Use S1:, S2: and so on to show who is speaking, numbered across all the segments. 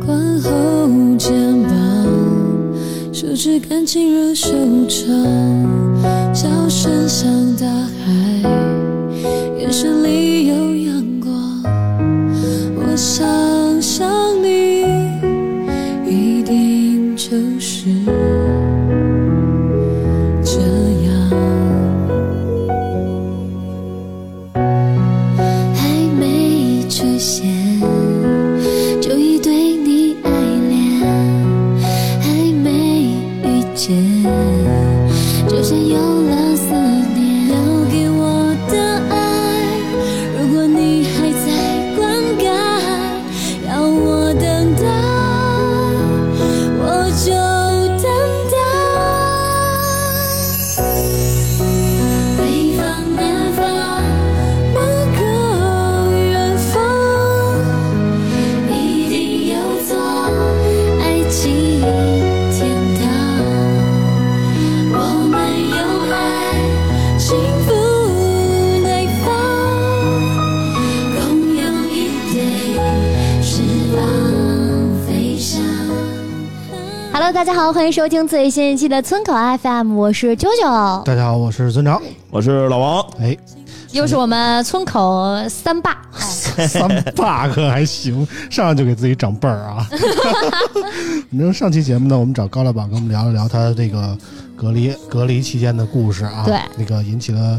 S1: 宽厚肩膀，手指感情如手掌，笑声像大海，眼神里有阳光。我想象你，一定就是这样。还没出现，就已对你爱恋；还没遇见，就先有了思念。留给我的爱，如果你还在灌溉，要我等待，我就等待。北方，南方。那个远方，一定有座爱情天堂。我们有爱，幸福内方，共有一对翅膀飞翔。
S2: Hello，大家好，欢迎收听最新一期的村口 FM，我是啾啾，
S3: 大家好，我是村长。
S4: 我是 老王，
S3: 哎，
S2: 又是我们村口三霸。
S3: 三 bug 还行，上来就给自己长辈儿啊。 那么上期节目呢，我们找高老板跟我们聊了聊他这个隔离隔离期间的故事啊，
S2: 对
S3: 那个引起了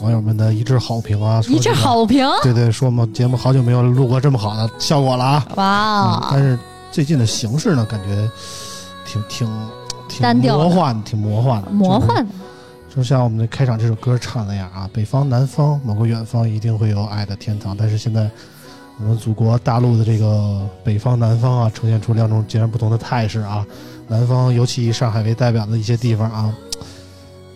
S3: 网友们的一致好评啊，说
S2: 一致
S3: 这个，
S2: 好评，
S3: 对对，说我们节目好久没有录过这么好的效果了啊。
S2: 哇、
S3: 嗯，但是最近的形式呢，感觉挺挺挺
S2: 单调的
S3: 魔幻，挺魔幻的，
S2: 魔
S3: 就是
S2: 幻，
S3: 就像我们的开场这首歌唱的那样啊，北方、南方，某个远方一定会有爱的天堂。但是现在，我们祖国大陆的这个北方、南方啊，呈现出两种截然不同的态势啊。南方，尤其以上海为代表的一些地方啊，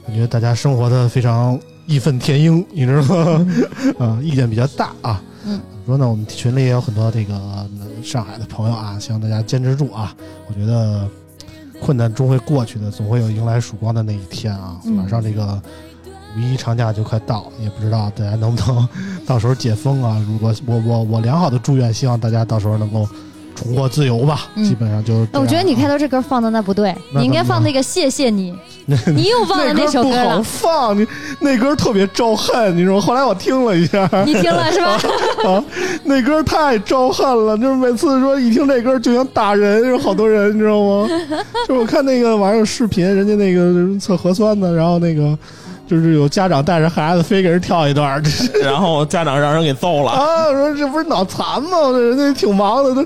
S3: 我觉得大家生活的非常义愤填膺，你知道吗？ 啊，意见比较大啊。
S2: 嗯，
S3: 说呢，我们群里也有很多这个呃上海的朋友啊，希望大家坚持住啊。我觉得困难终会过去的，总会有迎来曙光的那一天啊！
S2: 嗯
S3: 马上这个五一长假就快到了，也不知道大家能不能到时候解封啊？ 如果我我我良好的祝愿，希望大家到时候能够重获自由吧。
S2: 嗯
S3: 基本上就是这
S2: 哎
S3: 样啊、
S2: 我觉得你开头这歌放的那不对，
S3: 那
S2: 你应该
S3: 怎么了
S2: 放那个谢谢你，你又忘了
S3: 那
S2: 首歌
S3: 不好
S2: 了，
S3: 放，你那歌特别招恨，你知道吗？后来我听了一下，
S2: 你听了是 吧？
S3: 啊，那歌太招恨了，就是每次说一听这歌就想打人，有好多人，你知道 吗？就是我看那个网上有视频，人家那个测核酸的，然后那个就是有家长带着孩子非给人跳一段儿，这 是
S4: 然后家长让人给揍了，
S3: 啊，说这不是脑残吗？这人家挺忙的，都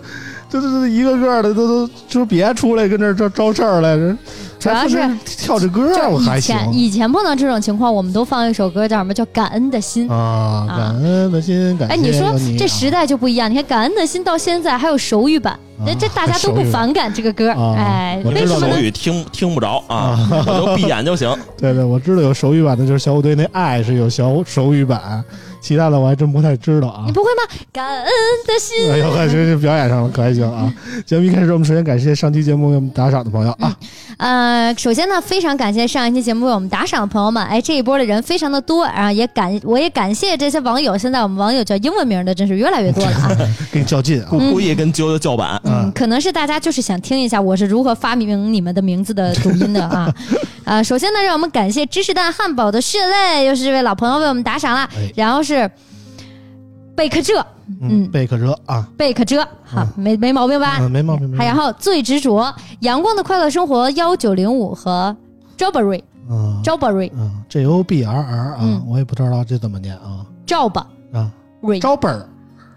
S3: 都都都一个个的都都就别出来跟这儿招招事儿来着。
S2: 主要是
S3: 还不跳着歌儿，我
S2: 就
S3: 还
S2: 以
S3: 行
S2: 前以前碰到这种情况，我们都放一首歌叫什么？叫《感恩的心》。
S3: 啊，感恩的心，感谢
S2: 哎，你说
S3: 你啊
S2: 这时代就不一样，你看《感恩的心》到现在还有手语版，那、
S3: 啊
S2: 这大家都
S3: 手
S2: 不
S3: 语版
S2: 反感这个歌，
S3: 啊
S2: 哎，
S3: 我
S2: 为
S3: 知道
S2: 什么
S3: 手
S2: 呢
S4: 手？语听听不着啊，我就闭眼就行。
S3: 对对，我知道有手语版的，就是小虎队那《爱》是有小手语版，其他的我还真不太知道啊
S2: 你。不会吗？感恩的 心。
S3: 哎呦，还真是表演上了，可还行 啊！节目一开始，我们首先感谢上期节目给我们打赏的朋友啊，
S2: 呃，首先呢，非常感谢上一期节目为我们打赏的朋友们，哎，这一波的人非常的多，然后也感我也感谢这些网友，现在我们网友叫英文名的真是越来越多了 啊，
S3: 给你较劲啊
S4: 故！故意跟啾啾叫板，
S2: 嗯，可能是大家就是想听一下我是如何发明你们的名字的读音的 啊，呃，首先呢，让我们感谢芝士蛋汉堡的血泪，又是这位老朋友为我们打赏了
S3: 哎，
S2: 然后是贝克哲，
S3: 嗯，
S2: 嗯
S3: 贝克哲啊，
S2: 贝克哲，好，没没毛病吧？
S3: 嗯，没毛病，没
S2: 还
S3: 毛
S2: 然
S3: 病。
S2: 后最执着，阳光的快乐生活幺九零五和 Jobbery
S3: 嗯
S2: Jobbery
S3: 嗯，J O B R R 啊
S2: 嗯，
S3: 我也不知道这怎么念啊
S2: Job
S3: 啊，
S2: Ray
S3: 招本儿，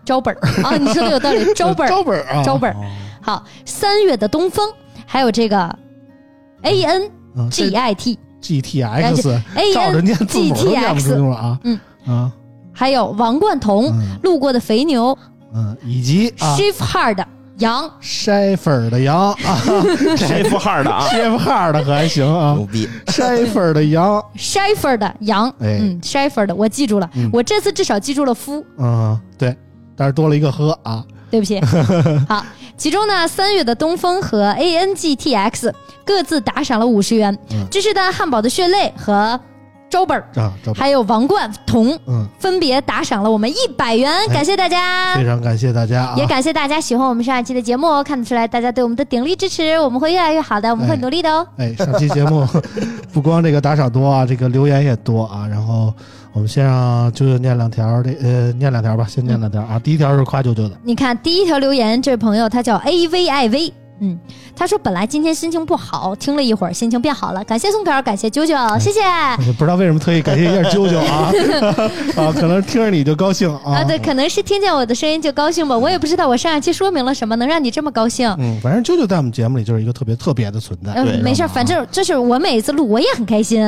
S2: Jobber 啊，你说的有道 理 Jobber
S3: 招本儿啊，
S2: Jobber 好，三月的东风，还有这个 A N
S3: 嗯
S2: G I T
S3: G T
S2: 然后
S3: X，
S2: A
S3: 照着
S2: N，
S3: 念字母都念不出了啊，
S2: 嗯
S3: 啊
S2: 还有王冠彤、
S3: 嗯
S2: 路过的肥牛、
S3: 嗯，以及啊
S2: Shift Hard 羊，
S3: 筛粉儿的羊啊，
S5: 谁富号的啊？
S3: 筛粉儿的可还行啊
S5: 牛，逼！
S3: 筛粉儿的羊，
S2: s h e f e r 的羊，
S3: 哎
S2: 嗯 s h e f e r 的，我记住了，
S3: 嗯
S2: 我这次至少记住了夫，
S3: 嗯，对，但是多了一个喝啊，
S2: 对不起。好，其中呢，三月的东风和 A N G T X 各自打赏了五十元
S3: 嗯，
S2: 芝士蛋汉堡的血泪和 Jober，
S3: 啊，这不
S2: 还有王冠彤
S3: 嗯，
S2: 分别打赏了我们一百元，感谢大家。
S3: 非常感谢大家啊，
S2: 也感谢大家喜欢我们上一期的节目哦，看得出来大家对我们的鼎力支持，我们会越来越好的，我们会
S3: 哎
S2: 努力的哦。
S3: 哎，上期节 目不光这个打赏多啊，这个留言也多啊。然后我们先让舅舅念两条，这呃念两条吧，先念两条
S2: 嗯
S3: 啊。第一条是夸舅舅的，
S2: 你看第一条留言，这位朋友他叫 A V I V，嗯，他说本来今天心情不好，听了一会儿心情变好了，感谢宋飘，感谢啾啾，谢谢。
S3: 我不知道为什么特意感谢一下舅舅 啊啊，可能听着你就高兴啊。
S2: 啊，对，可能是听见我的声音就高兴吧，我也不知道我上一期说明了什么能让你这么高兴。
S3: 嗯，反正舅舅在我们节目里就是一个特别特别的存在。
S2: 嗯，没事儿，反正这是我每一次录，我也很开心，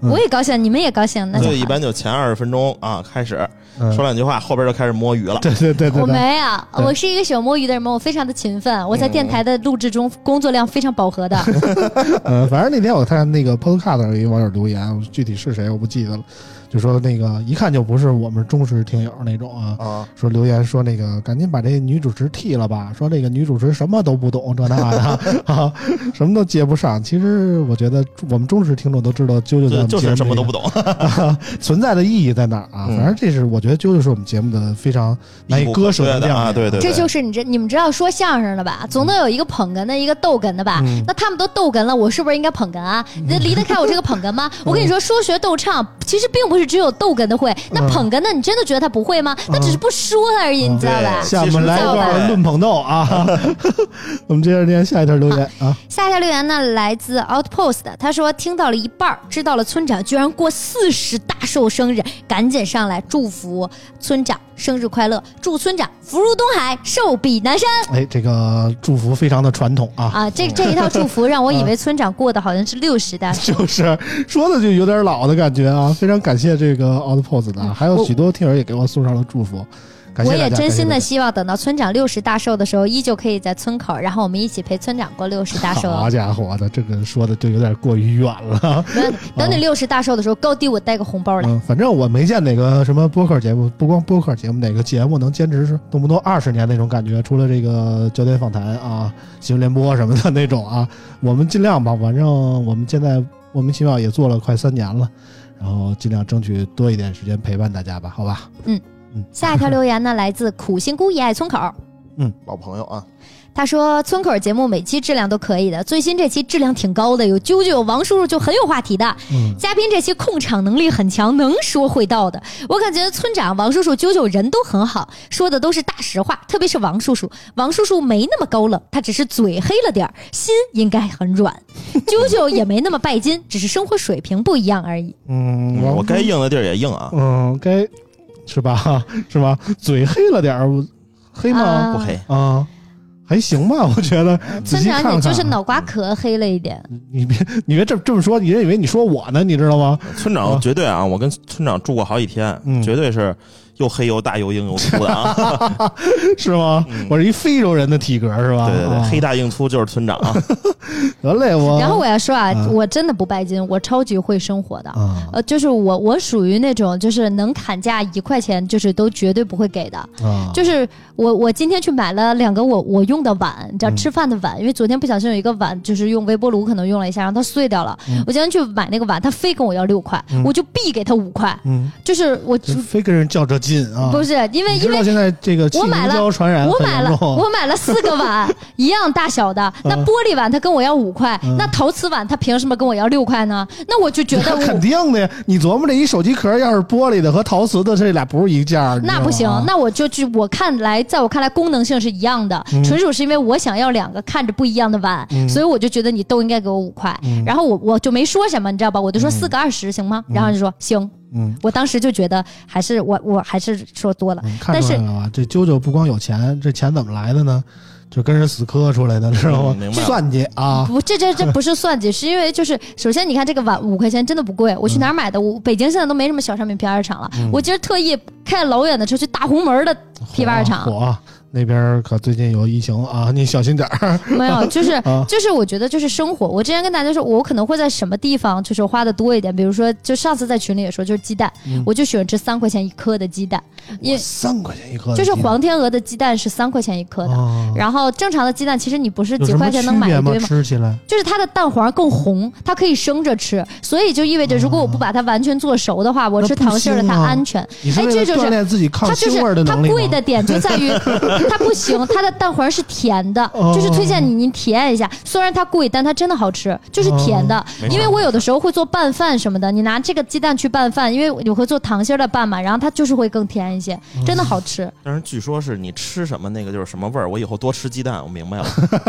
S2: 我也高兴，你们也高兴，那就
S5: 就
S2: 好
S5: 一般就前二十分钟啊，开始
S3: 嗯
S5: 说两句话，后边就开始摸鱼了。
S3: 对对对对
S2: 我
S3: 对，
S2: 没有，啊
S3: 对
S2: 我是一个喜欢摸鱼的人吗？我非常的勤奋，我在电台的录制中工作量非常饱和的。
S5: 嗯
S3: 呃，反正那天我看那个 Podcast 上有一网友留言，我具体是谁我不记得了，就说那个一看就不是我们忠实听友那种啊。
S5: 啊，
S3: 说留言说那个赶紧把这女主持替了吧，说这个女主持什么都不懂，这那的 啊，什么都接不上。其实我觉得我们忠实听众都知道啾啾在我
S5: 就
S3: 们
S5: 就是什么都不
S3: 懂，
S5: 懂，
S3: 存在的意义在哪儿啊？
S5: 嗯
S3: 反正这是我觉得啾啾是我们节目的非常难以割舍
S5: 一
S3: 的
S5: 不可缺的嗯
S3: 亮
S5: 啊！
S3: 点
S5: 对对，
S2: 这
S5: 对
S2: 就是你这你们知道说相声的吧，总得有一个捧哏的，一个逗哏的吧。
S3: 嗯
S2: 那他们都逗哏了，我是不是应该捧哏啊？
S5: 嗯
S2: 你离得开我这个捧哏 吗？我跟你说，说学逗唱其实并不是只有逗哏的会，
S5: 嗯
S2: 那捧哏的你真的觉得他不会吗？他只是不说而已，你知道吧
S5: 对？
S3: 下面来一段论捧逗啊！ 我们接着念下一条留言啊，
S2: 下一条留言呢，来自 Outpost，他说听到了一半儿，知道了村长居然过四十大寿生日，赶紧上来祝福村长生日快乐，祝村长福如东海，寿比南山
S3: 哎，这个祝福非常的传统啊，
S2: 啊！这这一套祝福让我以为村长过的好像是六十
S3: 啊
S2: 的，
S3: 就是说的就有点老的感觉啊，非常感谢这个 Outpost 的啊，还有许多听友也给我送上了祝福。感谢
S2: 嗯我
S3: 大家
S2: 也真心
S3: 感谢大
S2: 的
S3: 家
S2: 希望等到村长六十大寿的时候，依旧可以在村口，然后我们一起陪村长过六十大 寿。
S3: 好家伙的，这个说的就有点过于远了。
S2: 没问题等你六十大寿的时候，高低我带个红包来。
S3: 嗯，反正我没见哪个什么播客节目，不光播客节目，哪个节目能坚持是动不动二十年那种感觉。除了这个焦点访谈啊、新闻联播什么的那种啊，我们尽量吧。反正我们现在莫名其妙也做了快三年了，然后尽量争取多一点时间陪伴大家吧，好吧？
S2: 下一条留言呢，来自苦心孤诣爱村口。
S5: 老朋友啊，
S2: 他说：“村口节目每期质量都可以的，最新这期质量挺高的，有啾啾、有王叔叔就很有话题的。
S3: 嗯
S2: 嘉宾这期控场能力很强，能说会道的。我感觉村长王叔叔、啾啾人都很好，说的都是大实话，特别是王叔叔。王叔叔没那么高冷，他只是嘴黑了点儿，心应该很软。 啾啾也没那么拜金，只是生活水平不一样而已。
S3: 嗯
S5: 我该硬的地儿也硬啊，
S3: 嗯该是吧 是吧？嘴黑了点儿，我黑吗？
S2: 啊
S5: 不黑。
S3: 啊，还行吧，我觉得。仔
S2: 村
S3: 细看啊
S2: 长，
S3: 看
S2: 你就是脑瓜壳黑了一点。
S3: 你别你别这这么说，人以为你说我呢，你知道 吗？
S5: 村长绝对啊，我跟村长住过好几天
S3: 嗯，
S5: 绝对是又黑又大又硬又粗的啊！
S3: 是吗？
S5: 嗯
S3: 我是一非洲人的体格是吧？
S5: 对对对，
S3: 啊
S5: 黑大硬粗就是村长啊！
S3: 得嘞我。
S2: 然后我要说啊，
S3: 啊
S2: 我真的不拜金，我超级会生活的。
S3: 啊
S2: 呃，就是我，我属于那种就是能砍价一块钱，就是都绝对不会给的。
S3: 啊，
S2: 就是我，我今天去买了两个我我用的碗，你知道
S3: 嗯
S2: 吃饭的碗，因为昨天不小心有一个碗就是用微波炉可能用了一下，然后它碎掉了。
S3: 嗯
S2: 我今天去买那个碗，他非跟我要六块，
S3: 嗯
S2: 我就必给他五块，
S3: 嗯，
S2: 就是我
S3: 这非跟人较这劲啊！
S2: 不，是因为
S3: 你
S2: 因
S3: 知
S2: 为
S3: 道现在这个气
S2: 我买
S3: 凝
S2: 了
S3: 胶传染
S2: 我
S3: 很
S2: 买
S3: 严
S2: 了，
S3: 重
S2: 我买了四 个碗，一样大小的。那
S3: 嗯
S2: 玻璃碗他跟我要五块，
S3: 嗯
S2: 那陶瓷碗他凭什么跟我要六块呢？那我就觉得
S3: 那 肯
S2: 我。
S3: 定的呀！你琢磨这一手机壳要是玻璃的和陶瓷的，这啊俩不是一价儿，你知道
S2: 那
S3: 吗
S2: 不行，那我就去。我看来，在我看来，功能性是一样的，
S3: 嗯
S2: 纯属是因为我想要两个看着不一样的碗，所以我就觉得你都应该给我五块。
S3: 嗯
S2: 然后我我就没说什么，你知道吧？我就说四个二十行吗？然后就说行。
S3: 嗯
S2: 我当时就觉得还是我我还是说多了，
S3: 嗯，看
S2: 但
S3: 出
S2: 是
S3: 来了吧？这啾啾不光有钱，这钱怎么来的呢？就跟人死磕出来的，知道
S5: 嗯明
S3: 吗？
S5: 白了
S3: 算计啊，
S2: 不，这这这不是算计，是因为就是首先你看这个碗五块钱真的不贵，
S3: 嗯
S2: 我去哪儿买的？我北京现在都没什么小商品批发市场了，我今儿特意开了老远的车去大红门的批发市场，
S3: 火啊那边儿可最近有疫情啊，你小心点儿。
S2: 没有，就是
S3: 啊
S2: 就是我觉得就是生活。我之前跟大家说，我可能会在什么地方就是花的多一点，比如说就上次在群里也说，就是鸡蛋，我就喜欢吃三块钱一颗的鸡蛋，因
S3: 嗯三块钱一颗的
S2: 就
S3: 鸡蛋，
S2: 是黄天鹅的鸡蛋是三块钱一颗的。
S3: 啊
S2: 然后正常的鸡蛋其实你不是
S3: 有
S2: 几
S3: 什么
S2: 块
S3: 区
S2: 钱能买
S3: 别
S2: 一堆
S3: 吗？
S2: 吗？哎
S3: 吃起来
S2: 就是它的蛋黄更红，它可以生着吃，所以就意味着如果我不把它完全做熟的话，我吃糖心儿的它安全。
S3: 你是
S2: 哎
S3: 为了
S2: 这就是
S3: 锻炼自己抗
S2: 它就
S3: 啊腥味儿的
S2: 是它
S3: 能力吗
S2: 贵的点就在于它不行，它的蛋黄是甜的，
S3: 哦
S2: 就是推荐你您体验一下。虽然它贵，但它真的好吃，就是甜
S3: 哦
S2: 的。
S5: 没错
S2: 因为我有的时候会做拌饭什么的，你拿这个鸡蛋去拌饭，因为你会做糖心儿的拌嘛，然后它就是会更甜一些，真的好吃。
S5: 但是据说是你吃什么那个就是什么味儿，我以后多吃鸡蛋，我明白了，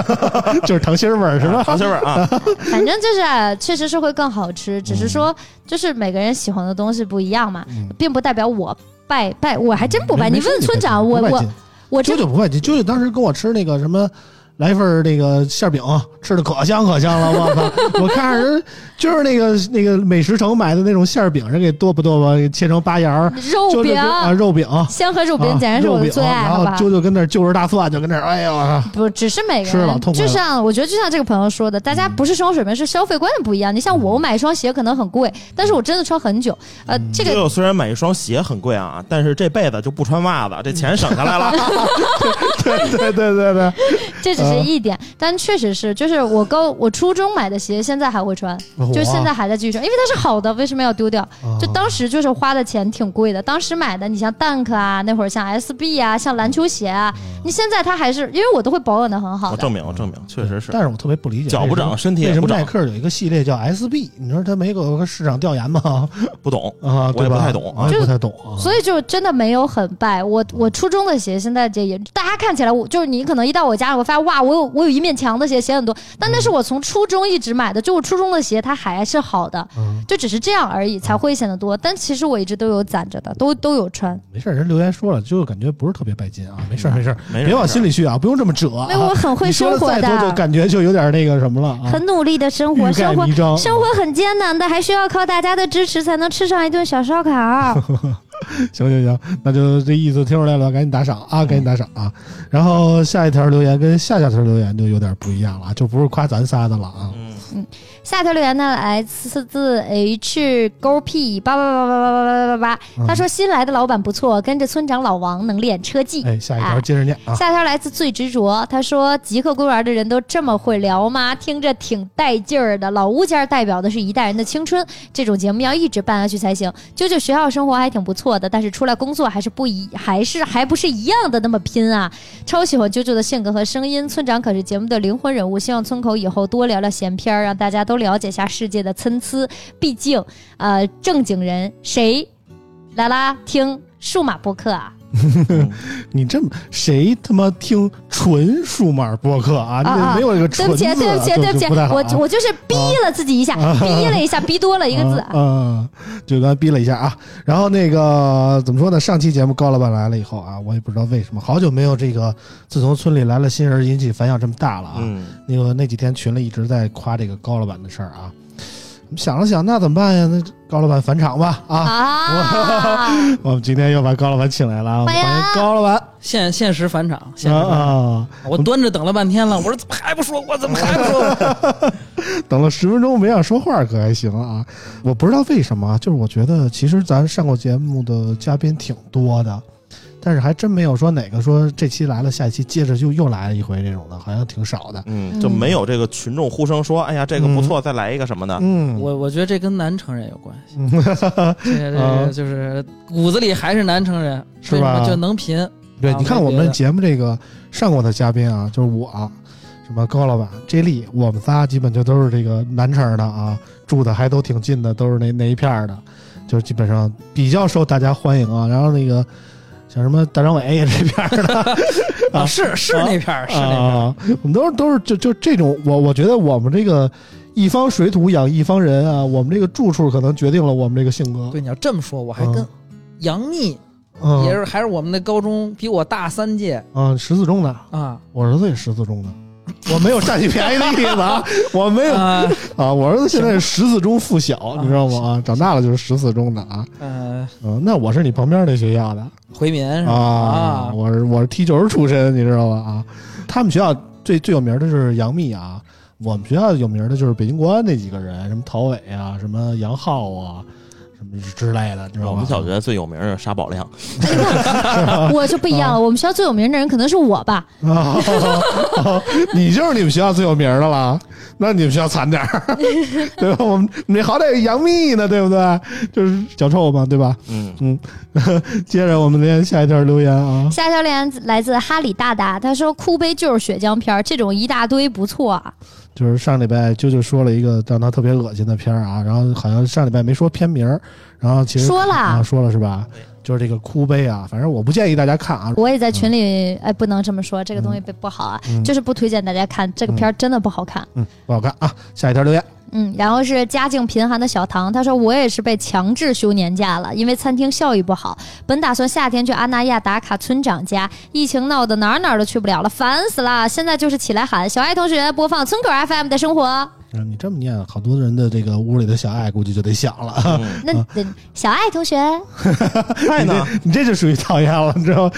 S3: 就是糖心儿味儿是吧？
S5: 糖心味儿 啊，
S2: 反正就是啊确实是会更好吃，只是
S3: 嗯
S2: 说就是每个人喜欢的东西不一样嘛，并不代表我拜拜，我还真 不拜。
S3: 没
S2: 你问村长，
S3: 没
S2: 我
S3: 事不拜
S2: 我
S3: 金
S2: 我
S3: 舅
S2: 这
S3: 舅不会，舅舅当时跟我吃那个什么。来份儿那个馅饼，吃的可香可香了，我操！ 我看着人就是那个那个美食城买的那种馅饼，人给剁吧剁吧，给切成八牙儿，
S2: 肉
S3: 就
S2: 饼
S3: 是、啊肉饼，
S2: 香河肉
S3: 肉啊
S2: 饼简直是我的最爱，
S3: 然
S2: 好
S3: 后
S2: 不好？
S3: 舅舅跟那儿就着大蒜，就跟那儿，哎呀，我操！
S2: 不，只是每个
S3: 吃了嗯
S2: 人
S3: 痛，快
S2: 就
S3: 了
S2: 像我觉得，就像这个朋友说的，大家不是生活水平，是消费观念不一样。你像我，我买一双鞋可能很
S3: 嗯
S2: 贵，但是我真的穿很久。呃，这
S5: 舅
S2: 个
S5: 舅虽然买一双鞋很贵啊，但是这辈子就不穿袜子，这钱省下
S3: 嗯
S5: 来了。
S3: 对对对对对，
S2: 这只是一
S3: 呃
S2: 点，但确实是，就是我高我初中买的鞋，现在还会穿，
S3: 哇
S2: 就现在还在继续穿，因为它是好的，为什么要丢掉？就
S3: 哦啊
S2: 当时就是花的钱挺贵的，当时买的，你像 Dunk 啊，那会儿像 SB 啊，像篮球鞋啊，
S3: 哦
S2: 你现在它还是，因为我都会保养的很好
S5: 我
S2: 的
S5: 证。明，我证明，确实是
S3: 但是我特别不理解，
S5: 脚不长身体也
S3: 为什么
S5: 不长
S3: 耐克有一个系列叫 SB？你说他没有个市场调研吗？
S5: 不懂。
S3: 啊，
S5: 我
S3: 对
S5: 也
S3: 吧
S5: 不太懂啊
S3: 我也
S2: 就
S3: 不太懂啊。
S2: 所以就真的没有很败，我我初中的鞋现在这也，大家看起来我就是你可能一到我家，我发现哇，我有我有一面墙的鞋，鞋很多，但那是我从初中一直买的，就我初中的鞋它还是好的，
S3: 嗯，
S2: 就只是这样而已，才会显得多。但其实我一直都有攒着的，都都有穿。
S3: 没事儿，人留言说了，就感觉不是特别拜金啊。没事儿，没事儿，
S5: 没事儿
S3: 别往
S5: 没事儿
S3: 心里去啊，不用这么折啊。
S2: 没有，我很会
S3: 你说
S2: 生
S3: 得
S2: 活
S3: 再多就
S2: 的，
S3: 感觉就有点那个什么了啊。
S2: 很努力的生活，
S3: 欲盖
S2: 生活
S3: 弥彰
S2: 生活很艰难的，还需要靠大家的支持才能吃上一顿小烧 烤。
S3: 行行行，那就这意思听出来了，赶紧打赏啊，
S5: 嗯
S3: 赶紧打赏啊。然后下一条留言跟下下条留言就有点不一样了啊，就不是夸咱仨的了啊。
S5: 嗯，
S2: 下条留言呢来自自 H 勾 P 八八八八八八八八
S3: 嗯
S2: 八，他说新来的老板不错，跟着村长老王能练车技。
S3: 哎，下一条
S2: 啊
S3: 接着念啊。
S2: 下条来自最执着，他说：“极客公园的人都这么会聊吗？听着挺带劲儿的。老吴家代表的是一代人的青春，这种节目要一直办下去才行。九九学校生活还挺不错的，但是出来工作还是不一，还是还不是一样的那么拼啊！超喜欢九九的性格和声音，村长可是节目的灵魂人物。希望村口以后多聊聊闲篇儿，让大家都了解下世界的参差。毕竟，呃，正经人谁啦啦听数码播客啊？”
S3: 你这么谁他妈听纯数码播客啊？
S2: 啊啊
S3: 你没有这个
S2: 对
S3: 纯
S2: 不
S3: 字
S2: 起，
S3: 啊，
S2: 对不起，对不
S3: 就
S2: 起
S3: 就不太，好啊。啊
S2: 我我就是逼了自己一下，逼了一下，逼多了一个字。啊
S3: 嗯，就刚才逼了一下啊。然后那个怎么说呢？上期节目高老板来了以后啊，我也不知道为什么，好久没有这个，自从村里来了新人，引起反响这么大了啊。
S5: 嗯，
S3: 那个那几天群里一直在夸这个高老板的事儿啊。想了想，那怎么办呀？那高老板返场吧啊！
S2: 啊！
S3: 我们今天又把高老板请来了啊，我们
S2: 哎呀
S3: 欢迎高老板
S6: 现现实返场，现实返场。
S3: 啊
S6: 我端着等了半天了，我说怎么还不说？我怎么还不说？
S3: 啊！等了十分钟没让说话，可还行啊？我不知道为什么啊，就是我觉得其实咱上过节目的嘉宾挺多的，但是还真没有说哪个说这期来了，下一期接着就又来了一回这种的，好像挺少的。
S5: 嗯，就没有这个群众呼声说，哎呀，这个不错，再来一个什么的。
S3: 嗯，
S6: 我我觉得这跟南城人有关系，这这
S3: 啊
S6: 这就是骨子里还是南城人，
S3: 是吧
S6: 为什么就能贫。
S3: 对，
S6: 啊
S3: 你看
S6: 没
S3: 我
S6: 别
S3: 们
S6: 的
S3: 节目这个上过的嘉宾啊，就是我、什么高老板、J 莉，我们仨基本就都是这个南城的啊，住的还都挺近的，都是那那一片儿的，就是基本上比较受大家欢迎啊。然后那个像什么大张伟也这片儿的啊
S6: 啊，是是那片 儿，是那片儿。
S3: 啊，我们都是都是就就这种，我我觉得我们这个一方水土养一方人啊，我们这个住处可能决定了我们这个性格。
S6: 对，你要这么说，我还跟
S3: 嗯
S6: 杨幂
S3: 嗯
S6: 也是还是我们那高中比我大三届
S3: 嗯，十四中的，
S6: 啊
S3: 我儿子也十四中的，我没有占你便宜的意思 啊，我没有
S6: 啊
S3: 啊，我儿子现在是十四中附小，你知道吗？啊，长大了就是十四中的啊，
S6: 呃
S3: 嗯，那我是你旁边那学校的
S6: 回民是吧？
S3: 啊，
S6: 啊，
S3: 我是我是踢球出身，你知道吗？啊，他们学校最最有名的就是杨幂啊，我们学校有名的就是北京国安那几个人，什么陶伟啊，什么杨浩啊，什么之类的，你知道吗？
S5: 我们小学最有名的是沙宝亮，
S2: 哎我就不一样了。我们学校最有名的人可能是我吧，
S3: 啊，你就是你们学校最有名的了，那你们学校惨点儿， 对吧？我们你好歹有杨幂呢，对不对？就是脚臭嘛，对吧？
S5: 嗯，
S3: 接着我们连下一条留言啊，
S2: 下一条留言来自哈里大大，他说：“哭悲就是血浆片儿，这种一大堆不错啊。
S3: 就是上礼拜啾啾说了一个让他特别恶心的片儿啊，然后好像上礼拜没说片名儿，然后其实
S2: 说了
S3: 啊说了是吧？就是这个哭悲啊，反正我不建议大家看啊”，
S2: 我也在群里，哎，不能这么说，这个东西不不好啊，
S3: 嗯
S2: 就是不推荐大家看这个片儿，真的不好看。
S3: 嗯，不好看啊。下一条留言，
S2: 嗯，然后是家境贫寒的小唐，他说我也是被强制休年假了，因为餐厅效益不好。本打算夏天去阿那亚打卡村长家，疫情闹得哪儿哪儿都去不了了，烦死了！现在就是起来喊小爱同学播放村口 FM 的生活。
S3: 嗯，你这么念，好多人的这个屋里的小爱估计就得想了啊。
S2: 那、那小爱同学，
S5: 太
S3: 你
S5: 呢
S3: 这，你这就属于讨厌了，你知道吗？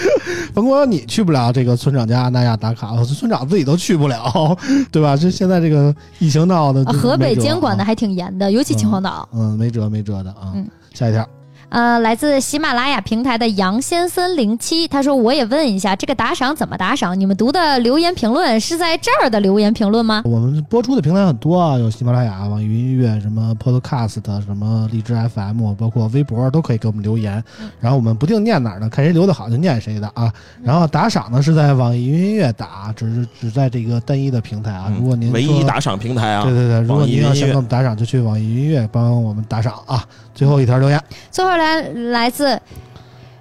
S3: 甭管你去不了这个村长家那亚打卡，我村长自己都去不了， 对吧？这现在这个疫情闹的、
S2: 啊河北监管的，还挺严的，尤其秦皇岛。
S3: 嗯，没辙没辙的啊。
S2: 嗯
S3: 下一条，
S2: 呃，来自喜马拉雅平台的杨先森零七，他说我也问一下，这个打赏怎么打赏？你们读的留言评论是在这儿的留言评论吗？
S3: 我们播出的平台很多啊，有喜马拉雅、网易云音乐、什么 Podcast、什么荔枝 FM，包括微博都可以给我们留言。
S5: 嗯
S3: 然后我们不定念哪儿呢，看谁留的好就念谁的啊。然后打赏呢是在网易云音乐打，只是只在这个单一的平台啊。如果您
S5: 嗯唯
S3: 说
S5: 一打赏平台啊
S3: 对，对对，如果
S5: 网易
S3: 您
S5: 云
S3: 要
S5: 音
S3: 想
S5: 乐
S3: 给我们打赏，就去网易云音乐帮我们打赏啊。最后一条留言
S2: 最后来来自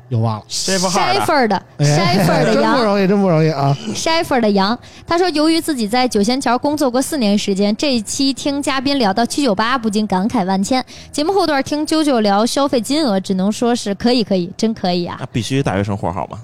S3: 又忘了，
S2: Sheffer 的
S3: 哎
S2: Sheffer
S3: 真
S2: 的
S3: 不
S2: 羊
S3: 容易，真不容易啊！
S2: Sheffer 的羊，他说由于自己在九仙桥工作过四年时间，这一期听嘉宾聊到七九八，不禁感慨万千。节目后段听啾啾聊消费金额，只能说是可以可以，真可以啊！
S5: 那必须大学生活好嘛，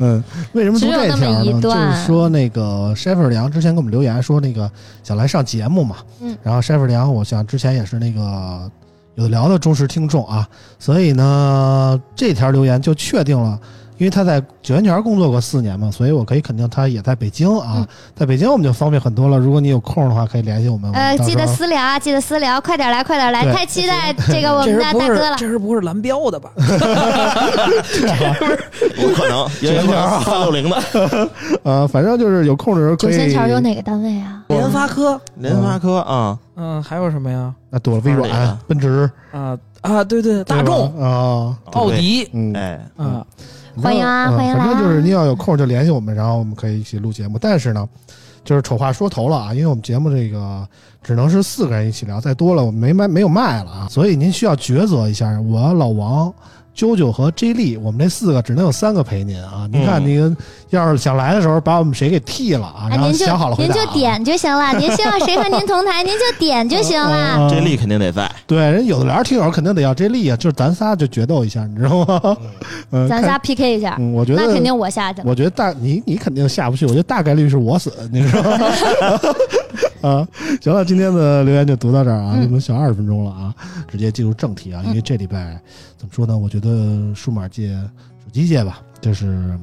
S3: 嗯，为什么读
S2: 只有
S3: 这
S2: 那么
S3: 条呢？
S2: 一
S3: 就
S2: 段
S3: 是说那个 Sheffer 梁之前给我们留言说那个想来上节目嘛，
S2: 嗯
S3: 然后 Sheffer 梁我想之前也是那个有的聊的忠实听众啊，所以呢这条留言就确定了。因为他在九元桥工作过四年嘛，所以我可以肯定他也在北京啊，
S2: 嗯
S3: 在北京我们就方便很多了。如果你有空的话，可以联系我们。我们嗯
S2: 呃，
S3: 到
S2: 记
S3: 时
S2: 得
S3: 候
S2: 私聊啊，记得私聊，快点来，快点来，
S3: 对
S2: 太期待这个我
S6: 这
S2: 们
S6: 人
S2: 的
S6: 不
S2: 大
S6: 是
S2: 哥了
S6: 这。人不是蓝标的吧？
S3: 嗯
S5: 有 可能，因为三六零的
S3: 呃，反正就是有空的时候
S2: 九
S3: 可以。
S2: 仙桥有哪个单位啊？
S6: 联发科，
S3: 嗯
S5: 联发科啊，
S6: 嗯，还有什么呀？
S3: 那多了微
S5: 哪
S3: 软
S5: 个、
S3: 奔驰、
S6: 啊啊，对对，大众、
S3: 对吧啊，
S6: 奥迪
S3: 嗯，
S5: 哎，
S6: 啊，
S2: 欢迎啊
S3: 嗯
S2: 欢迎
S3: 反正
S2: 来啊
S3: 就是您要有空就联系我们，然后我们可以一起录节目。但是呢，就是丑话说头了啊，因为我们节目这个只能是四个人一起聊，再多了我们没卖没有卖了啊，所以您需要抉择一下。我老王。啾啾和 J 莉，我们这四个只能有三个陪您啊！您看，
S5: 嗯
S3: 您要是想来的时候，把我们谁给替了啊？
S2: 啊，
S3: 然后
S2: 您就
S3: 想好了回
S2: 您
S3: 答啊。
S2: 就点就行了，您希望谁和您同台，您就点就 行了。
S3: 嗯
S5: 这力肯定得在，
S3: 对，人有的聊听友肯定得要这力啊，就是咱仨就决斗一下，你知道吗？ 嗯，
S2: 咱
S3: 看
S2: 仨 PK 一下，
S3: 嗯，我觉得
S2: 那肯定我下去了。
S3: 我觉得大你你肯定下不去，我觉得大概率是我死，你知道吗？ 啊，行了，今天的留言就读到这儿啊，
S2: 嗯
S3: 你们小二十分钟了啊，直接进入正题啊，因为这礼拜怎么说呢？我觉得数码界、手机界吧，就是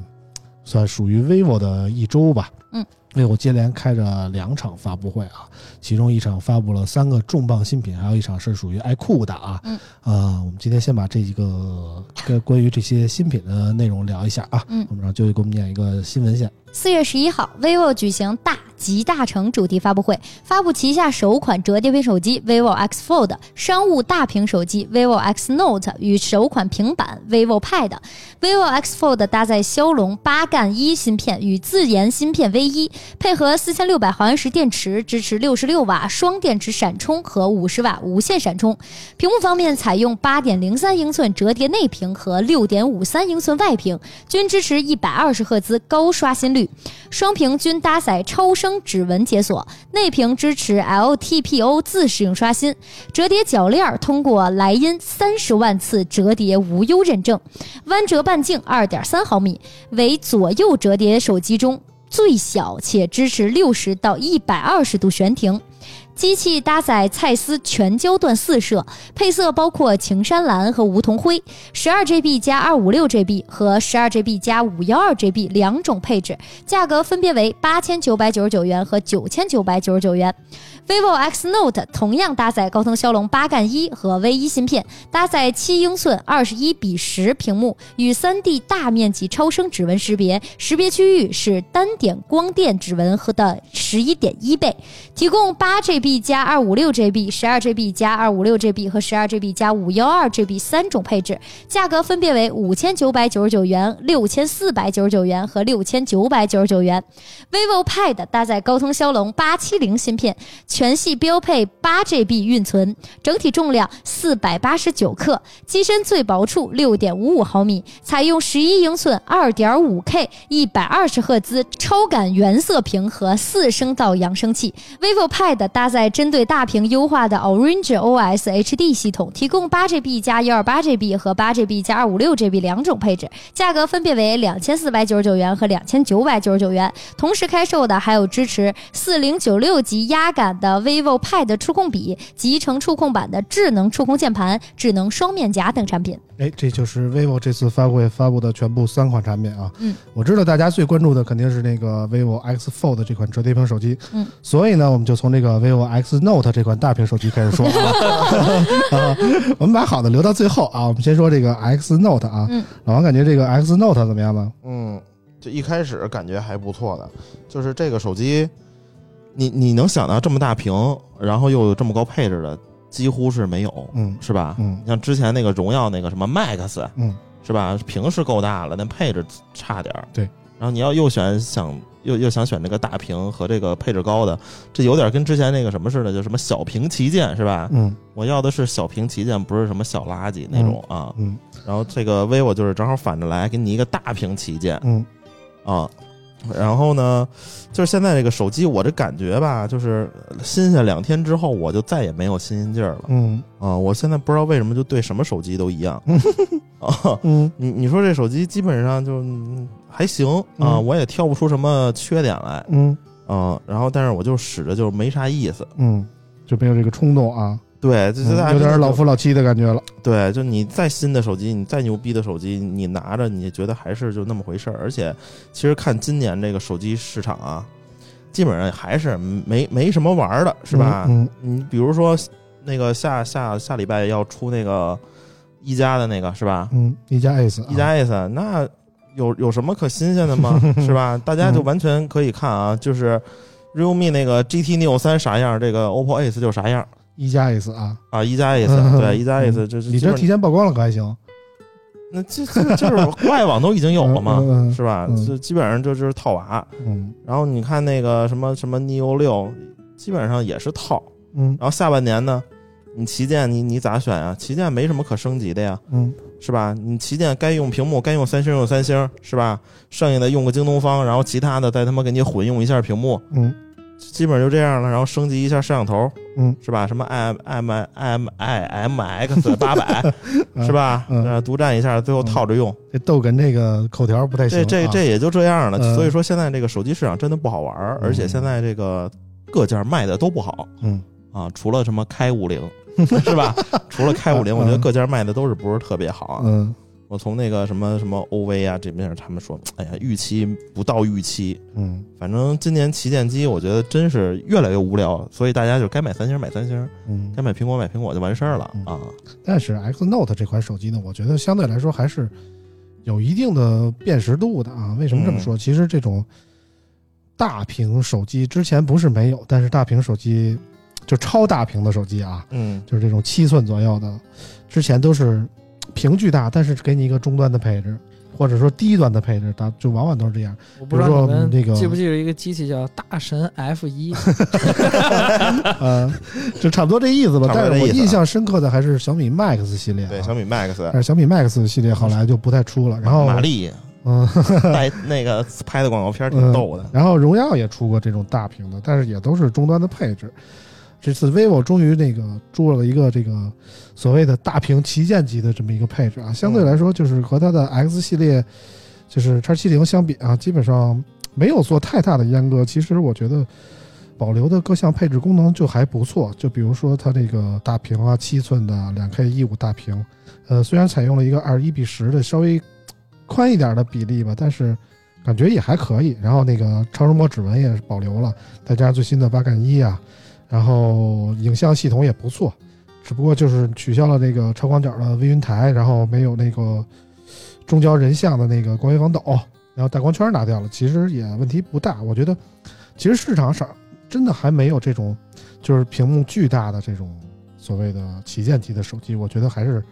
S3: 算属于 vivo 的一周吧。
S2: 嗯
S3: ，vivo 接连开着两场发布会啊，其中一场发布了三个重磅新品，还有一场是属于爱酷的啊。
S2: 嗯，
S3: 呃，我们今天先把这一个跟关于这些新品的内容聊一下啊。
S2: 嗯
S3: 我们让舅舅给我们念一个新闻线。
S2: 四月十一号，vivo 举行大集大成主题发布会，发布旗下首款折叠屏手机 vivo X Fold、商务大屏手机 vivo X Note 与首款平板 vivo Pad。vivo X Fold 搭载骁龙八干一芯片与自研芯片 V 一，配合四千六百毫安时电池，支持六十六瓦双电池闪充和五十瓦无线闪充。屏幕方面，采用八点零三英寸折叠内屏和六点五三英寸外屏，均支持一百二十赫兹高刷新率。双屏均搭载超声生指纹解锁，内屏支持 LTPO 自适应刷新，折叠铰链儿通过莱茵三十万次折叠无忧认证，弯折半径二点三毫米，为左右折叠手机中最小且支持六十到一百二十度悬停。机器搭载蔡司全焦段四摄，配色包括晴山蓝和梧桐灰，十二 GB 加二五六 GB 和十二 GB 加五幺二 GB 两种配置，价格分别为八千九百九十九元和九千九百九十九元。vivo X Note 同样搭载高通骁龙八干一和 V 一芯片，搭载七英寸二十一比十屏幕与三 D 大面积超声指纹识别，识别区域是单点光电指纹和的十一点一倍，提供八 GB 加二五六 GB、十二 GB 加二五六 GB 和十二 GB 加五幺二 GB 三种配置，价格分别为五千九百九十九元、六千四百九十九元和六千九百九十九元。vivo Pad 搭载高通骁龙八七零芯片，全系标配八 GB 运存，整体重量四百八十九克，机身最薄处六点五五毫米，采用十一英寸二点五 K 一百二十赫兹超感原色屏和四声道扬声器。vivo Pad 搭载针对大屏优化的 Orange OS HD 系统，提供八 GB 加幺二八 GB 和八 GB 加二五六 GB 两种配置，价格分别为两千四百九十九元和两千九百九十九元。同时开售的还有支持四零九六级压感的 vivo Pad 触控笔、集成触控板的智能触控键盘、智能双面夹等产品。
S3: 哎，这就是 vivo 这次发布会发布的全部三款产品啊。
S2: 嗯，
S3: 我知道大家最关注的肯定是那个 vivo X Fold 这款折叠屏手机。
S2: 嗯，
S3: 所以呢，我们就从这个 vivo X Note 这款大屏手机开始说啊。 啊 我们把好的留到最后啊，我们先说这个 X Note 啊。
S2: 嗯
S3: 老王感觉这个 X Note 怎么样呢？
S5: 嗯，就一开始感觉还不错的，就是这个手机，你你能想到这么大屏，然后又有这么高配置的，几乎是没有，
S3: 嗯
S5: 是吧？
S3: 嗯
S5: 像之前那个荣耀那个什么 Max
S3: 嗯，
S5: 是吧？屏是够大了，但配置差点儿。
S3: 对，
S5: 然后你要又选想又又想选这个大屏和这个配置高的，这有点跟之前那个什么似的，就什么小屏旗舰是吧？
S3: 嗯
S5: 我要的是小屏旗舰，不是什么小垃圾那种啊。
S3: 嗯
S5: 然后这个 vivo 就是正好反着来，给你一个大屏旗舰
S3: 嗯
S5: 啊。然后呢，就是现在这个手机，我这感觉吧，就是新鲜两天之后，我就再也没有新鲜劲儿了
S3: 嗯
S5: 啊！我现在不知道为什么就对什么手机都一样 啊。
S3: 嗯
S5: 你你说这手机基本上就嗯还行啊，
S3: 嗯
S5: 我也挑不出什么缺点来
S3: 嗯
S5: 啊。然后，但是我就使着就没啥意思。
S3: 嗯，就没有这个冲动啊，
S5: 对，就就
S3: 嗯有点老夫老妻的感觉了。
S5: 对，就你再新的手机，你再牛逼的手机，你拿着你觉得还是就那么回事儿。而且，其实看今年这个手机市场啊，基本上还是没没什么玩儿的，是吧？
S3: 嗯
S5: 你比如说那个下下下礼拜要出那个一加的那个，是吧？
S3: 嗯，一加 S，啊
S5: 一加 S 那有有什么可新鲜的吗？是吧？大家就
S3: 嗯
S5: 完全可以看啊，就是 realme 那个 GT Neo 三啥样，这个 OPPO Ace 就啥样
S3: 一加 S 啊，
S5: 啊。一加 S
S3: 嗯
S5: 对，一加 S 这是
S3: 你
S5: 基本
S3: 这提前曝光了可还行？
S5: 那这这就是 外网都已经有了嘛，
S3: 嗯嗯嗯
S5: 是吧
S3: 嗯？
S5: 这基本上这就是套娃。
S3: 嗯
S5: 然后你看那个什么什么 neo 六，基本上也是套。
S3: 嗯
S5: 然后下半年呢，你旗舰你你咋选啊？旗舰没什么可升级的呀，
S3: 嗯
S5: 是吧？你旗舰该用屏幕，该用三星用三星，是吧？剩下的用个京东方，然后其他的再他妈给你混用一下屏幕，
S3: 嗯
S5: 基本就这样了。然后升级一下摄像头，
S3: 嗯，
S5: 是吧？什么 i m i m i m x 八百，是吧？
S3: 嗯
S5: 呃独占一下，最后套着用。
S3: 这逗哏这个口条不太行、
S5: 这
S3: 啊。
S5: 这这也就这样了。
S3: 嗯
S5: 所以说现在这个手机市场真的不好玩儿，
S3: 嗯
S5: 而且现在这个各家卖的都不好
S3: 嗯
S5: 啊，除了什么开五零 是吧？除了开五零，我觉得各家卖的都是不是特别好啊。
S3: 嗯
S5: 我从那个什么什么 OV 啊这边他们说，哎呀，预期不到预期。
S3: 嗯
S5: 反正今年旗舰机，我觉得真是越来越无聊，所以大家就该买三星买三星，该
S3: 嗯，
S5: 买苹果买苹果就完事儿了
S3: 嗯
S5: 啊。
S3: 但是 X Note 这款手机呢，我觉得相对来说还是有一定的辨识度的啊。为什么
S5: 嗯
S3: 这么说？其实这种大屏手机之前不是没有，但是大屏手机就超大屏的手机啊，
S5: 嗯，
S3: 就是这种七寸左右的，之前都是屏巨大，但是给你一个中端的配置，或者说低端的配置，它就往往都是这样。
S6: 我不知道你们
S3: 比如说那个
S6: 记不记得一个机器叫大神 F 一，
S3: 呃，就差不多这意思吧。
S5: 差不多
S3: 但
S5: 这
S3: 是我
S5: 意思啊
S3: 印象深刻的还是小米 Max 系列、啊，
S5: 对，小米 Max，
S3: 但是小米 Max 系列后来就不太出了。然后
S5: 玛丽，
S3: 嗯，
S5: 带那个拍的广告片儿挺逗的
S3: 嗯。然后荣耀也出过这种大屏的，但是也都是终端的配置。这次 vivo 终于那个做了一个这个所谓的大屏旗舰级的这么一个配置啊，相对来说就是和它的 X 系列，就是 X 7 0相比啊，基本上没有做太大的阉割。其实我觉得保留的各项配置功能就还不错，就比如说它这个大屏啊，七寸的两 K 一五大屏，呃，虽然采用了一个二一比十的稍微宽一点的比例吧，但是感觉也还可以。然后那个超声波指纹也是保留了，再加上最新的八杠一啊，然后影像系统也不错，只不过就是取消了这个超广角的微云台，然后没有那个中焦人像的那个光学防抖，然后大光圈拿掉了，其实也问题不大。我觉得其实市场上真的还没有这种就是屏幕巨大的这种所谓的旗舰级的手机，我觉得还是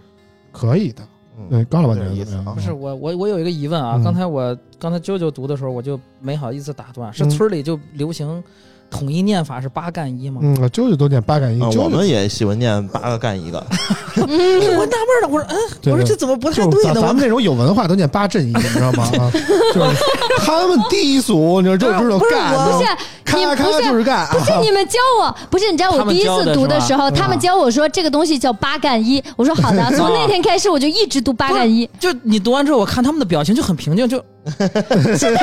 S3: 可以的。
S5: 嗯
S3: 对，高老板觉
S5: 有
S3: 得
S5: 点意
S3: 怎
S5: 思
S3: 么样
S5: 啊
S6: 不。是我我我有一个疑问啊，
S3: 嗯
S6: 刚才我刚才啾啾读的时候，我就没好意思打断，是
S3: 嗯
S6: 村里就流行统一念法是八干一吗？
S3: 嗯，舅舅都点八杆一，
S5: 啊
S3: 舅
S5: 我
S3: 舅
S5: 们也喜欢念八个干一
S6: 啊
S5: 个，
S6: 我纳闷了，我说嗯，
S3: 对
S6: 我
S3: 对
S6: 说这怎么不太
S3: 就是
S6: 对
S3: 咱
S6: 呢？
S3: 咱
S6: 我
S3: 们这种有文化都念八阵音，你知道吗？啊，就是 他们低俗，你说就知道
S6: 不是
S3: 干，
S6: 我
S3: 你
S2: 不
S3: 知
S2: 是
S3: 道吗，
S2: 你
S3: 咔
S2: 不
S3: 咔
S2: 是
S3: 就是干，啊
S2: 不是你们教 我，不是你知道我
S6: 他们
S2: 第一次读的时候，
S6: 教的是吧
S2: 他们教我说这个东西叫八干一，我说好 的，从那天开始我就一直读八干一，
S6: 就你读完之后，我看他们的表情就很平静，就
S2: 哦
S6: 就
S2: 的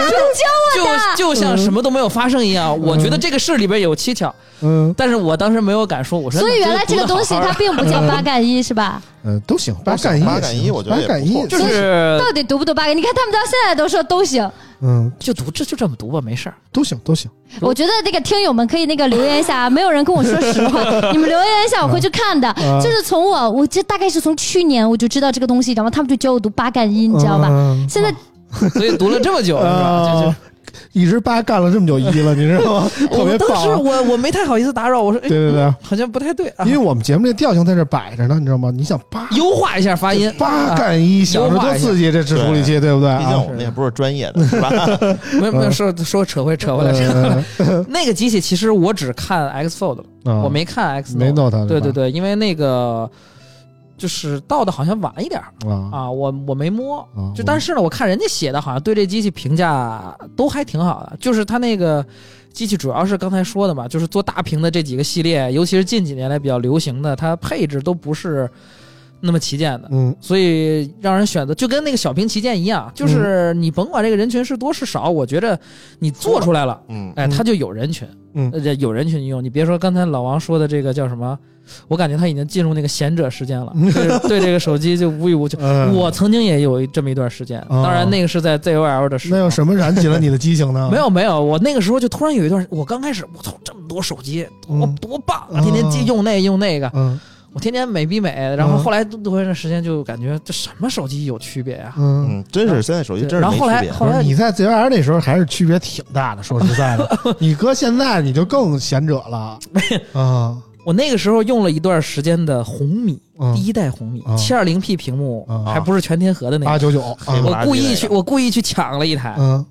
S6: 就像什么都没有发生一样。我觉得这个事里边有蹊跷，
S3: 嗯
S6: 但是我当时没有敢说。我说，
S2: 所以原来
S6: 那
S2: 这
S6: 真的
S2: 个
S6: 读得
S2: 东西
S6: 好好
S2: 它并不叫八干一，是吧？
S3: 呃都行，八干一也行，
S5: 八干一我觉得也
S3: 八干
S5: 不
S3: 一
S5: 错
S6: 就是
S2: 到底读不读八干？你看他们到现在都说都行，
S3: 嗯
S6: 就读这就这么读吧，没事儿。
S3: 都行都行，
S2: 我觉得这个听友们可以那个留言一下啊，没有人跟我说实话， 你们留言一下，我会去看的。
S3: 嗯
S2: 就是从我，我这大概是从去年我就知道这个东西，然后他们就教我读八干一，你知道吧？
S3: 嗯
S2: 现在
S6: 所以读了这么久，是吧？就是
S3: 啊一直八干了这么久一了，你知道吗？ 特别
S6: 我当时
S3: 棒。啊
S6: 我我没太好意思打扰，我说哎
S3: 对对对，
S6: 好像不太对啊
S3: 因，为我们节目这调性在这摆着呢，你知道吗？你想八
S6: 优化一下发音。
S3: 八
S6: 啊
S3: 干一，想着
S6: 优
S3: 多
S6: 化一下
S3: 刺激，这制处理器对不对啊？
S5: 毕竟我们也不是专业的， 是吧？
S6: 没有没
S3: 嗯
S6: 有说说扯回扯回
S3: 呃
S6: 来，扯回来。 那个机器其实我只看 X Fold 了，
S3: 嗯
S6: 我没看 X
S3: 没弄
S6: Note。
S3: 它，
S6: 对对
S3: 是吧
S6: 对，因为那个就是到的好像晚一点儿
S3: 啊
S6: 啊，我我没摸。
S3: 啊！
S6: 就但是呢，我看人家写的好像对这机器评价都还挺好的，就是它那个机器主要是刚才说的嘛，就是做大屏的这几个系列，尤其是近几年来比较流行的，它配置都不是那么旗舰的。
S3: 嗯
S6: 所以让人选择就跟那个小屏旗舰一样，就是你甭管这个人群是多是少，我觉着你做出来了，
S5: 嗯，
S6: 哎，
S3: 嗯
S6: 它就有人群，
S3: 嗯
S6: 呃，有人群用。你别说刚才老王说的这个叫什么，我感觉他已经进入那个贤者时间 了，就是对这个手机就无欲无求。
S3: 嗯
S6: 我曾经也有这么一段时间，
S3: 哦
S6: 当然那个是在 ZOL 的时
S3: 那
S6: 候
S3: 有。什么燃起了你的激情呢？
S6: 没有没有，我那个时候就突然有一段，我刚开始，我操，这么多手机，多
S3: 嗯
S6: 多棒啊！
S3: 哦
S6: 天天接用那用那个，
S3: 嗯
S6: 我天天美逼美。然后
S3: 嗯
S6: 后来多一段时间就感觉这什么手机有区别啊？
S3: 嗯。
S5: 嗯，真是现在手机
S6: 对
S5: 真是
S6: 然
S5: 没
S6: 后后
S5: 区
S6: 来
S5: 别。
S6: 后
S3: 不是
S6: 来
S3: 你在 ZR 那时候还是区别挺大的，说实在 的，你搁现在你就更贤者了啊！
S6: 我那个时候用了一段时间的红米，
S3: 嗯
S6: 第一代红米
S3: 嗯，
S6: 七二零 P 屏幕
S3: 嗯，
S6: 还不是全贴合的那
S3: 八
S6: 个。
S3: 九九
S5: 黑不
S3: 啊，
S5: 拉
S6: 我
S5: 几
S6: 故意
S5: 那
S6: 去，
S5: 个
S6: 我故意去抢了一台，
S3: 嗯，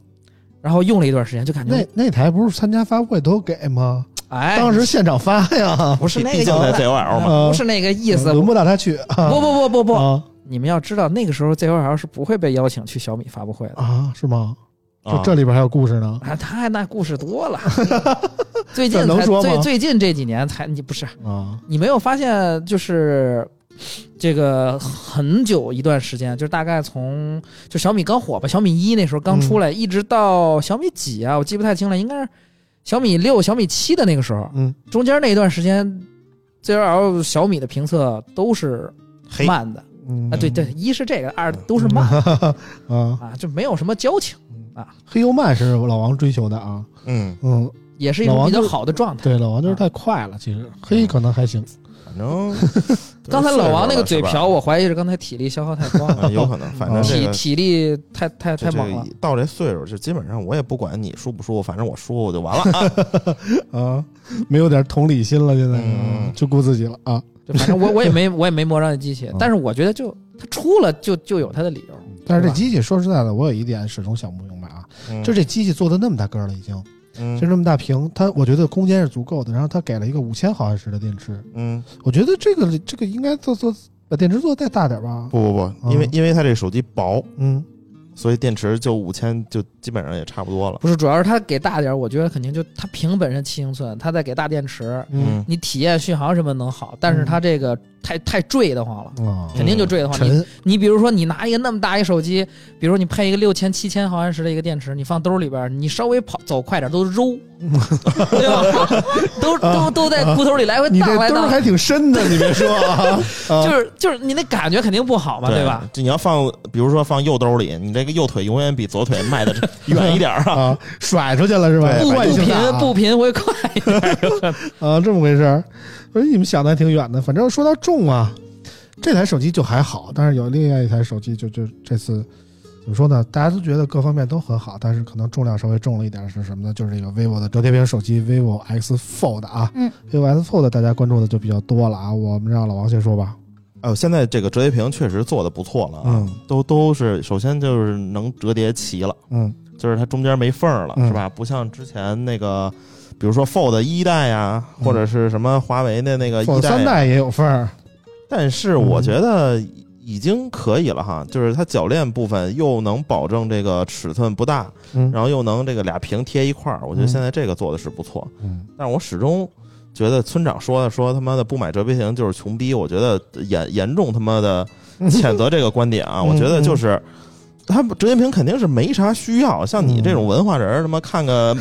S6: 然后用了一段时间，就感
S3: 那
S6: 觉
S3: 那台不是参加发布会都给吗？
S6: 哎，
S3: 当时现场发呀，
S6: 不是
S5: 毕
S6: 那
S5: 毕
S6: 个
S5: 竟在
S6: 意思
S5: ZOL 嘛，
S3: 嗯
S6: 不是那个意思。
S3: 轮不到他去啊
S6: 不不不不不，
S3: 啊
S6: 你们要知道，那个时候 ZOL 是不会被邀请去小米发布会的。
S3: 啊，是吗？就
S6: 嗯
S5: 啊
S3: 这里边还有故事呢
S6: 啊，他那故事多 了，最近
S3: 这能
S6: 才
S3: 说吗
S6: 最最近这几年才你不是
S3: 啊！
S6: 你没有发现就是这个很久一段时间，就是大概从就小米刚火吧，小米一那时候刚出来，一直到小米几啊，我记不太清了，应该是小米六、小米七的那个时候，
S3: 嗯
S6: 中间那一段时间，ZOL 小米的评测都是
S5: 黑
S6: 慢的
S3: 嗯
S6: 啊，对对，一是这个，二都是慢的
S3: 啊，
S6: 啊，就没有什么交情，
S3: 黑油曼是老王追求的啊，
S5: 嗯，
S3: 嗯，
S6: 也是一种
S3: 老王
S6: 比较
S3: 就
S6: 好的状态。
S3: 对，老王就是太快了，其实黑可能还行，
S5: 反正
S6: 刚才老王那个嘴
S5: 是吧
S6: 瓢，我怀疑是刚才体力消耗太高了，
S5: 嗯有可能，反正这
S6: 体
S5: 个
S6: 体力太太
S5: 这
S6: 太猛了
S5: 这。到这岁数，就基本上我也不管你舒不舒服，反正我舒服就完 了。啊
S3: 啊，没有点同理心了，现在、
S5: 嗯
S3: 就顾自己了啊。
S6: 就反正我我也没我也没摸着那机器
S3: 嗯，
S6: 但是我觉得就它出了就就有它的理由。
S3: 但是这
S6: 吧
S3: 机器说实在的，我有一点始终想不明白啊，就这机器做的那么大个儿了，已经
S5: 嗯
S3: 就这么大屏，它我觉得空间是足够的，然后它给了一个五千毫安时的电池，
S5: 嗯，
S3: 我觉得这个这个应该做做把电池做得再大点吧，
S6: 嗯
S5: 不不不，因为因为它这手机薄，
S3: 嗯
S5: 所以电池就五千就基本上也差不多了。
S6: 不是，主要是它给大点儿，我觉得肯定就它屏本身七英寸，它再给大电池，
S3: 嗯
S6: 你体验续航什么能好，但是它这个太太坠得慌了。
S3: 啊，
S6: 肯定就坠得慌。你
S3: 嗯沉
S6: 你比如说，你拿一个那么大一手机，比如你配一个六千、七千毫安时的一个电池，你放兜里边儿，你稍微跑走快点儿 都揉，对吧？都都都在裤兜里来回
S3: 啊你
S6: 荡来
S3: 这兜儿
S6: 荡，
S3: 还挺深的，你别说 啊，
S6: 就
S3: 啊
S6: 是就是你那感觉肯定不好嘛，对吧？？
S5: 就你要放，比如说放右兜里，你这个右腿永远比左腿迈的 远一点儿啊。
S3: 啊，甩出去了是吧？
S5: 对
S6: 步
S3: 惯
S6: 步
S3: 性
S6: 频
S3: 大啊
S6: 步频会快一点，
S3: 啊，这么回事儿。我说你们想的还挺远的。反正说到重啊，这台手机就还好，但是有另外一台手机就就这次怎么说呢？大家都觉得各方面都很好，但是可能重量稍微重了一点是什么呢？就是这个 vivo 的折叠屏手机 vivo X Fold 啊，
S2: 嗯
S3: ，vivo X Fold 大家关注的就比较多了啊。我们让老王先说吧。
S5: 哦，现在这个折叠屏确实做的不错了啊，
S3: 嗯
S5: 都都是首先就是能折叠齐了，
S3: 嗯
S5: 就是它中间没缝儿了，
S3: 嗯
S5: 是吧？不像之前那个，比如说 Fold 一代呀，
S3: 嗯
S5: 或者是什么华为的那个呃一
S3: ，Fold
S5: 代呀，啊
S3: 三代也嗯有份儿，
S5: 但是我觉得已经可以了哈，就是它铰链部分又能保证这个尺寸不大，
S3: 嗯
S5: 然后又能这个俩屏贴一块儿，我觉得现在这个做的是不错。
S3: 嗯
S5: 但是我始终觉得村长说的说他妈的不买折叠屏就是穷逼，我觉得严严重他 妈的谴责这个观点啊！
S3: 嗯
S5: 我觉得就是。他折叠屏肯定是没啥需要，像
S3: 嗯
S5: 你这种文化人儿，他妈 看个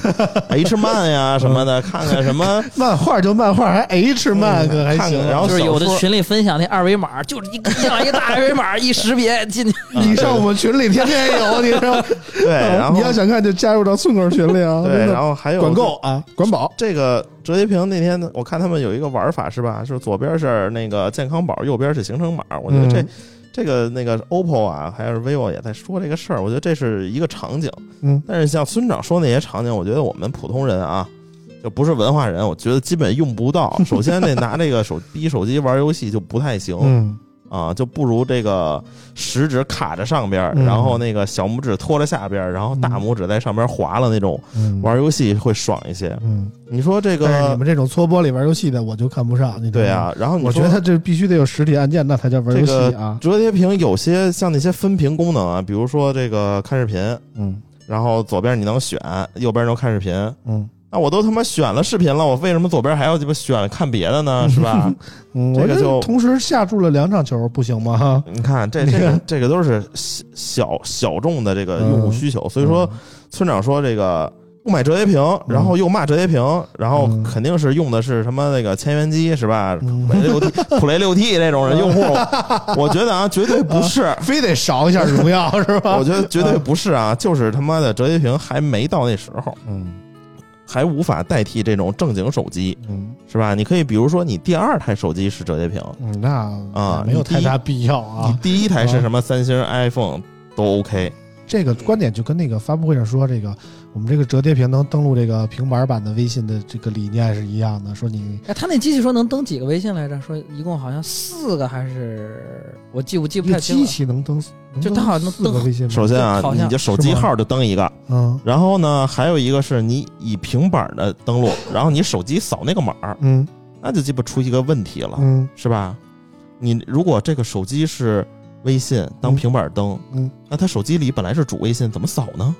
S5: H 漫呀什么的，看看什么
S3: 漫画就漫画，还 H 漫
S5: 嗯
S3: 个还
S5: 看
S3: 行
S5: 看
S3: 啊，
S5: 然后
S6: 就是有的
S5: 小说
S6: 群里分享那二维码，就是一个一样一大二维码 一识别进去，
S3: 你上我们群里天天有，你知道吗？
S5: 对，然后
S3: 你要想看就加入到村口群里啊，
S5: 对，
S3: 真的
S5: 然后还有
S3: 管够啊，管饱。
S5: 哎这个折叠屏那天我看他们有一个玩法是吧？就是左边是那个健康宝，右边是行程码。我觉得这、
S3: 嗯
S5: 这个那个 OPPO 啊，还有 vivo 也在说这个事儿。我觉得这是一个场景，
S3: 嗯
S5: 但是像村长说那些场景，我觉得我们普通人啊。就不是文化人，我觉得基本用不到。 首先，那拿这个手逼手机玩游戏就不太行、
S3: 嗯。
S5: 啊，就不如这个食指卡着上边儿，
S3: 嗯
S5: 然后那个小拇指托着下边儿，然后大拇指在上边儿划了那种、
S3: 嗯，
S5: 玩游戏会爽一些。
S3: 嗯，
S5: 你说这
S3: 但是你
S5: 个
S3: 们这种搓玻璃玩游戏的，我就看不上，你知道吗
S5: 对啊，，然后你
S3: 我觉
S5: 说
S3: 得这必须得有实体按键，那才叫玩游戏啊。
S5: 折叠屏有些像那些分屏功能啊，比如说这个看视频，
S3: 嗯
S5: 然后左边你能选，右边能看视频。
S3: 嗯
S5: 那我都他妈选了视频了，我为什么左边还要鸡巴选看别的呢？是吧？
S3: 嗯，
S5: 这
S3: 我
S5: 个就
S3: 同时下注了两场球，不行吗？ 哈，
S5: 你看这这个这个都是小小小众的这个用
S3: 嗯
S5: 户需求，所以说村长说这个。不买折叠屏，然后又骂折叠屏，然后
S3: 嗯
S5: 肯定是用的是什么那个千元机是吧？
S3: 嗯
S5: 普雷六 T、普雷六 T 这种人用 户，我觉得啊，绝对不是，
S3: 非得勺一下荣 耀是
S6: 啊
S3: 吧？
S5: 我觉得绝对不是 啊，就是他妈的折叠屏还没到那时候，
S3: 嗯
S5: 还无法代替这种正经手机，
S3: 嗯
S5: 是吧？你可以比如说，你第二台手机是折叠屏，
S3: 嗯，那
S5: 啊
S3: 没有太大必要啊
S5: 你。第一台是什么三星、iPhone
S6: 啊
S5: 都 OK，
S3: 这个观点就跟那个发布会上说，这个我们这个折叠屏能登录这个平板版的微信的这个理念是一样的。说你
S6: 哎，他那机器说能登几个微信来着？说一共好像四个还是我记我记不
S3: 一个
S6: 太清
S3: 机
S6: 了。
S3: 器能登，能
S6: 就它好像能
S3: 四个
S6: 登
S3: 微信吗？
S5: 首先啊
S6: 好，像
S5: 你就手机号就登一个，
S3: 嗯
S5: 然后呢，还有一个是你以平板的登 录，然后你手机扫那个码儿，
S3: 嗯
S5: 那就鸡巴出一个问题了，
S3: 嗯
S5: 是吧？你如果这个手机是微信当平板登，
S3: 嗯，
S5: 那他手机里本来是主微信，怎么扫呢？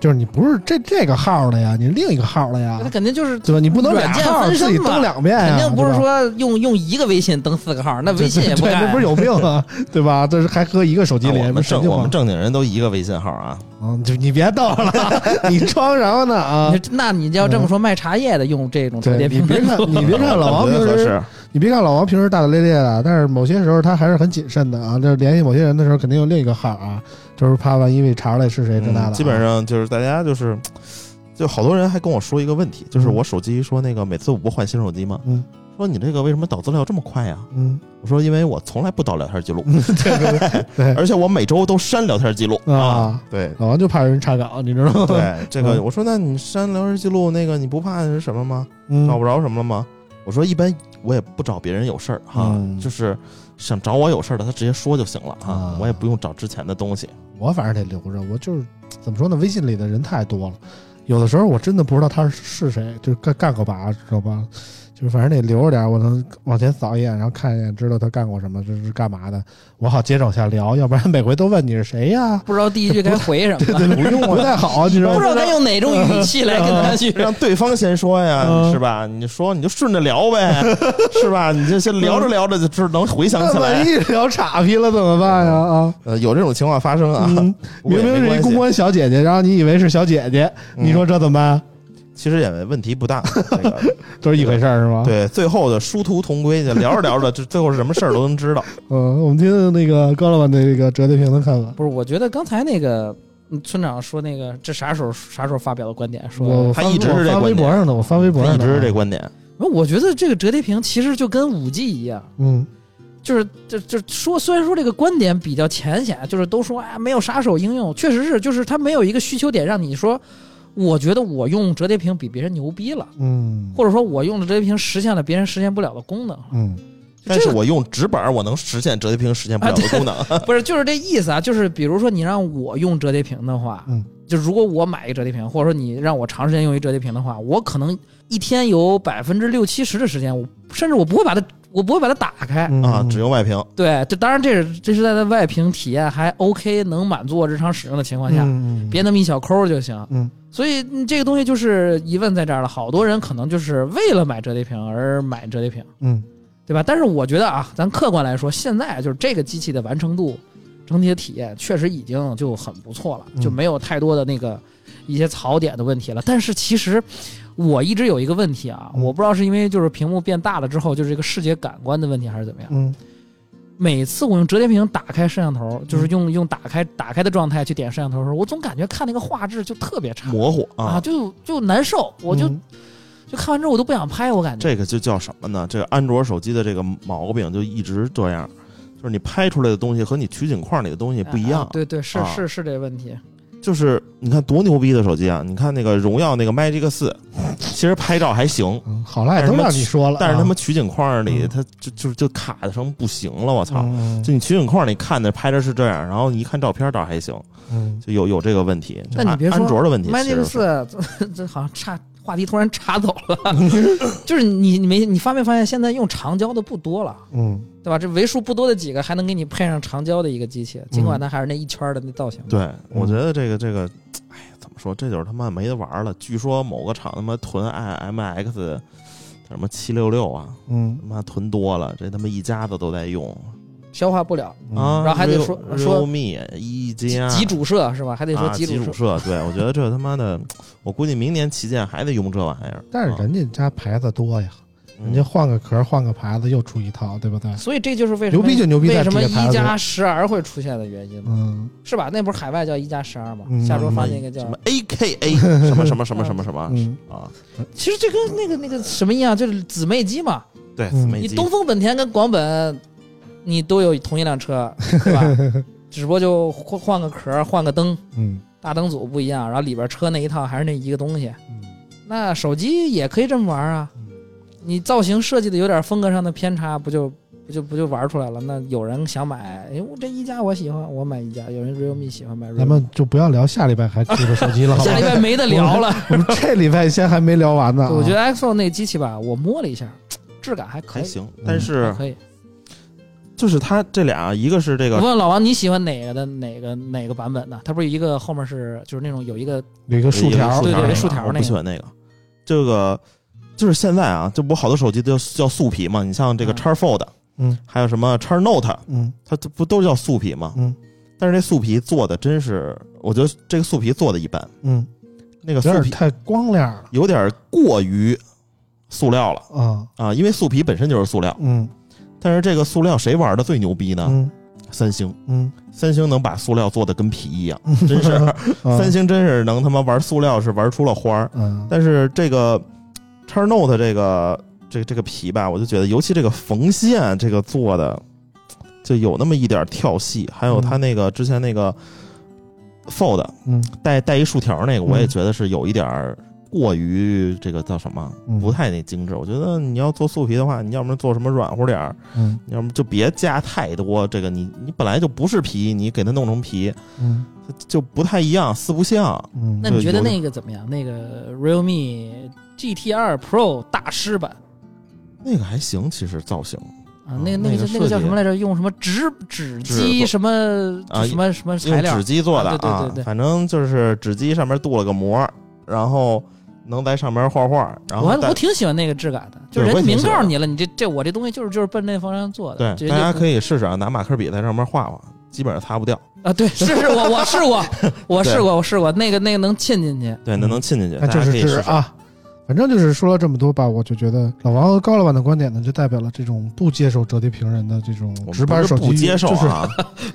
S3: 就是你不是这这个号的呀，你另一个号的呀
S6: 那，肯定就是
S3: 对吧？你不能
S6: 软
S3: 俩
S6: 件
S3: 号
S6: 分身
S3: 自己
S6: 嘛
S3: 登两遍呀，
S6: 肯定不是
S3: 对吧
S6: 说用用一个微信登四个号，那微信也不
S3: 对，
S6: 干。
S3: 这不是有病 啊，对吧？这是还搁一个手机
S5: 那
S3: 里，
S5: 我
S3: 不
S5: 们
S3: 是神
S5: 正
S3: 经
S5: 我们
S3: 吗？
S5: 正经人都一个微信号啊，
S3: 嗯，就你别逗了，你装什么呢啊
S6: 你？这那你要这么说，卖茶叶的用这种折
S3: 嗯对
S6: 叠
S3: 你
S6: 屏，
S3: 别看你别看老王
S5: 我觉
S3: 平
S5: 得合
S3: 时，
S5: 适。
S3: 你别看老王平时大大咧咧的，但是某些时候他还是很谨慎的啊。就是联系某些人的时候，肯定有另一个号啊，就是怕万一被查出来是谁这那的啊。
S5: 嗯基本上就是大家就是，就好多人还跟我说一个问题，就是
S3: 嗯
S5: 我手机说那个每次我不换新手机吗？
S3: 嗯
S5: 说你这个为什么导资料这么快呀？
S3: 嗯，
S5: 我说因为我从来不导聊天记录，
S3: 对对对
S5: 而且我每周都删聊天记录
S3: 对
S5: 啊。
S3: 啊，
S5: 对
S3: 老王就怕有人查岗，你知道吗？
S5: 对，这个
S3: 嗯
S5: 我说那你删聊天记录那个你不怕是什么吗？
S3: 嗯，
S5: 找不着什么了吗？我说一般我也不找别人有事儿哈
S3: 嗯，
S5: 就是想找我有事儿的他直接说就行了
S3: 啊
S5: 哈，我也不用找之前的 东西。
S3: 我反正得留着。我就是怎么说呢，微信里的人太多了，有的时候我真的不知道他是谁，就是干干个嘛，知道吧？就是反正得留着点儿，我能往前扫一眼，然后看一眼，知道他干过什么，这是干嘛的，我好接着往下聊，要不然每回都问你是谁呀，
S6: 不知道第一句该回 什么，
S3: 不用不太好，啊你知道
S6: 不
S3: 吗
S6: 知？道该用哪种语气来跟他去。
S5: 让对方先说呀，
S3: 嗯
S5: 是吧？你说你就顺着聊 呗，是吧？你这先聊着聊着就是能回想起
S3: 那万
S5: 来，
S3: 一聊岔劈了怎么办呀？啊，
S5: 呃，有这种情况发生啊。
S3: 嗯，
S5: 不过
S3: 明
S5: 也
S3: 明
S5: 没
S3: 是
S5: 关
S3: 一
S5: 系
S3: 公关小姐姐，然后你以为是小姐姐，
S5: 嗯
S3: 你说这怎么办？
S5: 其实也问题不 大，这个
S3: 都是一回事儿是吗？，
S5: 对，最后的殊途同归，就聊着聊着，就最后是什么事儿都 能知道。
S3: 嗯，我们听听那个高老板对这个折叠屏的看法。
S6: 不是，我觉得刚才那个嗯村长说那个，这啥时候啥时候发表的观点？
S3: 我
S6: 说，
S3: 我
S5: 他
S3: 发
S5: 一直
S3: 我
S5: 是这
S3: 发
S5: 观
S3: 微博
S5: 点
S3: 上的，我发微博
S5: 一
S3: 上的，啊
S5: 直是这观点，
S6: 我觉得这个折叠屏其实就跟五 G 一样，
S3: 嗯
S6: 就是这这说，虽然说这个观点比较浅显，就是都说啊、没有杀手应用，确实是，就是它没有一个需求点让你说，我觉得我用折叠屏比别人牛逼了，
S3: 嗯
S6: 或者说我用了折叠屏实现了别人实现不了的功能。
S3: 嗯
S5: 但是
S6: 这个
S5: 我用直板，我能实现折叠屏实现不
S3: 啊
S5: 了的功能。
S6: 不是，就是这意思啊，就是比如说你让我用折叠屏的话，
S3: 嗯，
S6: 就如果我买一个折叠屏，或者说你让我长时间用一折叠屏的话，我可能一天有百分之六七十的时间，我甚至我不会把它，我不会把它打开。
S3: 嗯
S5: 啊，只用外屏。
S6: 对，这当然这是这是在它外屏体验还 OK 能满足我日常使用的情况下，
S3: 嗯嗯
S6: 别那么一小抠就行。
S3: 嗯，
S6: 所以嗯这个东西就是疑问在这儿了，好多人可能就是为了买折叠屏而买折叠屏。
S3: 嗯
S6: 对吧？但是我觉得啊，咱客观来说，现在就是这个机器的完成度、整体的体验，确实已经就很不错了，
S3: 嗯
S6: 就没有太多的那个一些槽点的问题了。但是其实我一直有一个问题啊，
S3: 嗯
S6: 我不知道是因为就是屏幕变大了之后，就是这个视觉感官的问题，还是怎么样。
S3: 嗯
S6: 每次我用折叠屏打开摄像头，就是用用打开打开的状态去点摄像头的时候，我总感觉看那个画质就特别差
S5: 模糊
S6: 啊，
S5: 啊，
S6: 就就难受，我就
S3: 嗯
S6: 就看完之后我都不想拍，我感觉。
S5: 这个就叫什么呢？这个安卓手机的这个毛病就一直这样，就是你拍出来的东西和你取景框里的东西不一样
S6: 啊。对对，是
S5: 啊
S6: 是是这个问题。
S5: 就是你看多牛逼的手机啊！你看那个荣耀那个 Magic 四，其实拍照还 行，
S3: 嗯好了，也都让你说了，
S5: 但是
S3: 啊
S5: 他妈取景框里
S3: 嗯
S5: 它就就就卡的成不行了，我操！
S3: 嗯
S5: 就你取景框里看的拍着是这样，然后你一看照片倒还行，
S3: 嗯
S5: 就有有这个问题。
S6: 但你别说
S5: 安卓的问题其
S6: Magic
S5: 实嗯是，
S6: 四，这 这好像岔话题突然岔走了， 就是你你没你发没发现现在用长焦的不多了，
S3: 嗯
S6: 对吧？这为数不多的几个还能给你配上长焦的一个机器，尽管它还是那一圈的那造型。
S5: 嗯对我觉得这个这个，哎，怎么说？这就是他妈没得玩了。据说某个厂他妈囤 IMX 什么七六六啊，
S3: 嗯
S5: 他妈囤多了，这他妈一家子都在用
S6: 消化不了，
S3: 嗯
S5: 啊。
S6: 然后还得说说
S5: realme 一
S6: 极
S5: 加
S6: 极主摄是吧？还得说
S5: 啊
S6: 极
S5: 极
S6: 主摄。
S5: 摄，对我觉得这他妈的，我估计明年旗舰还得用这玩意儿。
S3: 但是
S5: 啊
S3: 人家家牌子多呀，人
S5: 嗯
S3: 家换个壳换个牌子又出一套，对不对？
S6: 所以这就是为什
S3: 牛
S6: 么
S3: 逼就牛逼在
S6: 为什么
S3: 这个牌
S6: 一
S3: 子
S6: 加十 R 会出现的原因嘛，
S3: 嗯
S6: 是吧？那不是海外叫一加十二吗
S3: 嗯？
S6: 下周发那个叫
S5: 什么 AKA 什么什么什么什么什么
S3: 嗯
S5: 啊？
S6: 其实这跟那个那个什么一样，就是姊妹机嘛。
S5: 对，
S3: 嗯
S5: 四枚
S6: 你
S5: 机
S6: 东风本田跟广本，你都有同一辆车，对 吧？只不过就换换个壳，换个灯，
S3: 嗯
S6: 大灯组不一样，然后里边车那一套还是那一个东西。
S3: 嗯
S6: 那手机也可以这么玩啊，你造型设计的有点风格上的偏差，不就不就不就玩出来了？那有人想买，哎，我这一加我喜欢，我买一加；有人 realme 喜欢买 realme，
S3: 咱们就不要聊下礼拜还出的手机了，好吧
S6: 下礼拜没得聊了。
S3: 我们这礼拜先还没聊完呢啊。
S6: 我觉得 iPhone 那机器吧，我摸了一下，质感还可以，嗯
S5: 还行，但是
S6: 还可以。
S5: 就是它这俩，一个是这
S6: 我
S5: 个
S6: 问老王你喜欢哪个的哪个哪个版本的？它不是一个后面是就是那种有一个
S3: 有一个竖条儿，
S6: 对对
S5: 那个
S6: 竖条那
S5: 我
S6: 个
S5: 不喜欢那个。这个就是现在啊，这不好多手机都叫素皮嘛？你像这个
S6: 嗯
S5: X Fold，
S3: 嗯，
S5: 还有什么 X Note，
S3: 嗯
S5: 它这不都叫素皮嘛？
S3: 嗯
S5: 但是这素皮做的真是，我觉得这个素皮做的一般，
S3: 嗯，
S5: 那个
S3: 有
S5: 素
S3: 点
S5: 皮
S3: 太光亮了
S5: 有点过于塑料了
S3: 啊，
S5: 啊，因为素皮本身就是塑料。
S3: 嗯
S5: 但是这个塑料谁玩的最牛逼呢？
S3: 嗯
S5: 三星，
S3: 嗯，
S5: 三星能把塑料做的跟皮一样， 真是三星真是能他妈玩塑料是玩出了花儿。
S3: 嗯
S5: 但是这个叉 Note 这个这这个皮吧，我就觉得，尤其这个缝线这个做的，就有那么一点跳戏。还有它那个之前那个 Fold
S3: 嗯
S5: 带带一竖条那个，我也
S3: 嗯
S5: 觉得是有一点儿过于这个叫什么，
S3: 嗯
S5: 不太那精致。我觉得你要做素皮的话，你要么做什么软乎点儿，
S3: 嗯
S5: 你要么就别加太多。这个你你本来就不是皮，你给它弄成皮
S3: 嗯
S5: 就不太一样，四不像。
S3: 嗯，
S6: 那你觉得
S5: 有的
S6: 那个怎么样？那个 Realme GT 二 Pro 大师版，
S5: 那个还行，其实造型
S6: 啊，那个
S5: 那
S6: 那
S5: 个
S6: 个
S5: 设
S6: 那个叫
S5: 计
S6: 什么来着？用什么纸纸
S5: 纸
S6: 机
S5: 做
S6: 什么
S5: 啊
S6: 什么什么材
S5: 用
S6: 料
S5: 纸？机做的
S6: 啊对对对对
S5: 反正就是纸机上面镀了个膜，然后能在上面画画，然
S6: 我
S5: 后
S6: 还我
S5: 大
S6: 挺喜欢那个质感的，就
S5: 对
S6: 人
S5: 我
S6: 家
S5: 也挺
S6: 明
S5: 喜
S6: 告
S5: 欢的
S6: 诉你了，你这这我这东西就是就是奔那方向做的。
S5: 对，大家可
S6: 以
S5: 以试试啊，拿马克笔在上面画画，基本上擦不掉，
S6: 啊，对，是是，我我试 过，我试过，我试过，那个那个能沁进去。
S5: 对，那能沁进去，
S3: 嗯那
S5: 大
S3: 就
S5: 家
S3: 是
S5: 可以
S3: 这是
S5: 试试。
S3: 啊。反正就是说了这么多吧，我就觉得老王和高老板的观点呢，就代表了这种不接受折叠屏人的这种
S5: 我们
S3: 直
S5: 不
S3: 板
S5: 是
S3: 手机
S5: 不接受 啊，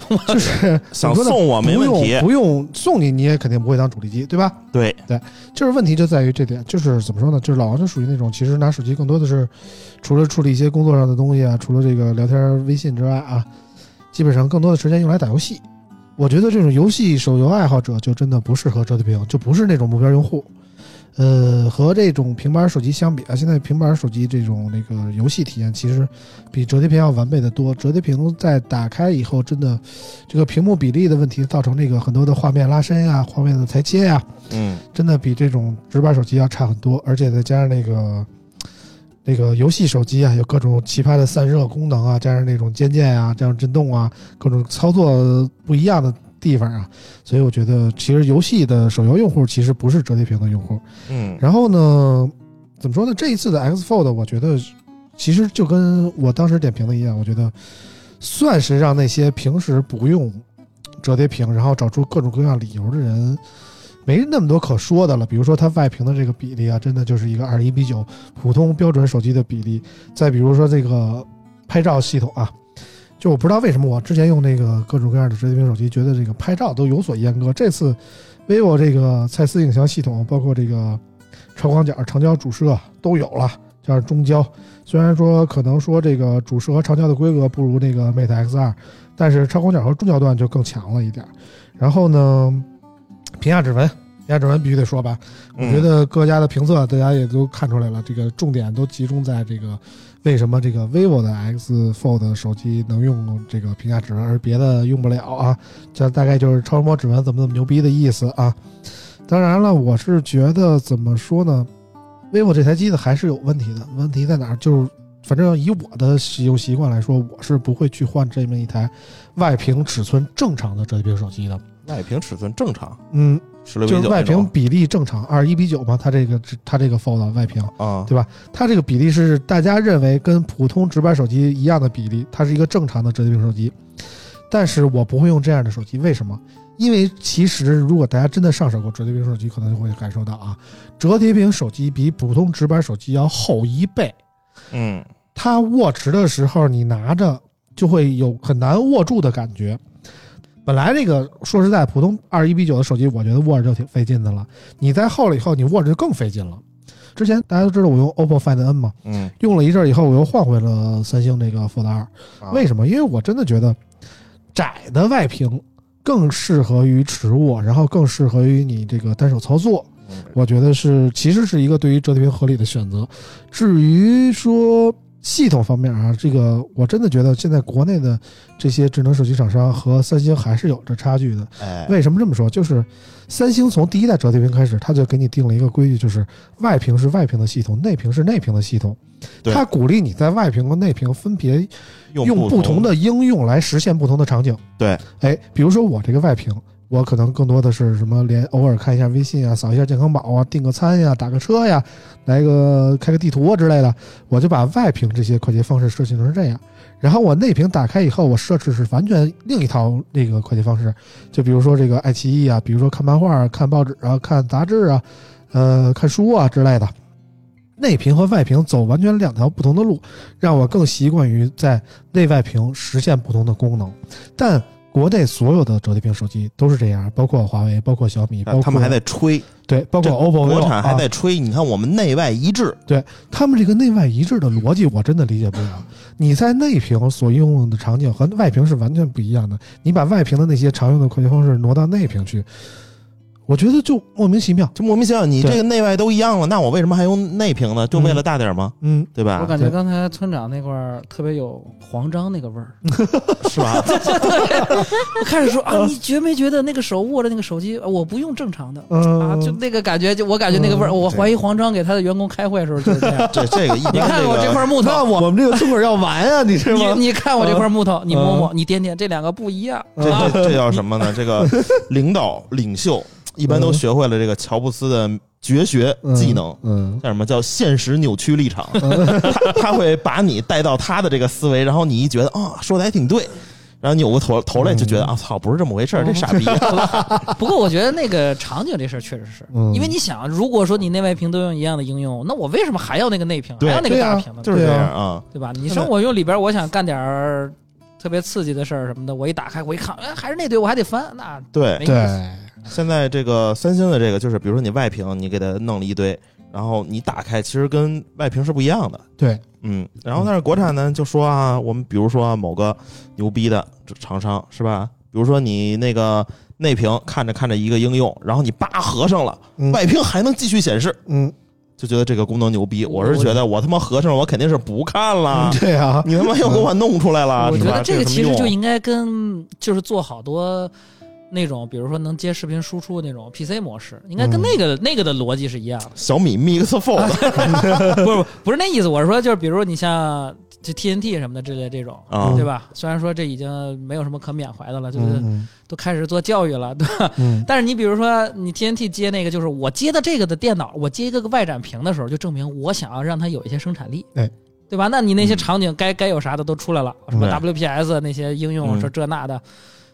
S3: 就是就是
S5: 想
S3: 怎么说呢
S5: 送我
S3: 不
S5: 没问题
S3: 用，不用送你，你也肯定不会当主力机，对吧？
S5: 对
S3: 对，就是问题就在于这点，就是怎么说呢？就是老王就属于那种，其实拿手机更多的是，除了处理一些工作上的东西啊，除了这个聊天微信之外啊，基本上更多的时间用来打游戏。我觉得这种游戏手游爱好者就真的不适合折叠屏，就不是那种目标用户。呃，和这种平板手机相比啊，现在平板手机这种那个游戏体验其实比折叠屏要完备的多。折叠屏在打开以后，真的这个屏幕比例的问题造成这个很多的画面拉伸呀、画面的裁切呀、
S5: 嗯，
S3: 真的比这种直板手机要差很多，而且再加上那个那个游戏手机啊，有各种奇葩的散热功能啊，加上那种肩键啊，加上震动啊，各种操作不一样的地方啊，所以我觉得其实游戏的手游用户其实不是折叠屏的用户。
S5: 嗯，
S3: 然后呢，怎么说呢？这一次的 X Fold，我觉得其实就跟我当时点评的一样，我觉得算是让那些平时不用折叠屏，然后找出各种各样理由的人，没那么多可说的了。比如说它外屏的这个比例啊，真的就是一个二十一比九普通标准手机的比例。再比如说这个拍照系统啊。就我不知道为什么我之前用那个各种各样的折叠屏手机，觉得这个拍照都有所阉割。这次 vivo 这个蔡司影像系统，包括这个超广角、长焦主摄都有了，加上中焦。虽然说可能说这个主摄和长焦的规格不如那个 Mate X 二，但是超广角和中焦段就更强了一点儿。然后呢，屏下指纹，屏下指纹必须得说吧，
S5: 嗯
S3: 我觉得各家的评测大家也都看出来了，这个重点都集中在这个为什么这个 vivo 的 X Fold 手机能用这个屏下指纹，而别的用不了啊。这大概就是超声波指纹怎么怎么牛逼的意思啊。当然了，我是觉得怎么说呢，vivo 这台机子还是有问题的。问题在哪儿？就是反正以我的使用习惯来说，我是不会去换这么一台外屏尺寸正常的折叠屏手机的。
S5: 外屏尺寸正常，
S3: 嗯，
S5: 十六比
S3: 就
S5: 九
S3: 是
S5: 那
S3: 外屏
S5: 种
S3: 比例正常，二一比九嘛，它这个它这个 fold 外屏，
S5: 啊，
S3: 它这个比例是大家认为跟普通直板手机一样的比例，它是一个正常的折叠屏手机。但是我不会用这样的手机，为什么？因为其实如果大家真的上手过折叠屏手机，可能就会感受到啊，折叠屏手机比普通直板手机要厚一倍。
S5: 嗯，
S3: 它握持的时候，你拿着就会有很难握住的感觉。本来这个说实在，普通二一比九的手机，我觉得握着就挺费劲的了。你在厚了以后，你握着就更费劲了。之前大家都知道我用 OPPO Find N 嘛，
S5: 嗯，
S3: 用了一阵儿以后，我又换回了三星这个 Fold 二。
S5: 啊
S3: 为什么？因为我真的觉得窄的外屏更适合于持握，然后更适合于你这个单手操作。
S5: 嗯
S3: 我觉得是其实是一个对于折叠屏合理的选择。至于说系统方面啊，这个我真的觉得现在国内的这些智能手机厂商和三星还是有着差距的。
S5: 哎，
S3: 为什么这么说？就是三星从第一代折叠屏开始，它就给你定了一个规矩，就是外屏是外屏的系统，内屏是内屏的系统。
S5: 对
S3: 它鼓励你在外屏和内屏分别用不
S5: 不
S3: 同的应用来实现不同的场景。
S5: 对，
S3: 哎，比如说我这个外屏，我可能更多的是什么连偶尔看一下微信啊，扫一下健康宝啊，订个餐呀、打个车呀、来个开个地图啊之类的，我就把外屏这些快捷方式设计成这样。然后我内屏打开以后，我设置是完全另一套那个快捷方式，就比如说这个爱奇艺啊，比如说看漫画、啊、看报纸啊、看杂志啊、呃、看书啊之类的。内屏和外屏走完全两条不同的路，让我更习惯于在内外屏实现不同的功能。但国内所有的折叠屏手机都是这样，包括华为，包括小米，包括
S5: 啊他们还在吹，
S3: 对，包括
S5: 这
S3: OPPO、
S5: 国
S3: vivo
S5: 产还
S3: 啊
S5: 在吹，你看我们内外一致，
S3: 他们这个内外一致的逻辑，我真的理解不了。你在内屏所应用的场景和外屏是完全不一样的，你把外屏的那些常用的快捷方式挪到内屏去，我觉得就莫名其妙。
S5: 就莫名其妙，你
S3: 对
S5: 这个内外都一样了，那我为什么还用内屏呢？就为了大点儿吗？
S3: 嗯，
S5: 对
S6: 我
S5: 吧？
S6: 感觉
S3: 对
S6: 刚才村长那块儿特别有黄章那 个味儿。
S5: 是吧？。
S6: 我开始说啊，你觉没觉得那个手握着那个手机，我不用正常的。
S3: 嗯
S6: 啊，就那个感觉，就我感觉那个味儿，
S3: 嗯
S6: 我怀疑黄章给他的员工开会的时候就是这样
S5: 这这个一
S6: 你
S5: 般
S6: 看我这
S5: 个
S6: 块木
S3: 那
S6: 头，
S3: 我们这个村口要完啊，你知道吗？
S6: 你你看我这块木头，你摸摸，
S3: 嗯
S6: 你掂掂，这两个不一样
S5: 这
S6: 啊。
S5: 这这叫什么呢？这个领导领袖一般都
S3: 嗯
S5: 学会了这个乔布斯的绝学技能，
S3: 嗯，
S5: 叫什么叫现实扭曲立场？他他会把你带到他的这个思维，然后你一觉得啊，说的还挺对，然后扭过头头来就觉得啊，操，不是这么回事儿，这傻逼。啊
S6: 不过我觉得那个场景这事儿确实是
S3: 嗯，
S6: 因为你想，啊如果说你内外屏都用一样的应用，那我为什么还要那个内屏，还
S5: 对
S6: 要那个
S3: 对啊
S6: 大屏呢？
S5: 就是这样啊，
S6: 对吧？你
S5: 现在
S6: 生我用里边，我想干点儿特别刺激的事儿什么的，我一打开，我一看，哎，还是那堆，我还得翻，那
S3: 啊
S5: 对
S6: 没。意思。
S3: 对，
S5: 现在这个三星的这个，就是比如说你外屏，你给它弄了一堆，然后你打开，其实跟外屏是不一样的。
S3: 对，
S5: 嗯，然后但是国产呢，就说啊，我们比如说某个牛逼的厂商是吧？比如说你那个内屏看着看着一个应用，然后你叭合上了，
S3: 嗯
S5: 外屏还能继续显示，
S3: 嗯，
S5: 就觉得这个功能牛逼。我是
S6: 我
S5: 觉得我他妈合上了，我肯定是不看了，
S3: 对啊，
S5: 你他妈又给我弄出来了，
S6: 嗯我
S5: 是
S6: 觉
S5: 吧
S6: 得
S5: 这
S6: 个其实就
S5: 应
S6: 应该跟就是做好多那种，比如说能接视频输出那种 PC 模式，应该跟
S3: 嗯
S6: 那个、那个的逻辑是一样的。
S5: 小米 Mix Fold
S6: 不是不是那意思，我是说就是比如你像就 TNT 什么的之类这种。
S5: 啊
S6: 对吧？虽然说这已经没有什么可缅怀的了，就是
S3: 嗯
S6: 都开始做教育了， 对吧？
S3: 嗯
S6: 但是你比如说，你 TNT 接那个，就是我接的这个的电脑，我接一个个外展屏的时候，就证明我想要让它有一些生产力，
S3: 哎
S6: 对吧？那你那些场景该、该有啥的都出来了，什么
S5: 嗯对
S6: WPS 那些应用
S5: 嗯
S6: 这这那的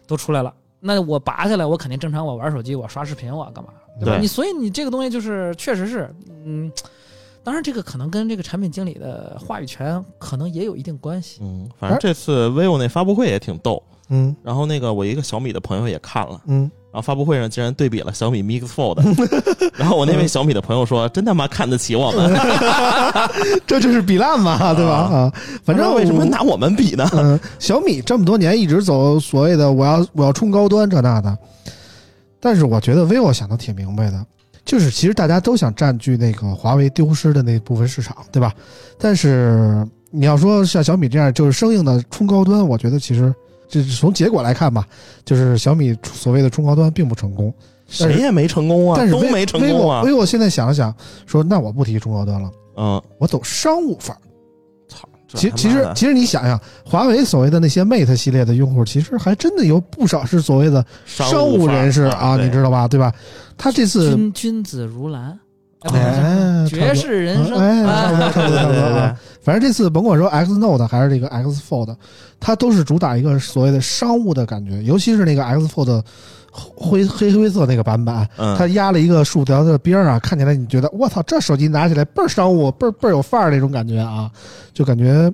S6: 都出来了。那我拔下来，我肯定正常，我玩手机，我刷视频，我干嘛？
S5: 对
S6: 你所以你这个东西就是确实是，嗯，当然这个可能跟这个产品经理的话语权可能也有一定关系。
S5: 嗯，反正这次 vivo 那发布会也挺逗。
S3: 嗯
S5: 然后那个我一个小米的朋友也看了，
S3: 嗯，
S5: 然后发布会上竟然对比了小米 Mix Fold，然 后我那位小米的朋友说：“真他妈看得起我们，
S3: 这就是比烂 嘛，对吧？
S5: 啊
S3: 啊，反正
S5: 为什么
S3: 我
S5: 拿我们比呢
S3: 嗯， 小米这么多年一直走所谓的我要我要冲高端这那的，但是我觉得 vivo 想的挺明白的，就是其实大家都想占据那个华为丢失的那部分市场，对吧？但是你要说像小米这样就是生硬的冲高端，我觉得其实这是从结果来看吧，就是小米所谓的冲高端并不成功。？”但是
S5: 谁也没成功啊，
S3: 但是
S5: 都
S3: vivo
S5: 没成功啊
S3: vivo。vivo 现在想了想，说那我不提中高端了，
S5: 嗯，
S3: 我走商务范儿。
S5: 操！这
S3: 其
S5: 他妈
S3: 其实
S5: 的
S3: 其实你想想，华为所谓的那些 Mate 系列的用户，其实还真的有不少是所谓的商务
S5: 范儿
S3: 人士
S5: 啊，
S3: 啊，你知道吧？对吧？他这次
S6: 君君子如兰，哎不是
S3: 哎，
S6: 绝世人生，
S3: 哎
S6: 啊
S3: 差不
S5: 道
S3: 多差
S5: 对
S3: 不
S5: 对
S3: 多
S5: 对
S3: 啊
S5: 对，
S3: 反正这次甭管说 X Note 还是这个 X Fold，它都是主打一个所谓的商务的感觉，尤其是那个 X Fold 灰黑灰色那个版本，啊它
S5: 嗯，
S3: 压了一个竖条的边儿啊，看起来你觉得我操，这手机拿起来倍儿商务，倍儿倍儿有范儿那种感觉啊，就感觉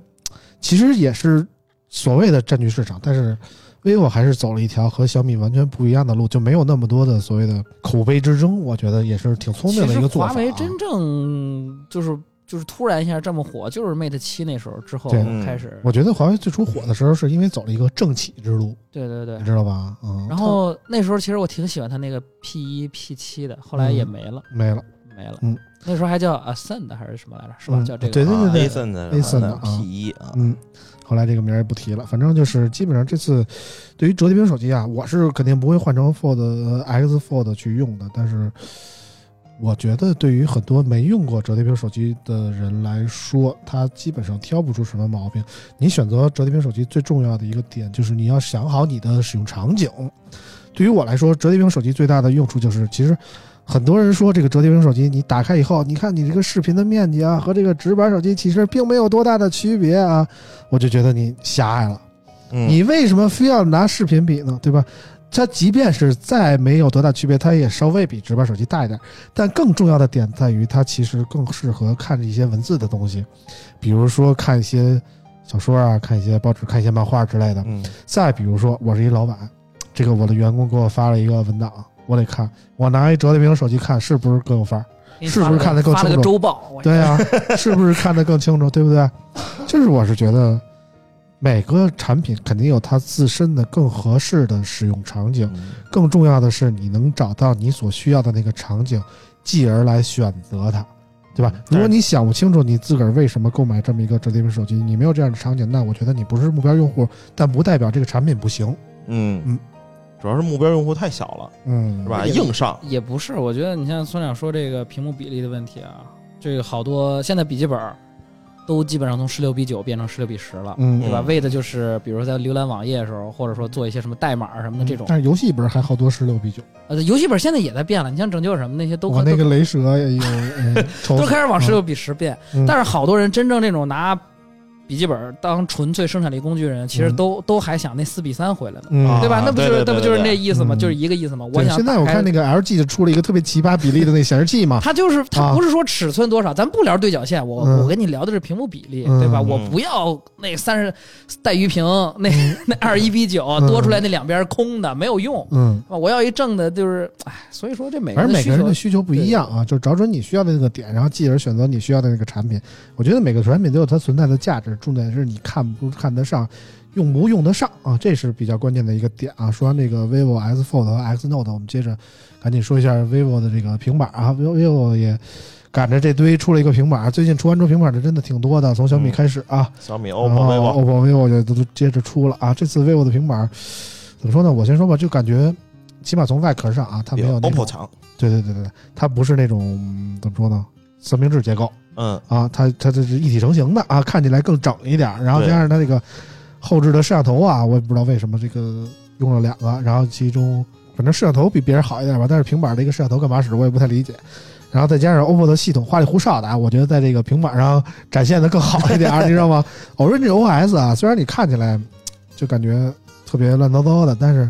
S3: 其实也是所谓的占据市场，但是 vivo 还是走了一条和小米完全不一样的路，就没有那么多的所谓的口碑之争，我觉得也是挺聪
S6: 其
S3: 明的一
S6: 实
S3: 个做法、
S6: 华
S3: 啊。
S6: 为真正就是就是突然一下这么火，就是 Mate 七那时候之后
S3: 对
S6: 开始，
S3: 我觉得华为最初火的时候，是因为走了一个政企之路，
S6: 对对对
S3: 你。知道吧？嗯，
S6: 然后那时候其实我挺喜欢它那个 P 一 P 七的，后来也没了，
S3: 没了，
S6: 没了。
S3: 嗯
S6: 那时候还叫 Ascend 还是什么来着？是吧？
S3: 嗯
S6: 叫这个。
S3: 对对对对
S5: a s o n 的
S3: Asen 的啊
S5: P 一啊，
S3: 嗯，后来这个名儿也不提了，反正就是基本上这次对于折叠屏手机啊，我是肯定不会换成 Fold 呃 X Fold 去用的，但是我觉得对于很多没用过折叠屏手机的人来说，他基本上挑不出什么毛病。你选择折叠屏手机最重要的一个点就是你要想好你的使用场景。对于我来说，折叠屏手机最大的用处就是，其实很多人说这个折叠屏手机，你打开以后，你看你这个视频的面积啊，和这个直板手机其实并没有多大的区别啊，我就觉得你狭隘了。
S5: 嗯
S3: 你为什么非要拿视频比呢？对吧？它即便是再没有多大区别，它也稍微比直板手机大一点。但更重要的点在于，它其实更适合看一些文字的东西，比如说看一些小说啊，看一些报纸，看一些漫画之类的。
S5: 嗯
S3: 再比如说，我是一老板，这个我的员工给我发了一个文档，我得看，我拿一折叠屏手机看，是不是更有范儿？
S6: 给你
S3: 是不
S6: 发
S3: 是
S6: 了个
S3: 看得更
S6: 发了个
S3: 清楚
S6: 周报？我
S3: 对啊，是不是看得更清楚？对不对？就是我是觉得每个产品肯定有它自身的更合适的使用场景，
S5: 嗯
S3: 更重要的是你能找到你所需要的那个场景，继而来选择它，对吧
S5: 嗯？
S3: 如果你想不清楚你自个儿为什么购买这么一个折叠屏手机，你没有这样的场景，那我觉得你不是目标用户，但不代表这个产品不行，
S5: 嗯
S3: 嗯
S5: 主要是目标用户太小了，
S3: 嗯，
S5: 是吧？
S6: 嗯
S5: 硬上，
S6: 也不是，我觉得你像村长说这个屏幕比例的问题啊，这个好多现在笔记本儿都基本上从十六比九变成十六比十了，
S3: 嗯，
S6: 对吧？
S5: 嗯
S6: 为的就是比如说在浏览网页的时候，或者说做一些什么代码什么的这种。
S3: 但是游戏本还好多十六比九，
S6: 呃，游戏本现在也在变了，你像拯救什么那些都
S3: 我那个雷蛇也有， 嗯
S6: 都
S3: 愁
S6: 都
S3: 死
S6: 开始往十六比十变，
S3: 嗯
S6: 但是好多人真正那种拿笔记本当纯粹生产力工具人，其实
S3: 嗯
S6: 都都还想那四比三回来呢。
S3: 嗯
S5: 啊
S6: 对吧？那不就是
S5: 对对
S6: 那
S5: 对
S6: 不就是那
S5: 对
S6: 意思吗？
S3: 嗯
S6: 就是一个意思吗？我
S3: 对
S6: 想
S3: 现在
S6: 打
S3: 我
S6: 开
S3: 看那个 LG 就出了一个特别奇葩比例的那显示器 嘛，
S6: 它就是它
S3: 啊
S6: 不是说尺寸多少，咱不聊对角线，我、
S3: 嗯
S6: 我跟你聊的是屏幕比例，
S3: 嗯
S6: 对吧？
S3: 嗯
S6: 我不要那三十带鱼屏，那 那二一比九
S3: 嗯
S6: 多出来那两边空的没有用，啊
S3: 嗯，
S6: 我要一正的，就是哎，所以说这每个
S3: 反
S6: 人
S3: 正哎每
S6: 的需
S3: 个人
S6: 求
S3: 的 需求不一样啊，就找准你需要的那个点，然后继而选择你需要的那个产品。我觉得每个产品都有它存在的价值，重点是你看不看得上，用不用得上啊，这是比较关键的一个点啊。说完这个 vivo S Fold 和 X Note，我们接着赶紧说一下 vivo 的这个平板啊，vivo vivo 也。赶着这堆出了一个平板，最近出安卓平板的真的挺多的，从小米
S5: 嗯
S3: 开始啊，哦
S5: 小米、
S3: 然后
S5: OPPO、vivo，
S3: OPPO、vivo 就都都接着出了啊。这次 vivo 的平板怎么说呢？我先说吧，就感觉起码从外壳上啊，它
S5: 比
S3: 没有那种
S5: OPPO 强，
S3: 对对对对，对，它不是那种嗯怎么说呢，三明治结构
S5: 嗯，
S3: 啊，它它这是一体成型的啊，看起来更整一点儿。然后
S5: 对
S3: 加上它这个后置的摄像头啊，我也不知道为什么这个用了两个，然后其中反正摄像头比别人好一点吧，但是平板儿的一个摄像头干嘛使，我也不太理解。然后再加上 OPPO 的系统花里胡哨的啊，我觉得在这个平板上展现的更好一点儿，你知道吗？Orange OS 啊，虽然你看起来就感觉特别乱糟糟的，但是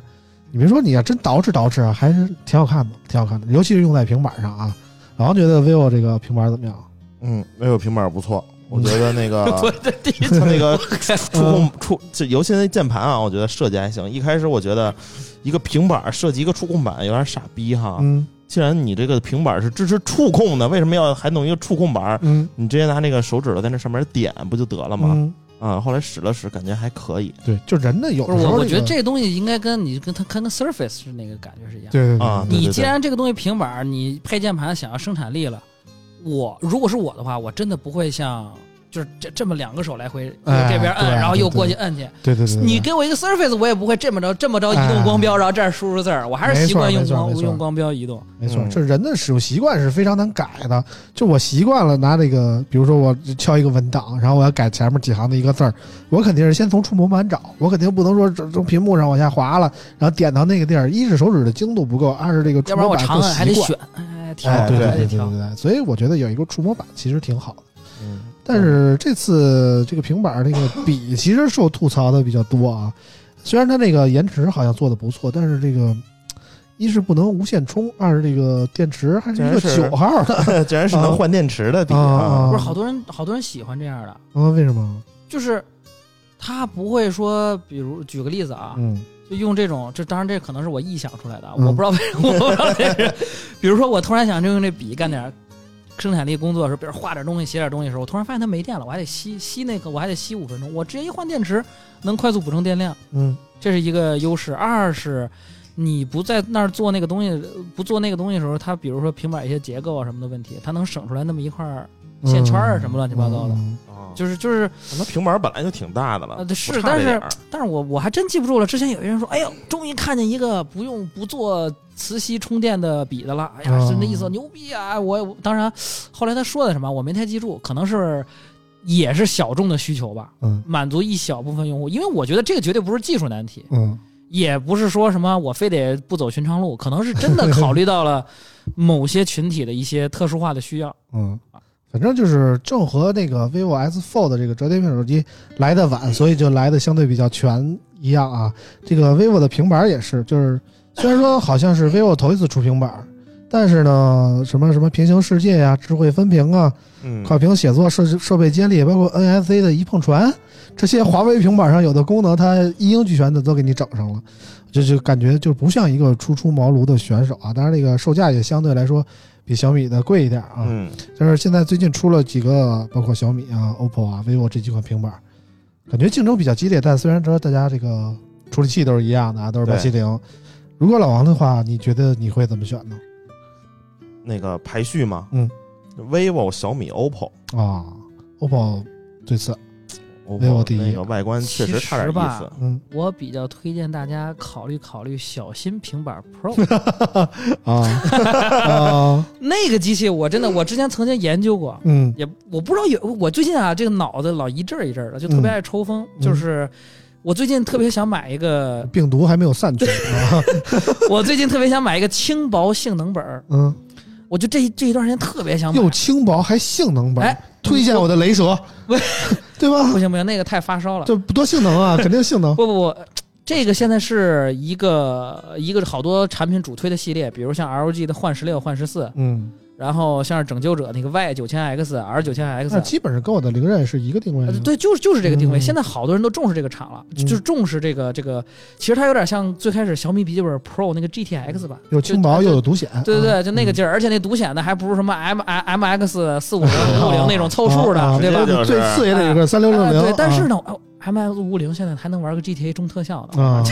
S3: 你别说你要真捯饬捯饬啊，还是挺好看的，挺好看的，尤其是用在平板上啊。老王觉得 vivo 这个平板怎么样？
S5: 嗯，vivo 平板不错，我
S3: 嗯
S5: 觉得 那个
S6: 我的第一
S5: 它 那个触
S3: 嗯
S5: 控触，这尤其那键盘啊，我觉得设计还行。一开始我觉得一个平板设计一个触控板有点傻逼哈，
S3: 嗯
S5: 既然你这个平板是支持触控的，为什么要还弄一个触控板？
S3: 嗯
S5: 你直接拿那个手指头在那上面点不就得了吗？
S3: 嗯，
S5: 啊，后来使了使，感觉还可以
S3: 对，就人的有
S6: 不
S3: 的
S6: 是
S3: 时候、
S6: 我，我觉得这东西应该跟你跟它跟个 Surface 是那个感觉是一样的。
S3: 对对对
S5: 啊
S3: 对
S5: 对
S6: 你既然这个东西平板儿，你配键盘想要生产力了，我如果是我的话，我真的不会像就是这这么两个手来回
S3: 哎
S6: 这边摁，
S3: 对啊
S6: 然后
S3: 对
S6: 又
S3: 对
S6: 过去摁去。
S3: 对对对对，
S6: 你给我一个 Surface，我也不会这么着这么着移动光标，然后这儿输入字儿，我还是习惯用
S3: 哎没错
S6: 光
S3: 没错
S6: 用光标移动。
S3: 没错，
S5: 嗯
S3: 这人的使用习惯是非常难改的。就我习惯了拿这个，比如说我敲一个文档，然后我要改前面几行的一个字儿，我肯定是先从触摸板找，我肯定不能说这从屏幕上往下滑了，然后点到那个地儿。一是手指的精度不够，二是这个触
S6: 要不然
S3: 摸
S6: 我
S3: 板
S6: 长
S3: 不
S6: 按还得
S3: 习惯。
S6: 选，哎，调
S3: 哎，对对
S6: 还得
S3: 对对对
S6: 调。
S3: 对，所以我觉得有一个触摸板其实挺好的。
S5: 嗯，
S3: 但 是这次这个平板儿这个笔其实受吐槽的比较多 啊。虽然它这个延迟好像做的不错，但是这个一是不能无线充，二是这个电池还是一个
S5: 这是
S3: 九号的。
S5: 竟然是能换电池的笔
S3: 啊
S5: 啊
S3: 啊！
S6: 不是好多人好多人喜欢这样的，
S3: 啊，为什么？
S6: 就是他不会说，比如举个例子啊，
S3: 嗯
S6: 就用这种，这当然这可能是我臆想出来的啊，
S3: 嗯
S6: 我不知道为什么， 我不知道为什么。比如说我突然想就用这笔干点生产力工作的时候，比如画点东西、写点东西的时候，我突然发现它没电了，我还得吸吸那个，我还得吸五分钟，我直接一换电池能快速补充电量，
S3: 嗯
S6: 这是一个优势。二是你不在那儿做那个东西，不做那个东西的时候，它比如说平板一些结构啊什么的问题，它能省出来那么一块儿，线圈儿啊什么乱七八糟的
S3: 嗯
S5: 啊
S6: 就是就是
S5: 那平板本来就挺大的了，
S6: 啊对
S5: 不差
S6: 是
S5: 这
S6: 但是
S5: 点儿
S6: 但是我我还真记不住了。之前有一人说：“哎呦，终于看见一个不用不做磁吸充电的笔的了。”哎呀，
S3: 哦
S6: 是那意思，牛逼啊！我我当然，后来他说的什么我没太记住，可能是也是小众的需求吧，
S3: 嗯
S6: 满足一小部分用户。因为我觉得这个绝对不是技术难题，
S3: 嗯
S6: 也不是说什么我非得不走寻常路，可能是真 的考虑到了某些群体的一些特殊化的需要。
S3: 嗯。反正就是正和那个 vivo S Fold 这个折叠屏手机来的
S5: 嗯
S3: 晚，所以就来的相对比较全一样啊。这个 vivo 的平板儿也是，就是虽然说好像是 vivo 头一次出平板儿，但是呢，什么什么平行世界呀、智慧分屏啊、
S5: 嗯，
S3: 跨屏写作设设备接力，包括 NFC 的一碰传，这些华为平板上有的功能，它一应俱全的都给你整上了，这就感觉就不像一个初出茅庐的选手啊。当然，这个售价也相对来说比小米的贵一点啊。
S5: 嗯，
S3: 就是现在最近出了几个，包括小米啊、OPPO 啊、vivo 这几款平板儿，感觉竞争比较激烈，但虽然说大家这个处理器都是一样的啊，都是
S5: 对
S3: 八七零。如果老王的话，你觉得你会怎么选呢？
S5: 那个排序嘛，
S3: 嗯
S5: ，vivo、小米、OPPO、
S3: 啊，OPPO 最次，
S5: OPPO
S3: 第一
S5: 那个外观确实差点
S6: 其实
S5: 意
S6: 吧
S5: 思。
S3: 嗯
S6: 我比较推荐大家考虑考虑小新平板 Pro
S3: 啊啊
S6: 那个机器，我真的我之前曾经研究过，
S3: 嗯
S6: 也我不知道有我最近啊，这个脑子老一阵儿一阵儿的，就特别
S3: 嗯
S6: 爱抽风。
S3: 嗯
S6: 就是我最近特别想买一个，
S3: 病毒还没有散去啊，
S6: 我最近特别想买一个轻薄性能本儿，
S3: 嗯，
S6: 我就这一这一段时间特别想买
S3: 又。轻薄还性能本，
S6: 哎，
S3: 推荐我的雷蛇
S6: 喂，
S3: 对
S6: 不
S3: 吧？
S6: 行不行，那个太发烧了。
S3: 这多性能啊，肯定性能。
S6: 不不不，这个现在是一个一个好多产品主推的系列，比如像 LG 的幻十六、幻十四，
S3: 嗯，
S6: 然后像是拯救者那个 Y 九千 X、R 九千
S3: 那
S6: X，
S3: 基本上跟我的凌刃是一个定位
S6: 呃
S3: 的。
S6: 对，就是就是这个定位。
S3: 嗯
S6: 现在好多人都重视这个厂了，就就是重视这个这个。其实它有点像最开始小米笔记本 Pro 那个 GTX 吧，
S3: 又轻薄
S6: 就
S3: 又有独显，
S6: 对对
S3: 啊，
S6: 对，就那个劲儿，而且那独显的还不是什么 M 哎 M X 四五零 五零那种凑数
S3: 啊啊
S6: 的，对吧
S5: 直接？就是
S3: 最次也得有个三六六
S6: 哎
S3: 零。啊
S6: 对，但是呢，M X 五零现在还能玩个 GTA 中特效呢。
S3: 啊，啊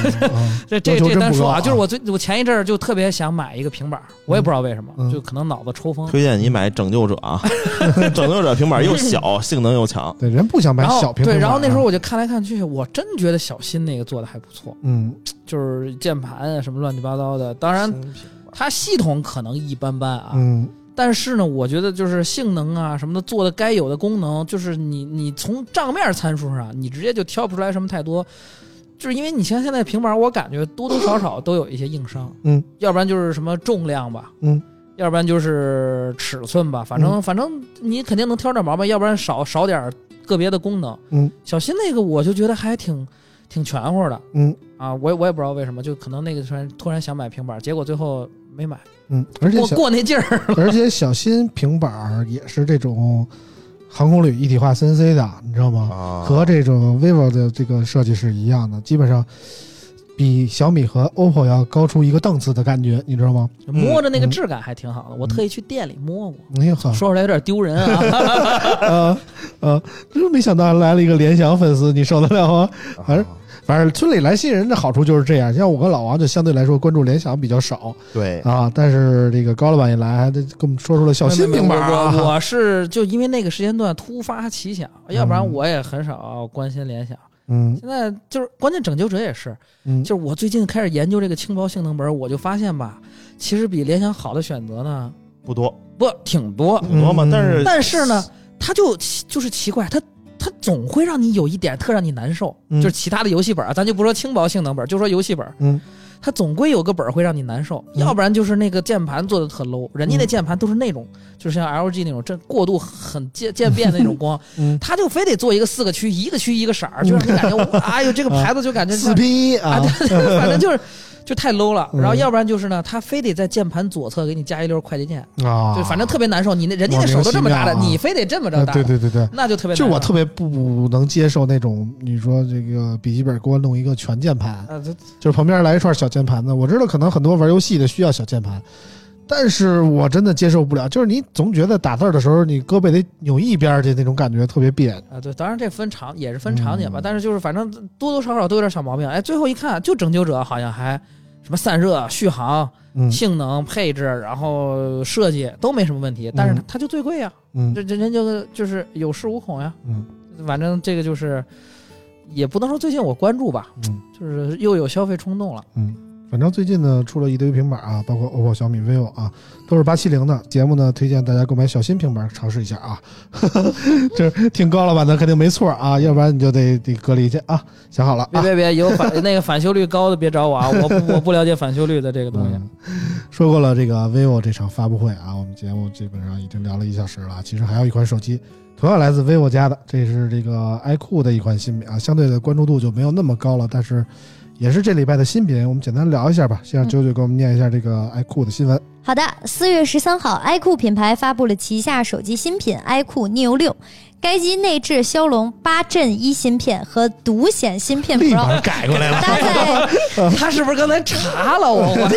S6: 这这
S3: 要求
S6: 这
S3: 真
S6: 单
S3: 不
S6: 说
S3: 高啊
S6: 啊，就是我最我前一阵儿就特别想买一个平板儿，我也不知道为什么，
S3: 嗯
S6: 就可能脑子抽风。
S5: 推荐你买拯救者啊， 拯救者平板又小，性能 又强。
S3: 对，人不想买
S6: 然
S3: 小
S6: 后
S3: 屏幕啊。
S6: 对，然后那时候我就看来看去，我真觉得小新那个做的还不错，
S3: 嗯，
S6: 就是键盘啊什么乱七八糟的。当然，它系统可能一般般啊，
S3: 嗯
S6: 但是呢，我觉得就是性能啊什么的做的该有的功能，就是你你从账面参数上，你直接就挑不出来什么太多。就是因为你像现在平板，我感觉多多少少都有一些硬伤，
S3: 嗯，
S6: 要不然就是什么重量吧，
S3: 嗯，
S6: 要不然就是尺寸吧，反正、反正你肯定能挑点毛病，要不然少少点个别的功能，
S3: 嗯，
S6: 小新那个我就觉得还挺挺全乎的，
S3: 嗯
S6: 啊，我也我也不知道为什么，就可能那个突然突然想买平板，结果最后没买，
S3: 嗯，而且
S6: 过
S3: 小
S6: 过那劲儿，
S3: 而且小新平板儿也是这种航空旅一体化 CNC 的，你知道吗？
S5: 啊，
S3: 和这种 vivo 的这个设计是一样的，基本上比小米和 OPPO 要高出一个档次的感觉，你知道吗？
S6: 摸着那
S3: 嗯
S6: 个质感还挺好的，我特意去店里摸过。
S3: 哎呀呵，
S6: 说出来有点丢人啊！
S3: 呃呃，真没想到来了一个联想粉丝，你受得了吗？反正反正村里来新人的好处就是这样，像我跟老王就相对来说关注联想比较少
S5: 对，
S3: 啊，但是这个高老板一来，还得跟我们说出了 小新平板儿
S6: 没有没有我
S3: 啊，
S6: 我是就因为那个时间段突发奇想，要不然
S3: 嗯
S6: 我也很少关心联想。
S3: 嗯
S6: 现在就是关键，拯救者也是，
S3: 嗯，
S6: 就是我最近开始研究这个轻薄性能本儿，我就发现吧，其实比联想好的选择呢
S5: 不多
S6: 不挺多，
S5: 不多嘛
S3: 嗯，
S5: 但是
S6: 但是呢，它就奇就是奇怪，它它总会让你有一点特让你难受，
S3: 嗯
S6: 就是其他的游戏本儿啊，咱就不说轻薄性能本儿，就说游戏本儿，
S3: 嗯
S6: 它总归有个本儿会让你难受，
S3: 嗯
S6: 要不然就是那个键盘做的特 low，人家那
S3: 嗯
S6: 键盘都是那种，就是像 LG 那种这过度很渐渐变的那种光，
S3: 嗯
S6: 它就非得做一个四个区，一个区一个色儿，就让你感觉，哎呦，这
S3: 啊
S6: 个牌子就感觉像
S3: 四拼一
S6: 啊，
S3: 啊，
S6: 对对，反 正就是就太 low 了。
S3: 嗯
S6: 然后要不然就是呢，它非得在键盘左侧给你加一溜快捷键，
S3: 啊，
S6: 就反正特别难受。你那人家那
S3: 莫名
S6: 手都这么大的，
S3: 其妙啊
S6: 你非得这么着
S3: 啊
S6: 大，
S3: 对对对对。
S6: 那就特别难
S3: 就
S6: 受
S3: 我特别不能接受那种，你说这个笔记本给我弄一个全键盘，
S6: 啊，这
S3: 就是旁边来一串小键盘子。我知道可能很多玩游戏的需要小键盘，但是我真的接受不了，就是你总觉得打字儿的时候你胳膊得扭一边儿去，那种感觉特别别扭。
S6: 啊，对，当然这分场也是分场景吧，
S3: 嗯
S6: 但是就是反正多多少少都有点小毛病。哎，最后一看，就拯救者好像还什么散热、续航、
S3: 嗯
S6: 性能、配置，然后设计都没什么问题，但是它
S3: 嗯
S6: 它就最贵呀，
S3: 嗯
S6: 这这人就就是有恃无恐呀。
S3: 嗯，
S6: 反正这个就是也不能说最近我关注吧，
S3: 嗯
S6: 就是又有消费冲动了。
S3: 嗯，反正最近呢出了一堆平板啊，包括 OPPO、小米、vivo 啊，都是八七零的。节目呢推荐大家购买小新平板尝试一下啊， 这听高老板的肯定没错啊，要不然你就得得隔离去啊。想好了啊
S6: 别，别别，有反那个返修率高的别找我啊，我不我不了解返修率的这个东西。
S3: 嗯说过了这个 vivo 这场发布会啊，我们节目基本上已经聊了一小时了。其实还有一款手机，同样来自 vivo 家的，这是这个 iQOO 的一款新品啊，相对的关注度就没有那么高了，但是也是这礼拜的新品，我们简单聊一下吧。先让
S2: 嗯
S3: 九九给我们念一下这个 iQOO 的新闻。
S2: 好的，四月十三号，iQOO 品牌发布了旗下手机新品 iQOO Neo 六。该机内置骁龙八阵一芯片和独显芯片
S3: 立
S2: Pro，
S3: 马改过来 了。
S2: 搭载
S6: 他是不是刚才查了我？我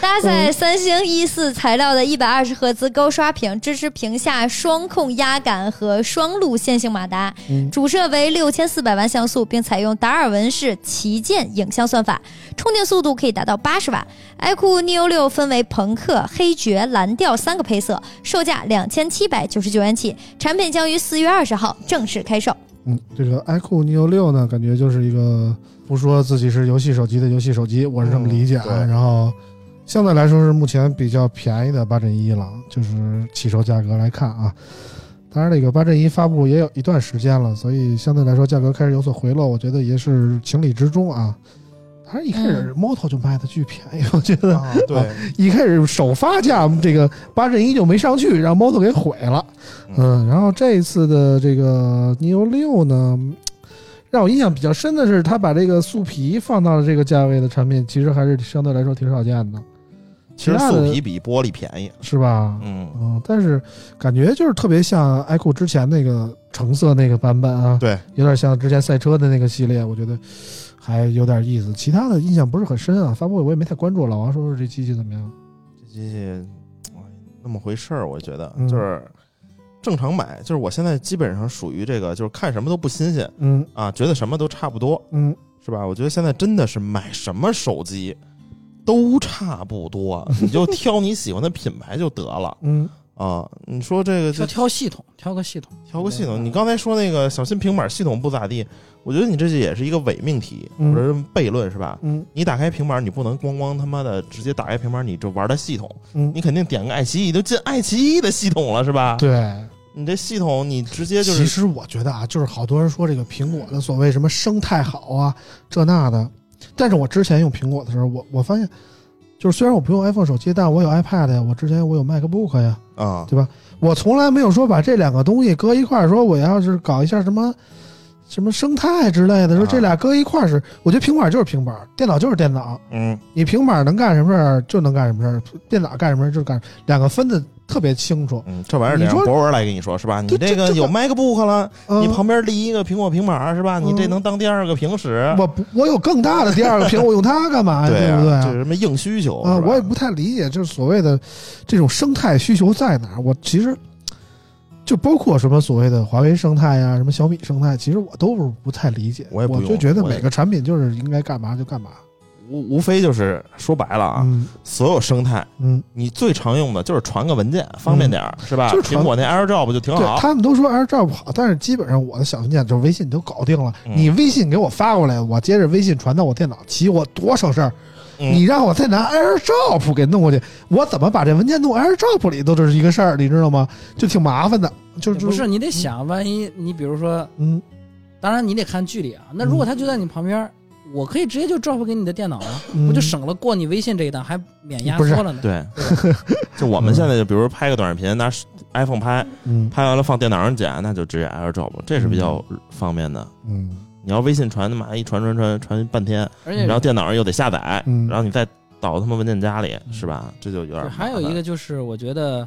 S2: 搭载三星 E 四材料的一百二十赫兹高刷屏，支持屏下双控压感和双路线性马达，主摄为六千四百万像素，并采用达尔文式旗舰影像算法，充电速度可以达到八十瓦。iQOO Neo 六分为朋克、黑爵、蓝调三个配色，售价两千七百九十九元起，产品将于四月二十号正式开售。
S3: 嗯，这个 iQOO Neo 六呢，感觉就是一个不说自己是游戏手机的游戏手机，我是这么理解啊。
S5: 嗯对
S3: 然后相对来说是目前比较便宜的八阵一了，就是起售价格来看啊。当然，这个八阵一发布也有一段时间了，所以相对来说价格开始有所回落，我觉得也是情理之中啊。当然，一开始 Moto 就卖的巨便宜，我觉得
S5: 啊，对，
S3: 一开始首发价这个八阵一就没上去，让 Moto 给毁了。嗯，然后这一次的这个 Neo 六呢，让我印象比较深的是，它把这个素皮放到了这个价位的产品，其实还是相对来说挺少见的，
S5: 其
S3: 其
S5: 实
S3: 他
S5: 素
S3: 的
S5: 皮比玻璃便宜，
S3: 是吧？
S5: 嗯，
S3: 嗯，但是感觉就是特别像 iQOO 之前那个橙色那个版本啊，
S5: 对，
S3: 有点像之前赛车的那个系列，我觉得还有点意思。其他的印象不是很深啊，发布会我也没太关注。老王说说这机器怎么样？
S5: 这机器哎那么回事儿，我觉得
S3: 嗯
S5: 就是正常买，就是我现在基本上属于这个，就是看什么都不新鲜
S3: 嗯
S5: 啊，觉得什么都差不多，
S3: 嗯，
S5: 是吧？我觉得现在真的是买什么手机都差不多，你就挑你喜欢的品牌就得了
S3: 嗯，
S5: 啊。你说这个就
S6: 就挑系统，挑个系统，
S5: 调个系统，你刚才说那个小新平板系统不咋地，我觉得你这也是一个伪命题
S3: 嗯
S5: 或者是悖论，是吧？
S3: 嗯
S5: 你打开平板，你不能光光他妈的直接打开平板你就玩它系统，
S3: 嗯
S5: 你肯定点个爱奇艺，都进爱奇艺的系统了，是吧？，
S3: 对。
S5: 你这系统你直接就
S3: 其
S5: 是
S3: 实我觉得啊，就是好多人说这个苹果的所谓什么生态好啊，这那的。但是我之前用苹果的时候，我我发现，就是虽然我不用 iPhone 手机，但我有 iPad 呀，我之前我有 MacBook 呀，
S5: 啊，
S3: 我从来没有说把这两个东西搁一块儿，说我要是搞一下什么什么生态之类的，说
S5: 啊
S3: 这俩搁一块儿是，我觉得平板就是平板，电脑就是电脑，
S5: 嗯，
S3: 你平板能干什么事儿就能干什么事儿，电脑干什么事儿就干什么，两个分的特别清楚。
S5: 嗯，这玩意儿得让
S3: 你说
S5: 博文来跟你说，是吧？你
S3: 对
S5: 这个
S3: 这这
S5: 有 MacBook 了，
S3: 嗯、
S5: 你旁边立一个苹果平板，是吧？你这
S3: 嗯
S5: 能当第二个屏使，
S3: 我不我有更大的第二个屏，我用它干嘛呀？
S5: 啊 对
S3: 不对
S5: 啊，
S3: 啊？
S5: 这是什么硬需求
S3: 啊，
S5: 是吧
S3: 我也不太理解，就是所谓的这种生态需求在哪儿？我其实就包括什么所谓的华为生态呀、什么小米生态，其实我都是不太理解。
S5: 我也不
S3: 就
S5: 用
S3: 觉得
S5: 我也
S3: 每个产品就是应该干嘛就干嘛
S5: 无无非就是说白了啊，
S3: 嗯
S5: 所有生态。
S3: 嗯，
S5: 你最常用的就是传个文件，方便点儿、是吧？
S3: 就是传
S5: 苹果那 AirDrop 就挺
S3: 对
S5: 好。
S3: 他们都说 AirDrop 不好，但是基本上我的小文件就是微信都搞定了，
S5: 嗯
S3: 你微信给我发过来，我接着微信传到我电脑，起我多省事儿。
S5: 嗯
S3: 你让我再拿 AirDrop 给弄过去，我怎么把这文件弄 AirDrop 里都这是一个事儿，你知道吗？就挺麻烦的，就
S6: 不是你得想，万一你比如说，
S3: 嗯。
S6: 当然你得看距离啊。那如果他就在你旁边，我可以直接就 drop 给你的电脑了，
S3: 嗯
S6: 不就省了过你微信这一档，还免压
S3: 不是
S6: 缩了呢？
S5: 对， 就我们现在就比如拍个短视频，拿 iPhone 拍，
S3: 嗯
S5: 拍完了放电脑上剪，那就直接 AirDrop，这是比较方便的。
S3: 嗯
S5: 你要微信传，他妈一传传传传半天，
S6: 而且
S5: 然后电脑上又得下载，
S3: 嗯
S5: 然后你再导他妈文件夹里，是吧？这就有点
S6: 对
S5: 麻烦。
S6: 还有一个就是，我觉得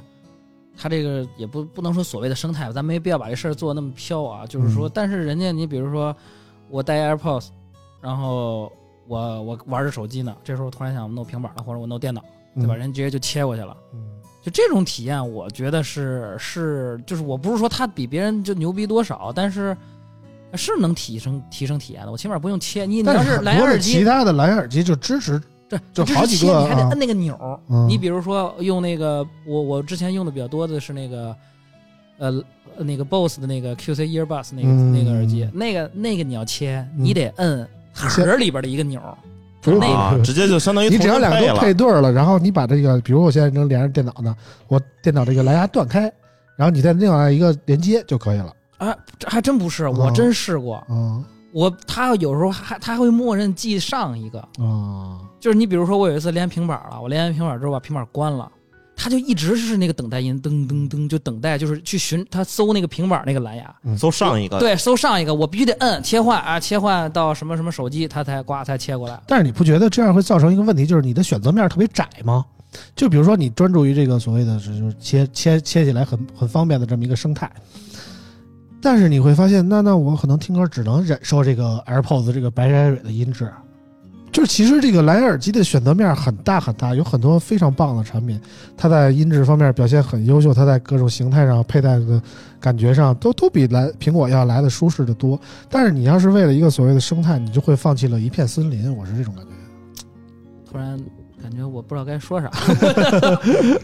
S6: 他这个也不不能说所谓的生态吧，咱没必要把这事儿做得那么飘啊。就是说，
S3: 嗯
S6: 但是人家你比如说，我带 AirPods，然后我我玩着手机呢，这时候我突然想弄平板了，或者我弄电脑，对吧？？人直接就切过去了。
S3: 嗯
S6: 就这种体验，我觉得是是，就是我不是说他比别人就牛逼多少，但是是能提升提升体验的。我起码不用切，你你要
S3: 但
S6: 是
S3: 是
S6: 蓝
S3: 很
S6: 牙
S3: 多的
S6: 耳
S3: 其
S6: 机，
S3: 他的蓝牙耳机就支持，
S6: 对，
S3: 就
S6: 只是
S3: 好几
S6: 切
S3: 个
S6: 你还得
S3: 啊
S6: 摁那个钮儿。
S3: 嗯
S6: 你比如说用那个，我我之前用的比较多的是那个，呃，那个 BOSS 的那个 QC Earbuds 那个、
S3: 嗯
S6: 那个耳机，那个那个你要切，
S3: 嗯
S6: 你得摁盒儿里边的一个钮儿，
S3: 不是
S6: 那
S5: 啊，直接就相当于
S3: 你只要两个
S5: 同时
S3: 都
S5: 配
S3: 配对儿了，然后你把这个，比如我现在正连着电脑呢，我电脑这个蓝牙断开，然后你再另外一个连接就可以了。
S6: 这还真不是，我
S3: 哦
S6: 真试过，
S3: 啊
S6: 我他有时候还他会默认记上一个，
S3: 啊，
S6: 就是你比如说我有一次连平板了，我连完平板之后把平板关了。他就一直是那个等待音，噔噔噔，就等待，就是去寻他搜那个平板那个蓝牙，
S5: 了搜上一个，
S6: 对，搜上一个，我必须得摁切换啊，切换到什么什么手机，它才呱才切过来。
S3: 但是你不觉得这样会造成一个问题，就是你的选择面儿特别窄吗？就比如说你专注于这个所谓的是就是切切切起来很很方便的这么一个生态，但是你会发现，那那我可能听歌只能忍受这个 AirPods 这个白开水的音质。就是其实这个蓝牙耳机的选择面很大很大，有很多非常棒的产品，它在音质方面表现很优秀，它在各种形态上、佩戴的感觉上都都比来苹果要来的舒适的多。但是你要是为了一个所谓的生态，你就会放弃了一片森林，我是这种感觉。
S6: 突然感觉我不知道该说啥。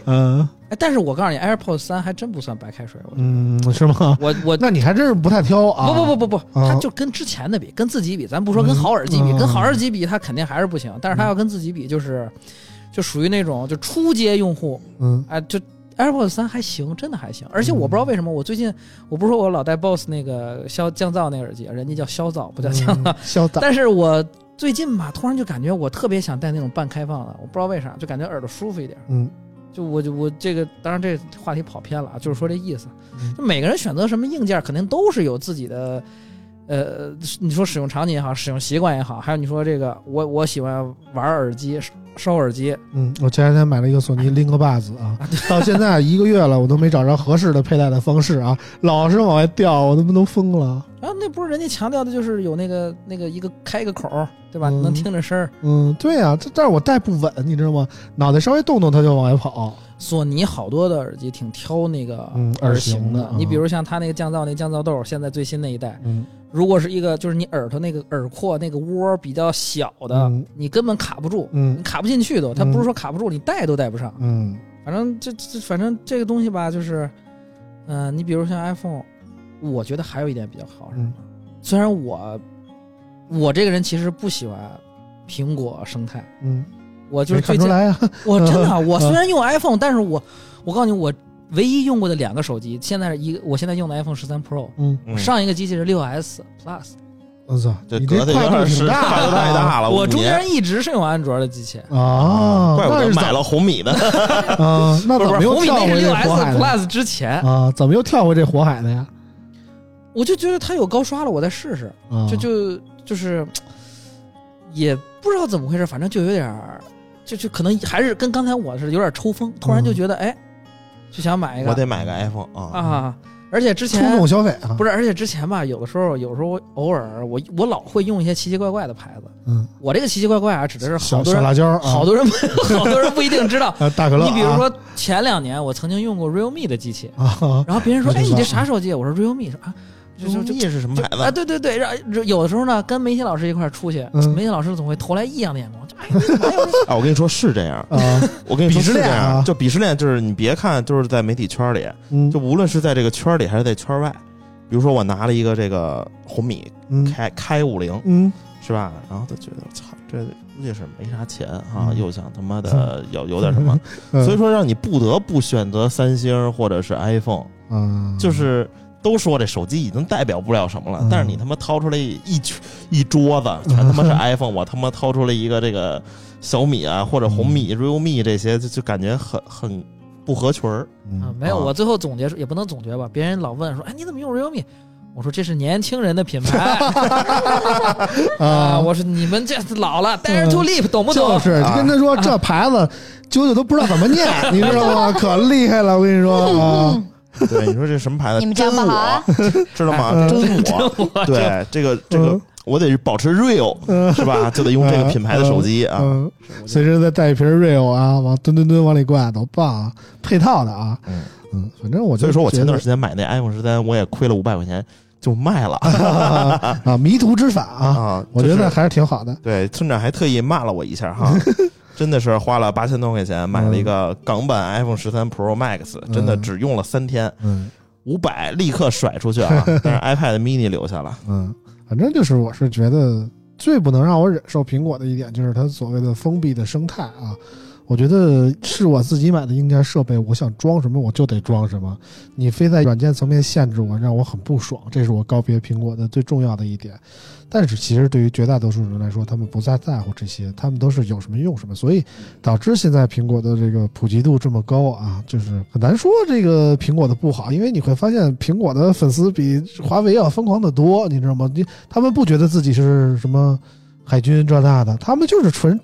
S3: 嗯
S6: 哎，但是我告诉你，AirPods 三还真不算白开水，我觉得
S3: 嗯，是吗？
S6: 我我
S3: 那你还真是不太挑啊！
S6: 不不不不不，
S3: 啊
S6: 它就跟之前的比，跟自己比，咱不说跟
S3: 嗯
S6: 好耳机比，
S3: 嗯
S6: 跟好耳机比，它肯定还是不行。但是它要跟自己比，就是就属于那种就初阶用户，
S3: 嗯
S6: 哎，就 AirPods 三还行，真的还行。而且我不知道为什么，我最近我不是说我老戴 BOSS 那个消降噪那耳机，啊人家叫消噪，不叫降噪。
S3: 嗯消大
S6: 但是我最近吧，突然就感觉我特别想戴那种半开放的，我不知道为啥，就感觉耳朵舒服一点。
S3: 嗯
S6: 就我就我这个，当然这话题跑偏了啊，就是说这意思
S3: 嗯，
S6: 就每个人选择什么硬件，肯定都是有自己的，呃，你说使用场景也好，使用习惯也好，还有你说这个，我我喜欢玩耳机、收收耳机，
S3: 嗯，我前两天买了一个索尼 Link Buds 啊，到现在一个月了，我都没找着合适的佩戴的方式啊，老是往外掉，我他妈都疯了。
S6: 然后那不是人家强调的就是有那个那个一个开一个口儿，对吧？
S3: 嗯
S6: 你能听着声儿。
S3: 嗯，对呀、这但是我戴不稳，你知道吗？脑袋稍微动动它就往外跑。
S6: 索尼好多的耳机挺挑那个
S3: 嗯
S6: 耳
S3: 耳型
S6: 型
S3: 的
S6: 你
S3: 嗯
S6: 比如像它那个降噪那降噪豆，现在最新那一代，
S3: 嗯，
S6: 如果是一个就是你耳朵那个耳廓那个窝比较小的，
S3: 嗯
S6: 你根本卡不住，
S3: 嗯
S6: 你卡不进去都。它
S3: 嗯
S6: 不是说卡不住，你戴都戴不上。
S3: 嗯
S6: 反正这这反正这个东西吧，就是，嗯、你比如像 iPhone，我觉得还有一点比较好，是
S3: 嗯
S6: 虽然我我这个人其实不喜欢苹果生态，
S3: 嗯，
S6: 我就
S3: 没
S6: 是
S3: 看
S6: 最
S3: 出
S6: 近
S3: 来啊。
S6: 我 真的啊，
S3: 嗯
S6: 我虽然用 iPhone，但是我我告诉你，我唯一用过的两个手机，现在是一个我现在用的 iPhone 十三 Pro，
S3: 嗯，
S5: 嗯
S6: 上一个机器是六 S Plus。
S3: 我操，
S5: 这
S3: 你
S5: 格子有
S3: 跨度
S5: 点
S3: 挺
S5: 是跨度太
S3: 大
S5: 大了，
S6: 我
S5: 五
S6: 中
S5: 年
S6: 间一直是用安卓的机器，
S3: 啊！
S5: 怪不
S3: 那是
S5: 得买了红米的。
S3: 怎啊，那
S6: 不
S3: 怎
S6: 是
S3: 么
S6: 不是，
S3: 又
S6: 红
S3: 跳回
S6: 米那是
S3: 这
S6: 六
S3: 火
S6: S
S3: 海了
S6: Plus 之前，
S3: 啊？怎么又跳回这火海了呀？
S6: 我就觉得它有高刷了，我再试试，
S3: 啊，
S6: 就就就是也不知道怎么回事，反正就有点儿，就就可能还是跟刚才我似的，有点抽风，突然
S3: 嗯
S6: 就觉得哎，就想买一
S5: 我
S6: 个
S5: 得买个 iPhone 啊！
S6: 啊，而且之
S3: 冲
S6: 前
S3: 动消费啊，
S6: 不
S3: 是？
S6: 是，而且之前吧，有的时候，有时候偶尔，我我老会用一些奇奇怪怪的牌子。
S3: 嗯，
S6: 我这个奇奇怪怪啊，指的是
S3: 小
S6: 好多
S3: 小
S6: 人，
S3: 辣椒啊，
S6: 好多人，好多人不一定 知道。
S3: 啊，大可乐啊。
S6: 你比如说，前两年我曾经用过 realme 的机器，
S3: 啊，
S6: 然后别人说：“
S3: 那
S6: 哎，
S3: 就
S6: 你这
S3: 算了
S6: 啥手机啊？”我说：“realme。”说啊，就就就
S5: 中介是什么
S6: 就
S5: 牌
S6: 啊，
S5: 子？
S6: 对对对，然后有的时候呢，跟梅西老师一块儿出去，
S3: 嗯
S6: 梅西老师总会投来异样的眼光，就哎，你怎么还有这
S5: 啊，我跟你说是这样，
S3: 啊，
S5: 我跟你说
S3: 鄙视
S5: 是这
S3: 链啊
S5: 样，就鄙视链，就是你别看就是在媒体圈里，
S3: 嗯
S5: 就无论是在这个圈里还是在圈外，比如说我拿了一个这个红米
S3: 嗯
S5: 开开五零
S3: 嗯
S5: 是吧？然后他觉得我操，这估计是没啥钱啊，
S3: 嗯
S5: 又想他妈的有有点什么，
S3: 嗯，
S5: 所以说让你不得不选择三星或者是 iPhone，
S3: 嗯，
S5: 就是。都说这手机已经代表不了什么了，
S3: 嗯
S5: 但是你他妈掏出来一圈一桌子，全他 妈是 iPhone，我他妈掏出来一个这个小米啊或者红米、realme 这些，就就感觉很很不合群儿。
S6: 啊
S3: 嗯，
S6: 没有，
S5: 啊
S6: 我最后总结也不能总结吧。别人老问说：“哎，你怎么用 realme？” 我说：“这是年轻人的 品牌啊！”我说：“你们这老了，Dare to Leap，懂不
S3: 嗯
S6: 懂？”
S3: 就是
S5: 啊
S3: 跟他说这牌子，九九都不知道怎么 念，你知道吗？可厉害了，我跟你说
S6: 嗯
S3: 啊，
S5: 对，你说这什么牌子？
S2: 你们这样不好啊
S5: 真我， 知 道吗？
S3: 嗯
S5: 真我，
S6: 我
S5: 对这个这个
S3: 嗯，
S5: 我得保持 real，
S3: 嗯
S5: 是吧？就得用这个品牌的手机啊。
S3: 嗯，随时再带一瓶 real 啊，往吨吨吨往里灌，多棒啊！配套的啊，
S5: 嗯
S3: 嗯，反正我就
S5: 所以说我前段
S3: 觉
S5: 时间买那 iPhone 十三，我也亏了五百块钱，就卖了
S3: 得 啊，迷途知返啊，
S5: 啊。
S3: 我觉
S5: 就是
S3: 得还是挺好的。
S5: 对，村长还特意骂了我一下 哈，真的是花了八千多块钱买了一个港版 iPhone 十三 Pro Max，真的
S3: 嗯
S5: 只用了三天，
S3: 嗯
S5: 五百立刻甩出 去啊！但是 iPad mini 留下了，
S3: 嗯，反正就是我是觉得最不能让我忍受苹果的一点，就是它所谓的封闭的生态啊。我觉得是我自己买的硬件设备，我想装什么我就得装什么，你非在软件层面限制我，让我很不爽，这是我告别苹果的最重要的一点。但是其实对于绝大多数人来说，他们不再在乎这些，他们都是有什么用什么，所以导致现在苹果的这个普及度这么高啊，就是很难说这个苹果的不好，因为你会发现苹果的粉丝比华为要疯狂的多，你知道吗？你他们不觉得自己是什么海军这那的，他们就是纯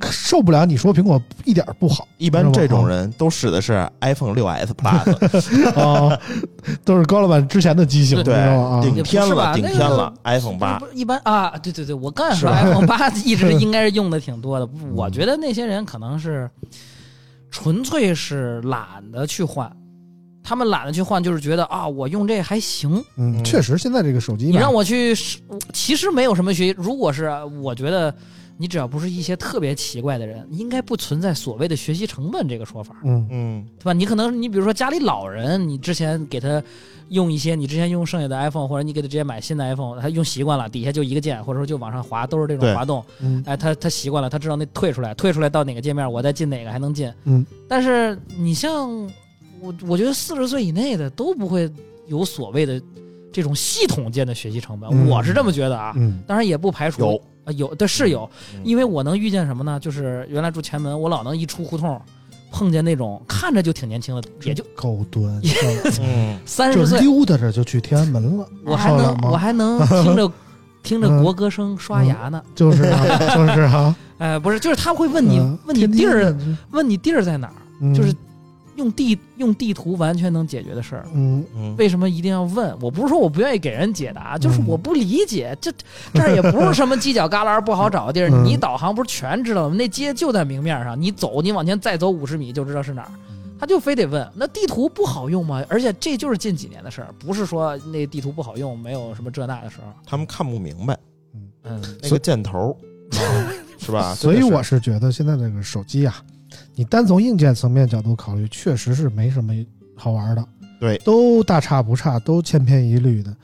S3: 受不了你说苹果一点儿不好
S5: 一般这种人都使的是 iPhone 六 S Plus，
S3: 啊， 都是高老板之前的机型，你知
S5: 对
S3: 道吗？啊，
S5: 顶天
S6: 也不是吧
S5: 了，顶天了，iPhone
S6: 不是
S5: 八
S6: 不。是一般啊，对对对，我刚才
S5: 是
S6: 说
S5: 吧嗯
S6: iPhone 八一直应该是用的挺多的，我觉得那些人可能是纯粹是懒得去换，他们懒得去换，就是觉得啊，我用这还行，
S3: 嗯，确实现在这个手机
S6: 你
S3: 吧，
S6: 让我去，其实没有什么学习，如果是我觉得。你只要不是一些特别奇怪的人，应该不存在所谓的学习成本这个说法，
S3: 嗯
S5: 嗯，
S6: 对吧？你可能你比如说家里老人，你之前给他用一些你之前用剩下的 iPhone，或者你给他直接买新的 iPhone，他用习惯了，底下就一个键，或者说就往上滑，都是这种
S5: 对
S6: 滑动，
S3: 嗯
S6: 哎，他他习惯了，他知道那退出来，退出来到哪个界面，我再进哪个还能进。
S3: 嗯，
S6: 但是你像我，我觉得四十岁以内的都不会有所谓的这种系统间的学习成本，
S3: 嗯
S6: 我是这么觉得啊。
S3: 嗯
S6: 当然也不排除
S5: 有
S6: 啊有对是有，
S5: 嗯
S6: 因为我能遇见什么呢？就是原来住前门，我老能一出胡同。碰见那种看着就挺年轻的，也就
S3: 高 端，
S5: 嗯，
S6: 三
S3: 就
S6: 十岁，
S3: 溜达着就去天安门了，
S6: 我还
S3: 受得了
S6: 能
S3: 吗嗯
S6: 我还能听 着听着国歌声刷牙呢。
S3: 就是啊，就是啊，
S6: 哎，不是，就是他会 问你
S3: 嗯
S6: 问你地，儿
S3: 天天
S6: 问你地儿在哪儿，
S3: 嗯
S6: 就是用地用地图完全能解决的事儿。
S3: 嗯
S5: 嗯
S6: 为什么一定要问？我不是说我不愿意给人解答，就是
S3: 嗯
S6: 我不理解。这这儿也不是什么犄角旮旯不好找的地儿，
S3: 嗯
S6: 你导航不是全知道吗？那街就在明面上，你走，你往前再走五十米就知道是哪儿。
S5: 嗯
S6: 他就非得问，那地图不好用吗？而且这就是近几年的事儿，不是说那地图不好用，没有什么这那的时候。
S5: 他们看不明白
S6: 嗯，
S5: 那个箭头，是吧？
S3: 所以
S5: 真的
S3: 我是觉得现在这个手机啊，你单从硬件层面角度考虑，确实是没什么好玩的，
S5: 对
S3: 都大差不差，都千篇一律的。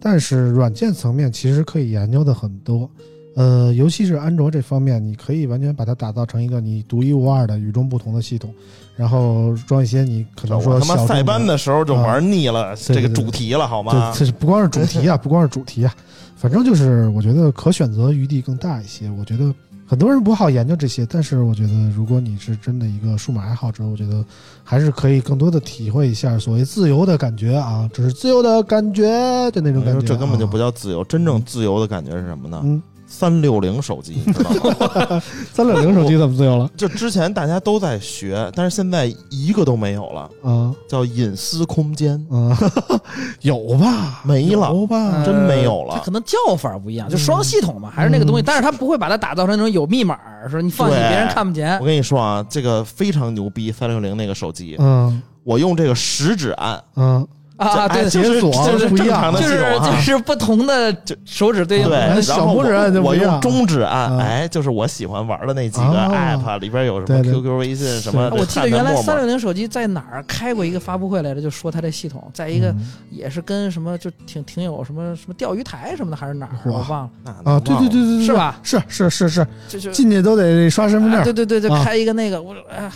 S3: 但是软件层面其实可以研究的很多，呃，尤其是安卓这方面，你可以完全把它打造成一个你独一无二的、与众不同的系统，然后装一些你可能
S5: 我
S3: 说
S5: 他妈
S3: 小众
S5: 塞班
S3: 的
S5: 的时候就玩腻了
S3: 对
S5: 这个
S3: 对
S5: 主题了，好吗
S3: 这？这是不光是主 题啊，不光是主题啊，反正就是我觉得可选择余地更大一些。我觉得很多人不好研究这些，但是我觉得如果你是真的一个数码爱好者，我觉得还是可以更多的体会一下所谓自由的感觉啊，只是自由的感觉就那种
S5: 我
S3: 感
S5: 说
S3: 觉、
S5: 哎这根本就不啊
S3: 叫
S5: 叫自由，真正自由的感觉是什么呢？
S3: 嗯，
S5: 三六零手机，你知道吗？
S3: 三六零手机怎么自 由了
S5: 就之前大家都在学，但是现在一个都没有了，
S3: 啊？
S5: 叫隐私空间，
S3: 嗯， 有吧？
S5: 没了嗯
S3: 有吧？
S5: 真没有了嗯
S6: 它可能叫法不一样，就双系统嘛，还是那个东西，但是它不会把它打造成那种有密码儿，说你放进去
S5: 对
S6: 别人看不见
S5: 我。跟你说啊，这个非常牛逼，三六零那个手机，
S3: 嗯
S5: 我用这个食指按，
S3: 嗯，
S6: 啊，
S5: 这
S6: 对，
S5: 哎
S6: 就
S5: 就是是
S3: 解锁
S5: 就是
S3: 不一
S5: 正
S3: 样
S5: 常的
S6: 就
S5: 系
S6: 是
S5: 统
S6: 就
S5: 啊。
S6: 是不同的
S5: 就
S6: 手指对应啊
S5: 对，
S6: 的。
S5: 然
S3: 哎小
S5: 后
S3: 拇指按就
S5: 我
S3: 不
S5: 我
S3: 一样
S5: 用中指按，
S3: 嗯
S5: 哎，就是我喜欢玩的那几个
S3: 啊
S5: app 里边有什
S3: 对
S5: 么
S3: 对
S5: QQ、微信什么
S3: 是
S5: 的。
S6: 我记得
S5: 看
S6: 原来
S5: 陌陌
S6: 三六零手机在哪儿开过一个发布会来着，就说它这系统，在一个
S3: 嗯
S6: 也是跟什么就挺挺有什么什么钓鱼台什么的，还是哪儿
S3: 哇
S6: 我忘了，
S5: 那
S3: 啊，对对对对对，
S6: 是？吧？
S3: 是是是是，
S6: 就就
S3: 进去都得刷身份
S6: 啊
S3: 证。
S6: 对对对，就
S3: 啊
S6: 开一个那个，我哎呀，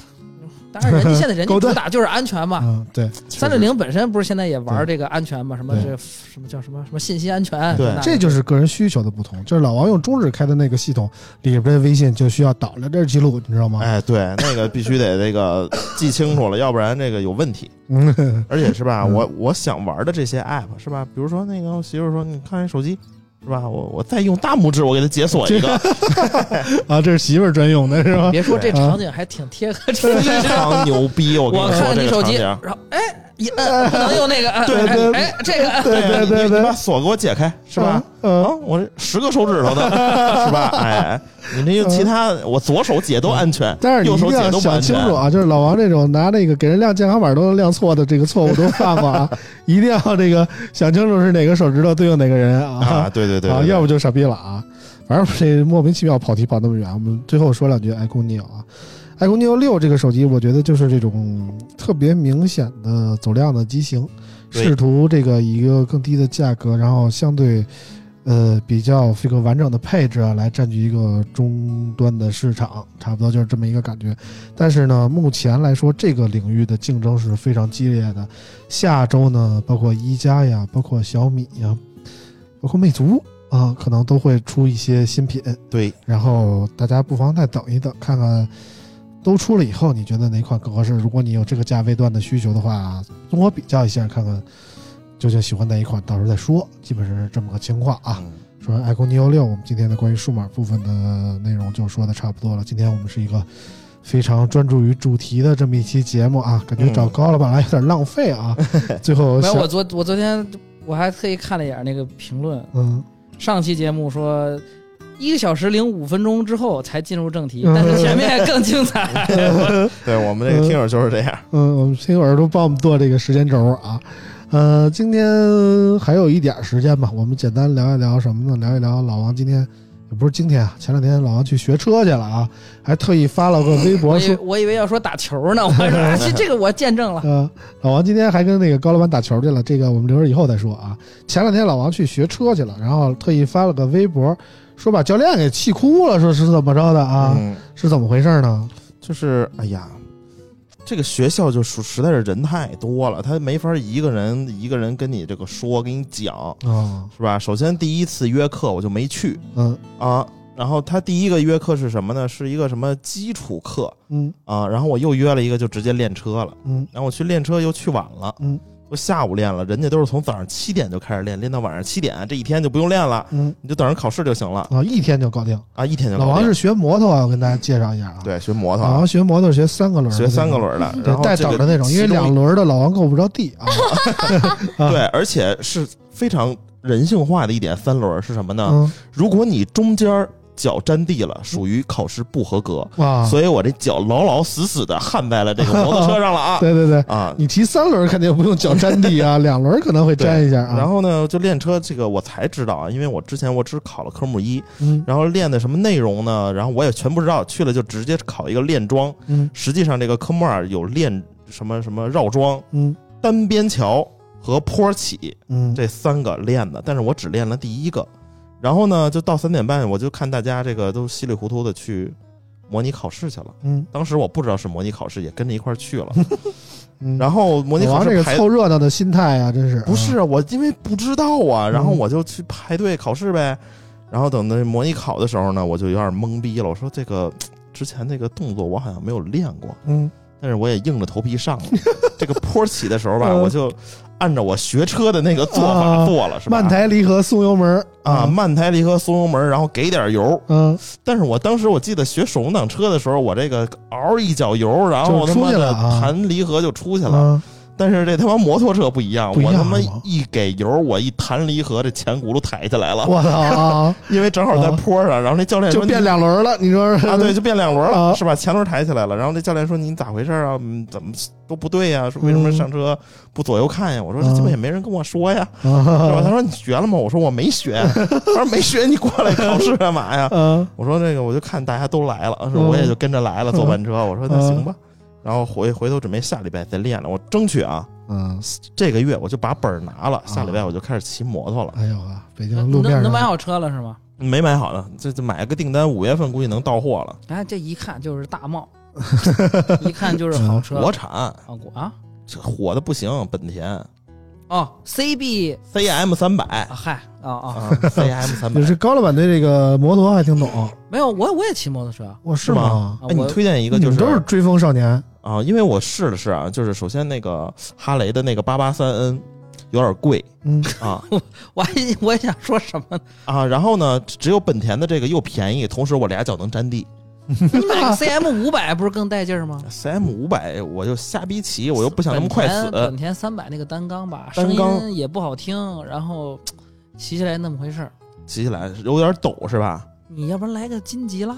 S6: 当然人家现在人家
S3: 高
S6: 主
S3: 端
S6: 打就是安全嘛，
S3: 嗯，对，
S6: 三六零本身不是现在也玩
S3: 对
S6: 这个安全嘛？什么
S3: 对
S6: 这什么叫什么什么信息安全？
S5: 对
S6: 那个
S3: 这就是个人需求的不同。就是老王用中指开的那个系统里边的微信就需要导聊天记录，你知道吗？
S5: 哎，对，那个必须得这个记清楚了，要不然这个有问题。
S3: 嗯，
S5: 而且是吧，
S3: 嗯
S5: 我我想玩的这些 app 是吧，比如说那个我媳妇说，你看一手机。是吧？我我再用大拇指，我给它解锁一个，
S3: 啊，这是媳妇儿专用的是吧？
S6: 别说这
S3: 对啊
S6: 场景还挺贴合这个。
S5: 非常牛逼！我跟
S6: 我
S5: 你说
S6: 看
S5: 这
S6: 你
S5: 个
S6: 手
S5: 场
S6: 机，
S5: 景，
S6: 然后哎一 摁不能用那个，哎
S3: 对对
S6: 哎哎这 个
S3: 对对对
S5: 你
S3: 对
S5: 你把锁给我解开，是吧？
S3: 嗯？
S5: 啊
S3: 嗯，，
S5: 我这十个手指头呢，是吧？哎，你那用其他，我左手解都安全，
S3: 嗯但是你
S5: 右
S3: 一
S5: 手
S3: 定
S5: 解
S3: 要
S5: 都不
S3: 想
S5: 安
S3: 清
S5: 全。
S3: 楚啊，就是老王这种拿那个给人亮健康码都能亮错的这个错误都犯过 啊，一定要这个想清楚是哪个手指头对应哪个人
S5: 啊，对对对
S3: 啊，
S5: 对
S3: 要不就傻逼了啊！反正这莫名其妙跑题跑那么远，我们最后说两句 iQOO Neo 啊，iQOO Neo 六这个手机，我觉得就是这种特别明显的走量的机型，
S5: 对
S3: 试图这个以一个更低的价格，然后相对呃比较这个完整的配置啊，来占据一个终端的市场，差不多就是这么一个感觉。但是呢，目前来说，这个领域的竞争是非常激烈的。下周呢，包括一加呀，包括小米呀，包括魅族啊，可能都会出一些新品。
S5: 对，
S3: 然后大家不妨再等一等，看看都出了以后，你觉得哪款更合适？如果你有这个价位段的需求的话，综合比较一下，看看究竟喜欢哪一款，到时候再说。基本上是这么个情况啊。
S5: 嗯
S3: 说 iQOO Neo 六，我们今天的关于数码部分的内容就说的差不多了。今天我们是一个非常专注于主题的这么一期节目啊，感觉找
S5: 嗯
S3: 高老板来有点浪费啊。最后
S6: 没有，
S3: 想
S6: 我昨我昨天我还特意看了一眼那个评论，
S3: 嗯，
S6: 上期节目说一个小时零五分钟之后才进入正题，
S3: 嗯
S6: 但是前面更精彩。
S5: 对我们这个听友就是这样。
S3: 嗯，我们听友儿都帮我们做这个时间轴儿啊。呃，今天还有一点儿时间吧，我们简单聊一聊什么呢？聊一聊老王今天也不是今天啊，前两天老王去学车去了啊，还特意发了个微博
S6: 我以
S3: 说，
S6: 我以为要说打球呢，我说啊这这个我见证了。
S3: 呃，老王今天还跟那个高老板打球去了，这个我们留着以后再说啊。前两天老王去学车去了，然后特意发了个微博，说把教练给气哭了，说是怎么着的啊？
S5: 嗯，
S3: 是怎么回事呢？
S5: 就是哎呀，这个学校就实实在是人太多了，他没法一个人一个人跟你这个说，跟你讲，
S3: 啊，
S5: 是吧？首先第一次约课我就没去
S3: 嗯
S5: 啊，然后他第一个约课是什么呢？是一个什么基础课
S3: 嗯
S5: 啊，然后我又约了一个就直接练车了，
S3: 嗯
S5: 然后我去练车又去晚了，
S3: 嗯，
S5: 都下午练了，人家都是从早上七点就开始练，练到晚上七点，这一天就不用练了，
S3: 嗯，
S5: 你就等着考试就行了
S3: 啊，一天就搞定。
S5: 啊，一天就搞
S3: 老王
S5: 定
S3: 是学摩托啊，我跟大家介绍一下啊。
S5: 对学摩托
S3: 老
S5: 啊，
S3: 王学摩托是学三个轮儿的那
S5: 学
S3: 种，
S5: 三个轮儿的，然
S3: 对，
S5: 后
S3: 带
S5: 这个
S3: 斗的那种，因为
S5: 其中
S3: 两轮儿的老王够不着地 啊。啊
S5: 对，而且是非常人性化的一点。三轮儿是什么呢？
S3: 嗯
S5: 如果你中间儿脚沾地了，属于考试不合格，
S3: 啊，
S5: 所以我这脚牢牢死死的焊在了这个摩托车上了啊
S3: 对对对，
S5: 啊！
S3: 你骑三轮儿肯定不用脚沾地 啊，两轮儿可能会沾一下啊。
S5: 然后呢，就练车这个我才知道啊，因为我之前我只考了科目一，
S3: 嗯
S5: 然后练的什么内容呢？然后我也全不知道，去了就直接考一个练桩。
S3: 嗯
S5: 实际上这个科目二有练什么什么绕桩、
S3: 嗯
S5: 单边桥和坡起，
S3: 嗯
S5: 这三个练的，但是我只练了第一个。然后呢，就到三点半，我就看大家这个都稀里糊涂的去模拟考试去了。
S3: 嗯
S5: 当时我不知道是模拟考试，也跟着一块 儿去了。
S3: 嗯，
S5: 然后模拟
S3: 老
S5: 考
S3: 王这
S5: 试
S3: 个
S5: 排
S3: 凑热闹的心态啊，真是
S5: 不是我，因为不知道啊，然后
S3: 嗯
S5: 我就去排队考试呗。然后等到模拟考的时候呢，我就有点懵逼了。我说这个之前那个动作我好像没有练过，
S3: 嗯
S5: 但是我也硬着头 皮上了。这个坡起的时候吧，
S3: 嗯
S5: 我就按照我学车的那个做法
S3: 啊
S5: 做了，是吧？
S3: 慢抬离合松油门儿
S5: 啊，慢抬离合松油门，然后给点油。
S3: 嗯，
S5: 但是我当时我记得学手动挡车的时候，我这个嗷一脚油，然后
S3: 就
S5: 他
S3: 出
S5: 妈
S3: 去了
S5: 的
S3: 啊
S5: 弹离合就出去了。
S3: 嗯
S5: 但是这他妈摩托车不一样，
S3: 不一样
S5: 我他妈
S3: 啊
S5: 一给油，我一弹离合，这前轱辘抬起来了，
S3: 我操啊，
S5: 因为正好
S3: 啊
S5: 在坡上。然后那教练
S3: 就
S5: 说
S3: 变
S5: 你
S3: 两轮儿了，你说是
S5: 啊， 对，就变两轮了，
S3: 啊
S5: 是吧？前轮抬起来了，然后那教练说：“你咋回事啊？嗯怎么都不对呀、说为什么
S3: 嗯
S5: 上车不左右看呀？”我说：“这
S3: 啊
S5: 基本也没人跟我说呀，是吧？”
S3: 啊
S5: 他说：“你学了吗？”我说：“我没学。”他说：“没学，你过来考试干嘛呀？”
S3: 嗯
S5: 我说：“那个，我就看大家都来了，是吧
S3: 嗯
S5: 我也就跟着来了，坐班车。”我说：“那
S3: 嗯
S5: 行吧。”然后回回头准备下礼拜再练了，我争取啊，
S3: 嗯，
S5: 这个月我就把本儿拿
S3: 啊
S5: 了，下礼拜我就开始骑摩托了。
S3: 哎呦啊，北京路面
S6: 能
S3: 上
S6: 能买好车了是吗？
S5: 没买好呢，这这买个订单，五月份估计能到货了。
S6: 哎，这一看就是大贸，一看就是好车。
S5: 国产
S6: 啊我啊
S5: 这火的不行，本田
S6: 哦，CB
S5: CM 三百
S6: 啊嗨啊啊，
S5: 啊，CM 三百
S3: 也是高老板对这个摩托还挺懂，
S6: 没有我我也骑摩托车，
S3: 我
S5: 是
S3: 是
S5: 吗
S3: 吗？？
S6: 啊
S5: 哎，你
S6: 我
S5: 推荐一
S3: 一
S5: 个就是
S3: 都是追风少年，
S5: 啊，因为我试了试啊，就是首先那个哈雷的那个八八三 N 有点贵
S3: 嗯
S5: 啊
S6: 我还我还想说什么呢？
S5: 啊，然后呢，只有本田的这个又便宜，同时我俩脚能沾地。
S6: 你买个 CM 哎五百不是更带劲儿吗？
S5: CM 五百我就瞎逼骑，我又不想那么快
S6: 本田本
S5: 死。
S6: 田三百那个单缸吧，
S5: 单
S6: 声
S5: 缸
S6: 音也不好听，然后骑起来那么回事儿。
S5: 骑起来有点抖是吧？
S6: 你要不然来个金吉拉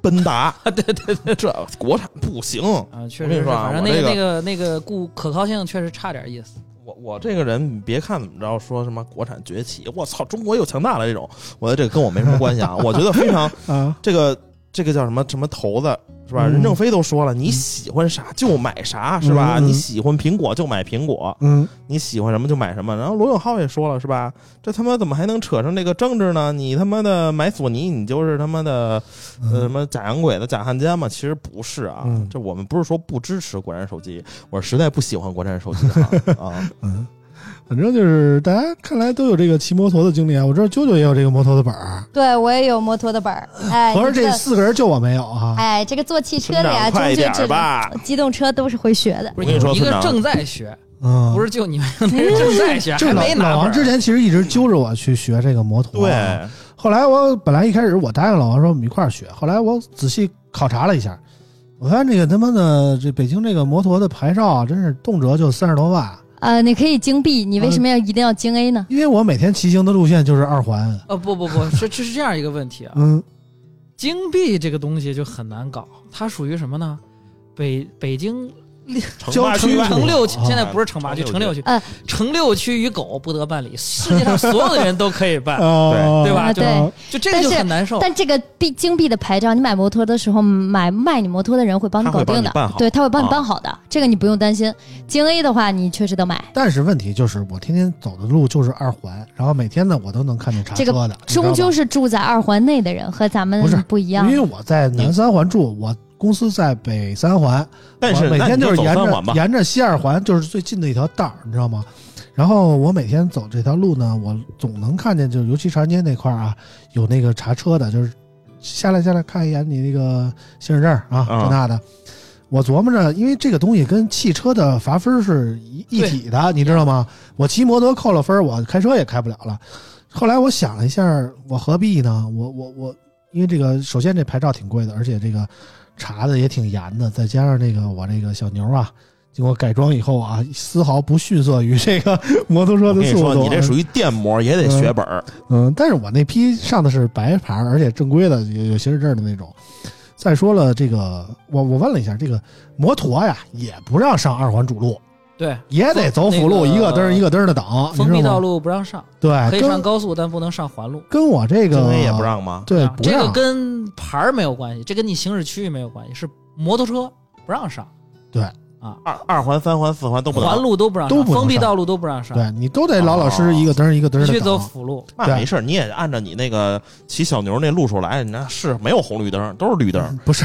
S5: 奔达， 对对对，这国产不行。
S6: 啊？确
S5: 我跟
S6: 实
S5: 你
S6: 是，
S5: 说啊
S6: 反正
S5: 我
S6: 那
S5: 这个
S6: 那个那个故可靠性确实差点意思。
S5: 我我这个人，你别看怎么着说什么国产崛起，我操，中国又强大了这种，我觉得这个跟我没什么关系啊。我觉得非常
S3: 啊，
S5: 这个这个叫什么什么头子是吧？
S3: 嗯
S5: 任正非都说了，你喜欢啥就买啥是吧？
S3: 嗯嗯
S5: 你喜欢苹果就买苹果，
S3: 嗯
S5: 你喜欢什么就买什么。然后罗永浩也说了是吧？这他妈怎么还能扯上这个政治呢？你他妈的买索尼，你就是他妈的呃什么假洋鬼子、假汉奸嘛？其实不是啊，
S3: 嗯
S5: 这我们不是说不支持国产手机，我实在不喜欢国产手机 啊啊。
S3: 嗯，反正就是大家看来都有这个骑摩托的经历啊。我知道啾啾也有这个摩托的本儿，
S7: 对我也有摩托的本儿，哎，
S3: 合着
S7: 这
S3: 这
S7: 个
S3: 四个人就我没有啊哈。
S7: 哎，这个做汽车啊
S5: 村
S7: 的呀，
S5: 长
S7: 中
S5: 快一
S7: 介
S5: 点
S7: 智
S5: 儿吧！
S7: 能机动车都是会学的。
S6: 不
S5: 我跟你
S6: 是
S5: 说啊
S6: 有一个
S5: 村长
S6: 正在学，
S3: 嗯，
S6: 不是就你们那是 正在学，
S3: 就
S6: 还
S3: 老
S6: 没拿
S3: 老
S6: 本
S3: 王
S6: 儿
S3: 之前其实一直揪着我去学这个摩托，
S5: 对，
S3: 后来我本来一开始我答应老王说我们一块儿学，后来我仔细考察了一下，我发现这个他妈的这北京这个摩托的牌照啊，真是动辄就三十多万。
S2: 呃，你可以经 B，你为什么要一定要经 A 呢？
S3: 因为我每天骑行的路线就是二环，
S6: 呃不不不，是这是这样一个问题啊，
S3: 嗯
S6: 金币这个东西就很难搞，它属于什么呢？北北京
S5: 城八
S3: 郊区
S5: 区外
S3: 城六
S6: 城六
S3: 区
S6: 区
S3: 啊
S6: 现在不是城八区，
S5: 城
S6: 城
S5: 六
S6: 六
S5: 区
S6: 区
S3: 嗯
S2: 呃，
S6: 城六区与狗不得办理，世界上所有的人都可 以办，
S3: 啊
S6: 对吧？
S2: 啊
S6: 就
S2: 对
S6: 就这个就很难
S5: 嗯
S6: 受。
S2: 但这个 B 经 B 的牌照，你买摩托的时候，买卖你摩托的人会帮
S5: 他
S2: 搞
S5: 会
S2: 定
S5: 帮你
S2: 的
S5: 办好，
S2: 对，他会帮你
S5: 啊
S2: 办好的，这个你不用担心。经 A 的话，你确实得买。
S3: 但是问题就是，我天天走的路就是二环，然后每天呢，我都能看见查车的。你知道吧
S2: 终究是住在二环内的人和咱们
S3: 不是
S2: 不一样
S3: 因为。我在南三环住，我公司在北三环，
S5: 但是
S3: 我每
S5: 那
S3: 天
S5: 你
S3: 就是
S5: 走
S3: 沿
S5: 三
S3: 着
S5: 环吧，
S3: 沿着西二环，就是最近的一条道儿，你知道吗？然后我每天走这条路呢，我总能看见，就是尤其长安街那块儿啊，有那个查车的，就是下来下来看一眼你那个行驶证儿啊，
S5: 啊
S3: 这那的。我琢磨着，因为这个东西跟汽车的罚分儿是一一体的，你知道吗？我骑摩托扣了分儿，我开车也开不了了。后来我想了一下，我何必呢？我我我，因为这个，首先这牌照挺贵的，而且这个查的也挺严的，再加上这个我这个小牛啊，经过改装以后啊，丝毫不逊色于这个 摩托车
S5: 我
S3: 的
S5: 跟你
S3: 速
S5: 说，
S3: 度。啊
S5: 你这属于电摩，也得学本儿。
S3: 嗯，但是我那批上的是白牌，而且正规的，有有行驶证的那种。再说了，这个我我问了一下，这个摩托呀也不让上二环主路，
S6: 对，
S3: 也得走辅路，
S6: 那个
S3: 一个灯儿一个灯儿的挡，你
S6: 封
S3: 知道
S6: 闭
S3: 吗
S6: 道路不让上，可
S3: 对，
S6: 以上
S3: 跟
S6: 高速，但不能上环路。
S3: 跟我这
S5: 中
S3: 个
S5: 威也不让吗？
S3: 对
S6: 啊
S3: 不
S6: 这
S3: 让
S6: 个跟牌儿没有关系，这跟你行驶区域没有关系，是摩托车不让上，
S5: 二二环、三环、四环都不
S6: 环
S5: 能。
S6: 路都不让
S3: 都
S6: 上，
S3: 不能
S6: 封闭
S3: 上
S6: 道路都不让上，
S3: 对你都得老老实
S5: 哦
S3: 实一个灯儿一个灯
S6: 必
S3: 儿
S6: 须
S3: 的
S6: 走
S3: 挡。
S6: 辅路。
S5: 那
S3: 对
S5: 没事儿，你也按照你那个骑小牛那路数来，那是没有红绿灯，都是绿灯。
S3: 不是，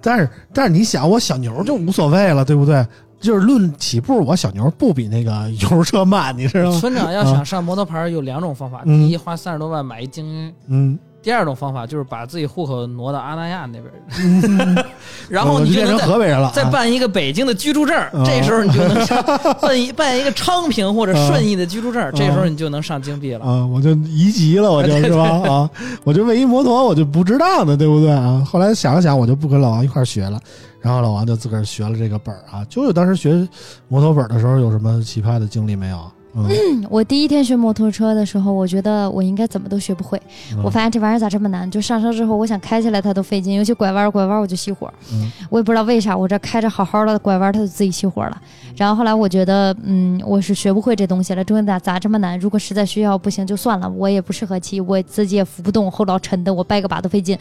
S3: 但是但是你想，我小牛就无所谓了，对不对？就是论起步，我小牛不比那个油车慢，你知道吗？啊
S6: 村长要想上摩托牌儿有两种方法，
S3: 嗯
S6: 第一花三十多万买一精
S3: 嗯，
S6: 第二种方法就是把自己户口挪到阿那亚那边儿，
S3: 嗯
S6: 然
S3: 我
S6: 后
S3: 我
S6: 你
S3: 就
S6: 就
S3: 变
S6: 能
S3: 成
S6: 再
S3: 河北人了。
S6: 再
S3: 啊
S6: 办一个北京的居住证儿
S3: 啊，
S6: 这时候你就 能上办一办一个昌平或者顺义的居住证儿，这时候你就能上京币了。
S3: 啊，我就移籍了，我就是吧啊，我就为一摩托，我就不值当的，对不对啊？后来想了想，我就不跟老王一块儿学了，然后老王就自个儿学了这个本儿啊。九九当时学摩托本儿的时候，有什么奇葩的经历没有？嗯，
S2: 嗯我第一天学摩托车的时候，我觉得我应该怎么都学不会。
S3: 嗯
S2: 我发现这玩意儿咋这么难？就上车之后，我想开起来它都费劲，尤其拐弯儿，拐弯儿我就熄火。
S3: 嗯
S2: 我也不知道为啥，我这开着好好的拐弯儿，它就自己熄火了。
S3: 嗯
S2: 然后后来我觉得，嗯，我是学不会这东西了，这咋咋这么难？如果实在需要不行就算了，我也不适合骑，我自己也扶不动，后脑沉的，我掰个把都 费劲。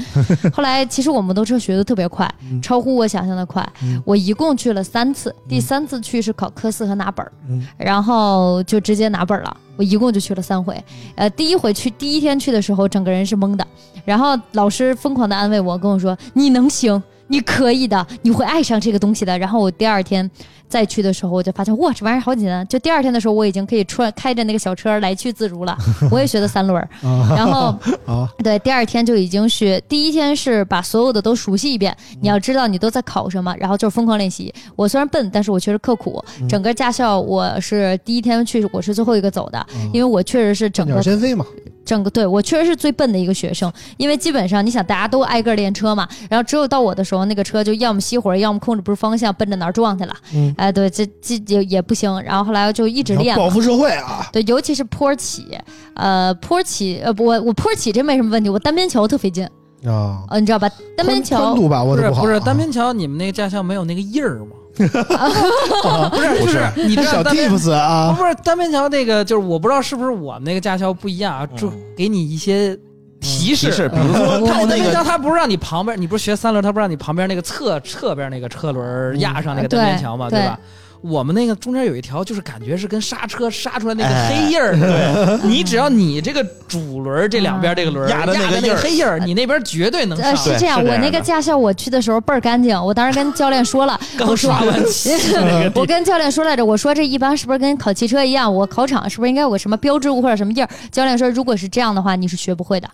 S2: 后来其实我摩托车学的特别快，
S3: 嗯
S2: 超乎我想象的快。
S3: 嗯
S2: 我一共去了三次，第
S3: 嗯
S2: 三次去是考科四和拿本儿。
S3: 嗯
S2: 然后就直接拿本儿了。我一共就去了三回，呃，第一回去第一天去的时候，整个人是懵的，然后老师疯狂的安慰我，跟我说你能行，你可以的，你会爱上这个东西的。然后我第二天再去的时候，我就发现哇，这玩意儿好简单。就第二天的时候，我已经可以穿开着那个小车来去自如了，我也学的三轮儿，
S3: 啊
S2: 然 后。
S3: 啊，
S2: 对，第二天就已经学，第一天是把所有的都熟悉一遍，
S3: 嗯
S2: 你要知道你都在考什么，然后就是疯狂练习。我虽然笨，但是我确实刻苦。
S3: 嗯
S2: 整个驾校我是第一天去，我是最后一个走的，因为我确实是整
S3: 嗯鸟
S2: 个
S3: 先飞嘛，
S2: 整个对我确实是最笨的一个学生，因为基本上你想大家都挨个练车嘛，然后只有到我的时候，那个车就要么熄火，要么控制不住方向，奔着哪儿撞去了。
S3: 嗯
S2: 哎，对，这这也也不行。然后后来就一直练
S3: 要
S2: 嘛。
S3: 报复社会啊。
S2: 对，尤其是坡起，呃，坡起，呃，不我我坡起这没什么问题，我单边桥特费劲，
S3: 啊，
S2: 呃，你知道吧？单边
S3: 宽
S2: 桥
S3: 度把握
S6: 不
S3: 的
S6: 是
S3: 好啊，
S6: 不是，单边桥你们那个驾校没有那个印儿吗？ 不是，就是你知
S3: 啊小
S6: 道单边
S3: tips
S6: 啊，
S3: 啊，
S6: 不是单边桥那个，就是我不知道是不是我们那个驾校不一样啊，就给你一些提示。
S5: 嗯提示，比如说
S6: 我
S5: 他那
S6: 们单边
S5: 个
S6: 桥它不是让你旁边，你不是学三轮，它不是让你旁边那个侧侧边那个车轮儿
S5: 嗯
S6: 压上那个单边桥嘛，
S2: 对
S6: 对吧？我们那个中间有一条，就是感觉是跟刹车刹出来那
S5: 哎
S6: 个黑印儿，对，你只要你这个主轮儿这两边这个轮儿
S5: 嗯压的
S6: 的
S5: 那个
S6: 那
S5: 印儿
S6: 黑印儿，你那边绝对能
S2: 呃，
S6: 上。
S2: 是
S5: 对
S2: 这样，
S5: 是这
S2: 我
S5: 样
S2: 那个
S5: 的
S2: 驾校我去的时候倍儿干净，我当时跟教练说了，我
S6: 刚
S2: 说
S6: 刷。完漆那个 地
S2: 我跟教练说来着，我说这一般是不是跟考汽车一样？我考场是不是应该有个什么标志物或者什么印儿？教练说，如果是这样的话，你是学不会的。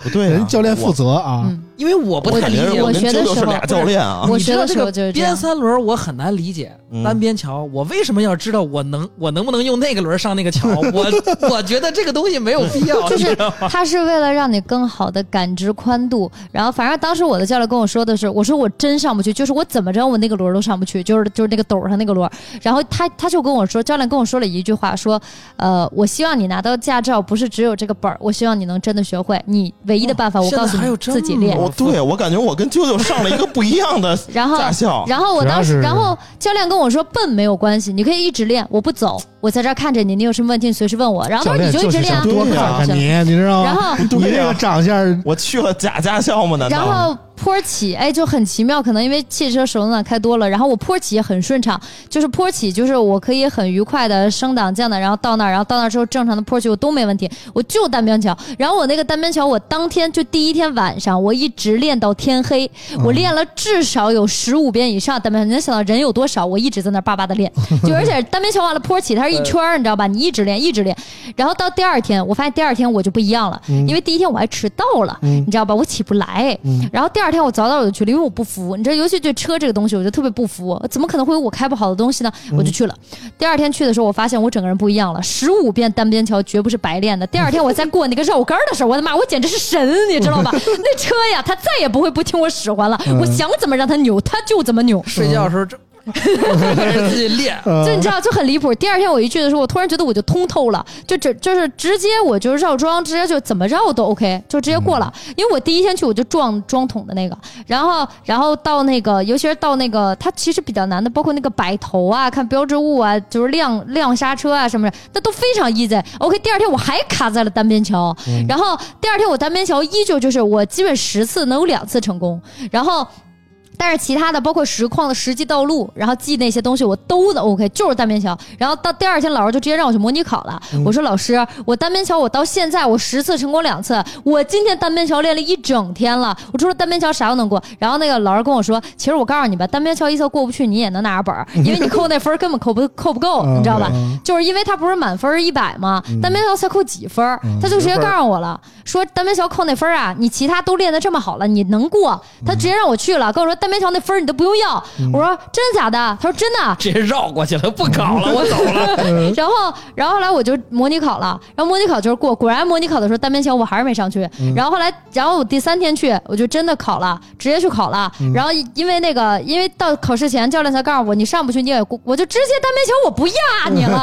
S5: 不对啊，
S3: 人教练负
S5: 我
S3: 责啊，
S2: 嗯，
S6: 因为我不太理解。
S5: 我
S8: 我
S5: 跟
S8: 学的
S5: 啾啾
S8: 时
S5: 是
S8: 候
S5: 俩教练啊，
S8: 我
S6: 你
S8: 学
S6: 知道
S8: 的
S6: 这
S8: 时候就
S6: 个
S8: 是这
S6: 编
S8: 样。
S6: 三轮，我很难理解
S5: 嗯
S6: 单边桥，我为什么要知道我能我能不能用那个轮上那个 桥？我我觉得这个东西没有必要，
S2: 就是
S6: 你知道 吗
S2: 它是为了让你更好的感知宽度。然后，反正当时我的教练跟我说的是，我说我真上不去，就是我怎么着我那个轮儿都上不去，就是就是那个斗儿上那个轮儿。然后他他就跟我说，教练跟我说了一句话，说，呃，我希望你拿到驾照不是只有这个本儿，我希望你能真的学会。你唯一的办法，
S6: 哇
S2: 我告诉
S6: 现在还有
S2: 你
S6: 这
S2: 自
S3: 哦
S2: 己
S6: 么
S2: 练。
S5: 我哦对我感觉我跟啾啾上了一个不一样的
S2: 然后
S5: 驾校，
S2: 然后我当
S3: 主要
S2: 时，
S3: 是
S2: 然后教练跟我说笨没有关系，你可以一直练，我不走，我在这儿看着你，你有什么问题你随时问我。然后
S3: 教
S2: 他说
S3: 练
S2: 你就一直
S3: 是
S2: 练
S3: 想
S2: 啊，
S3: 多
S5: 对啊
S3: 看看你，你知道
S2: 然
S3: 吗？
S2: 后
S5: 不
S3: 你
S5: 对
S3: 这
S2: 啊
S5: 呀、
S3: 个长相，
S5: 我去了假驾校吗？难道？
S2: 然后坡起，哎，就很奇妙，可能因为汽车手动挡开多了，然后我坡起也很顺畅，就是坡起就是我可以很愉快的升档降档，然后到那儿，然后到那儿之后正常的坡起我都没问题，我就单边桥，然后我那个单边桥，我当天就第一天晚上我一直练到天黑，我练了至少有十五遍以上单边桥，你能想到人有多少？我一直在那儿叭叭的练，就而且单边桥完了坡起它是一圈儿，你知道吧？你一直练一直练，然后到第二天，我发现第二天我就不一样了，因为第一天我还迟到了，
S3: 嗯
S2: 你知道吧？我起不来。
S3: 嗯
S2: 然后第二天我早早就去了，因为我不服，你知道，尤其对车这个东西，我就特别不服，怎么可能会有我开不好的东西呢？我就
S3: 嗯
S2: 去了。第二天去的时候，我发现我整个人不一样了，十五遍单边桥绝不是白练的。第二天我在过那个绕杆儿的时候，我的妈，我简直是神，你知 道吧？那车呀，它再也不会不听我使唤了，
S3: 嗯
S2: 我想怎么让它扭，它就怎么扭。
S6: 睡觉的时候这 自己练，
S2: 就你知道就很离谱。第二天我一去的时候，我突然觉得我就通透了，就这就是直接我就绕桩，直接就怎么绕都 OK，就直接过了。因为我第一天去我就撞桩桶的那个，然后然后到那个，尤其是到那个，它其实比较难的，包括那个摆头啊、看标志物啊、就是亮亮刹车啊什么的，那都非常 easy。OK，第二天我还卡在了单边桥，然后第二天我单边桥依旧就是我基本十次能有两次成功，然后。但是其他的包括实况的实际道路，然后记那些东西我都能 OK，就是单边桥。然后到第二天，老师就直接让我去模拟考了。我说老师，我单边桥我到现在我十次成功两次，我今天单边桥练了一整天了，我除了单边桥啥都能过。然后那个老师跟我说，其实我告诉你吧，单边桥一侧过不去你也能拿着本儿，因为你扣那分儿根本扣不扣不够，你知道吧？
S3: 嗯
S2: 就是因为他不是满分一百吗？单边桥才扣几分儿，他就直接告诉我了，说单边桥扣那分儿啊，你其他都练得这么好了，你能过？他直接让我去了，跟我说单边桥那分儿你都不用要。我说真的假的？他说真的。
S6: 直接绕过去了，不搞了，我走了。
S2: 然后，然后后来我就模拟考了，然后模拟考就是过，果然模拟考的时候单边桥我还是没上去。然后后来，然后我第三天去，我就真的考了，直接去考了。然后因为那个，因为到考试前教练才告诉我你上不去你也过，我就直接单边桥我不压你了。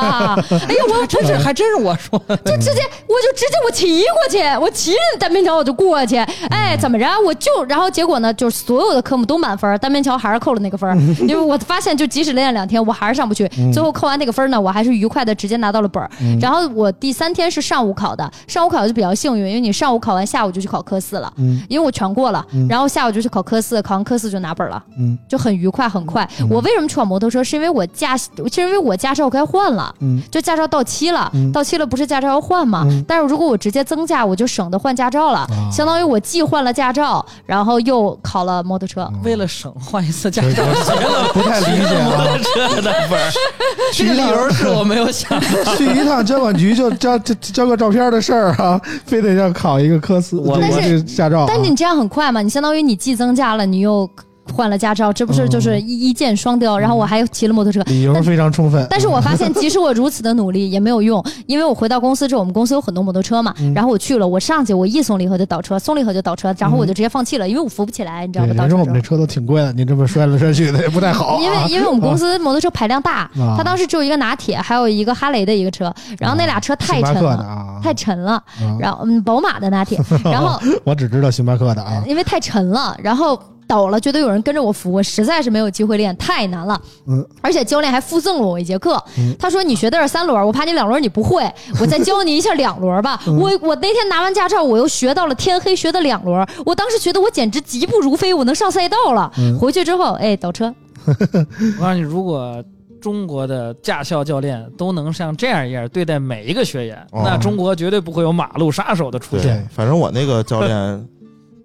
S2: 哎呀，我真
S6: 这
S2: 是
S6: 还真是我说的，
S2: 就直接我就直接我骑过去，我骑着单边桥我就过去，哎，怎么着我就然后结果呢，就是所有的科目都满分，单边桥还是扣了那个分儿，因为我发现就即使练两天我还是上不去，最后扣完那个分儿呢，我还是愉快的直接拿到了本儿。然后我第三天是上午考的，上午考就比较幸运，因为你上午考完下午就去考科四了，
S3: 嗯
S2: 因为我全过了，然后下午就去考科四，考完科四就拿本儿了。
S3: 嗯
S2: 就很愉快很快。我为什么去考摩托车？是因为我驾，是因为我驾照该换了，
S3: 嗯
S2: 就驾照到期了，
S3: 嗯
S2: 到期了不是驾照要换嘛？
S3: 嗯
S2: 但是如果我直接增驾，我就省得换驾照了，
S3: 啊
S2: 相当于我既换了驾照，然后又考了摩托车。
S3: 嗯
S6: 为了省换一次 驾
S3: 对
S6: 照，学了
S3: 不太理解啊。
S6: 这的分儿， 这
S3: 去
S6: 个
S3: 一
S6: 理
S3: 趟
S6: 由是我没有想 到。
S3: 去一趟交管局就交交交个照片的事儿啊， 非得要考一个科斯，
S6: 我
S3: 这
S2: 但
S3: 个
S2: 是
S3: 这个驾照啊。
S2: 但是你这样很快嘛？你相当于你既增驾了，你又换了驾照，这不
S3: 嗯
S2: 是就是一一箭双雕？然后我还骑了摩托车，
S3: 理由非常充分，
S2: 但是我发现，即使我如此的努力也没有用，因为我回到公司之后，我们公司有很多摩托车嘛，
S3: 嗯
S2: 然后我去了，我上去我一松离合就倒车，松离合就倒车，然后我就直接放弃了，因为我扶不起来，你知道
S3: 嗯对，
S2: 吧？倒
S3: 人
S2: 车
S3: 说我
S2: 的时
S3: 们
S2: 候
S3: 这。车都挺贵的，你这么摔来摔去的也不太好啊。
S2: 因为因为我们公司摩托车排量大，
S3: 啊
S2: 他当时只有一个拿铁，还有一个哈雷的一个车，然后那俩车太
S3: 星巴
S2: 沉
S3: 克的
S2: 了，
S3: 啊，
S2: 太沉了，
S3: 啊
S2: 然后嗯，宝马的 拿铁，然后
S3: 我只知道星巴克的啊，
S2: 因为太沉了，然后倒了，觉得有人跟着我扶，我实在是没有机会练，太难了。
S3: 嗯，
S2: 而且教练还附赠了我一节课，
S3: 嗯
S2: 他说你学的是三轮，我怕你两轮你不会，我再教你一下两轮吧。
S3: 嗯
S2: 我我那天拿完驾照，我又学到了天黑学的两轮，我当时觉得我简直疾步如飞，我能上赛道了。
S3: 嗯
S2: 回去之后，哎，倒车，
S6: 我告诉你，如果中国的驾校教练都能像这样一样对待每一个学员，
S5: 哦
S6: 那中国绝对不会有马路杀手的出
S5: 对，
S6: 现。
S5: 反正我那个教练，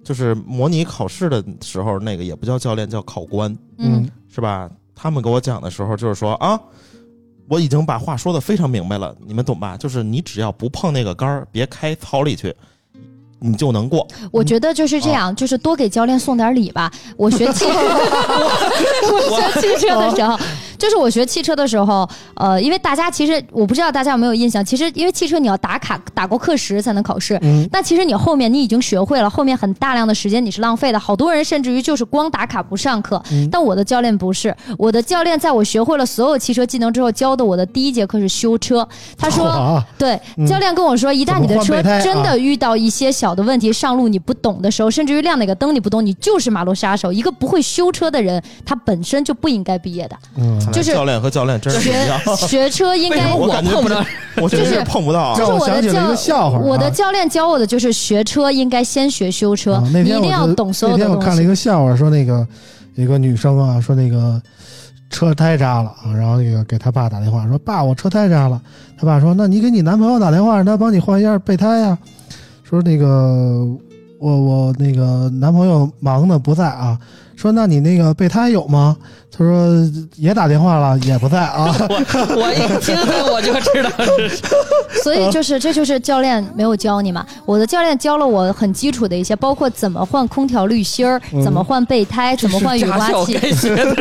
S5: 就是模拟考试的时候，那个也不叫教练，叫考官，
S2: 嗯，
S5: 是吧？他们给我讲的时候，就是说啊，我已经把话说的非常明白了，你们懂吧？就是你只要不碰那个杆儿，别开槽里去，你就能过。
S2: 我觉得就是这样，就是多给教练送点礼吧。我学汽， 我学汽车的时候，就是我学汽车的时候，呃，因为大家其实我不知道大家有没有印象，其实因为汽车你要打卡打过课时才能考试，
S3: 嗯
S2: 但其实你后面你已经学会了，后面很大量的时间你是浪费的。好多人甚至于就是光打卡不上课，但我的教练不是，我的教练在我学会了所有汽车技能之后，教的我的第一节课是修车。他说，
S3: 啊，
S2: 对
S3: 嗯，
S2: 教练跟我说，一旦你的
S3: 怎么
S2: 车
S3: 换备胎啊
S2: 真的遇到一些小的问题，上路你不懂的时候，甚至于亮哪个灯你不懂，你就是马路杀手。一个不会修车的人，他本身就不应该毕业的。
S3: 嗯，
S5: 看来
S2: 就是
S5: 教练和教练真是不一样，
S2: 学车应
S6: 为什
S2: 该
S6: 么
S5: 我
S6: 我
S5: 感觉
S6: 碰不到？
S5: 我真
S2: 就是
S5: 是碰不到啊。
S3: 让我想起了一个笑话啊。
S2: 我的教练教我的就是学车应该先学修车，
S3: 啊、
S2: 你
S3: 那
S2: 一
S3: 天我
S2: 定要
S3: 就
S2: 懂所
S3: 那
S2: 有的
S3: 天我
S2: 东
S3: 看了一
S2: 西。
S3: 个笑话，说那个有个女生啊，说那个车胎扎了，啊然后那个给她爸打电话说：“爸，我车胎扎了。”她爸说：“那你给你男朋友打电话，让他帮你换一下备胎呀、啊说那个我我那个男朋友忙呢不在啊。说那你那个备胎有吗？他说也打电话了，也不在啊。
S6: 我我一听我就知道是
S2: 所
S3: 啊
S2: 以就是这就是教练没有教你嘛。我的教练教了我很基础的一些，包括怎么换空调滤芯儿，
S3: 嗯
S2: 怎么换备胎，怎么换雨
S6: 驾
S2: 刮
S6: 校
S2: 器。
S6: 该学的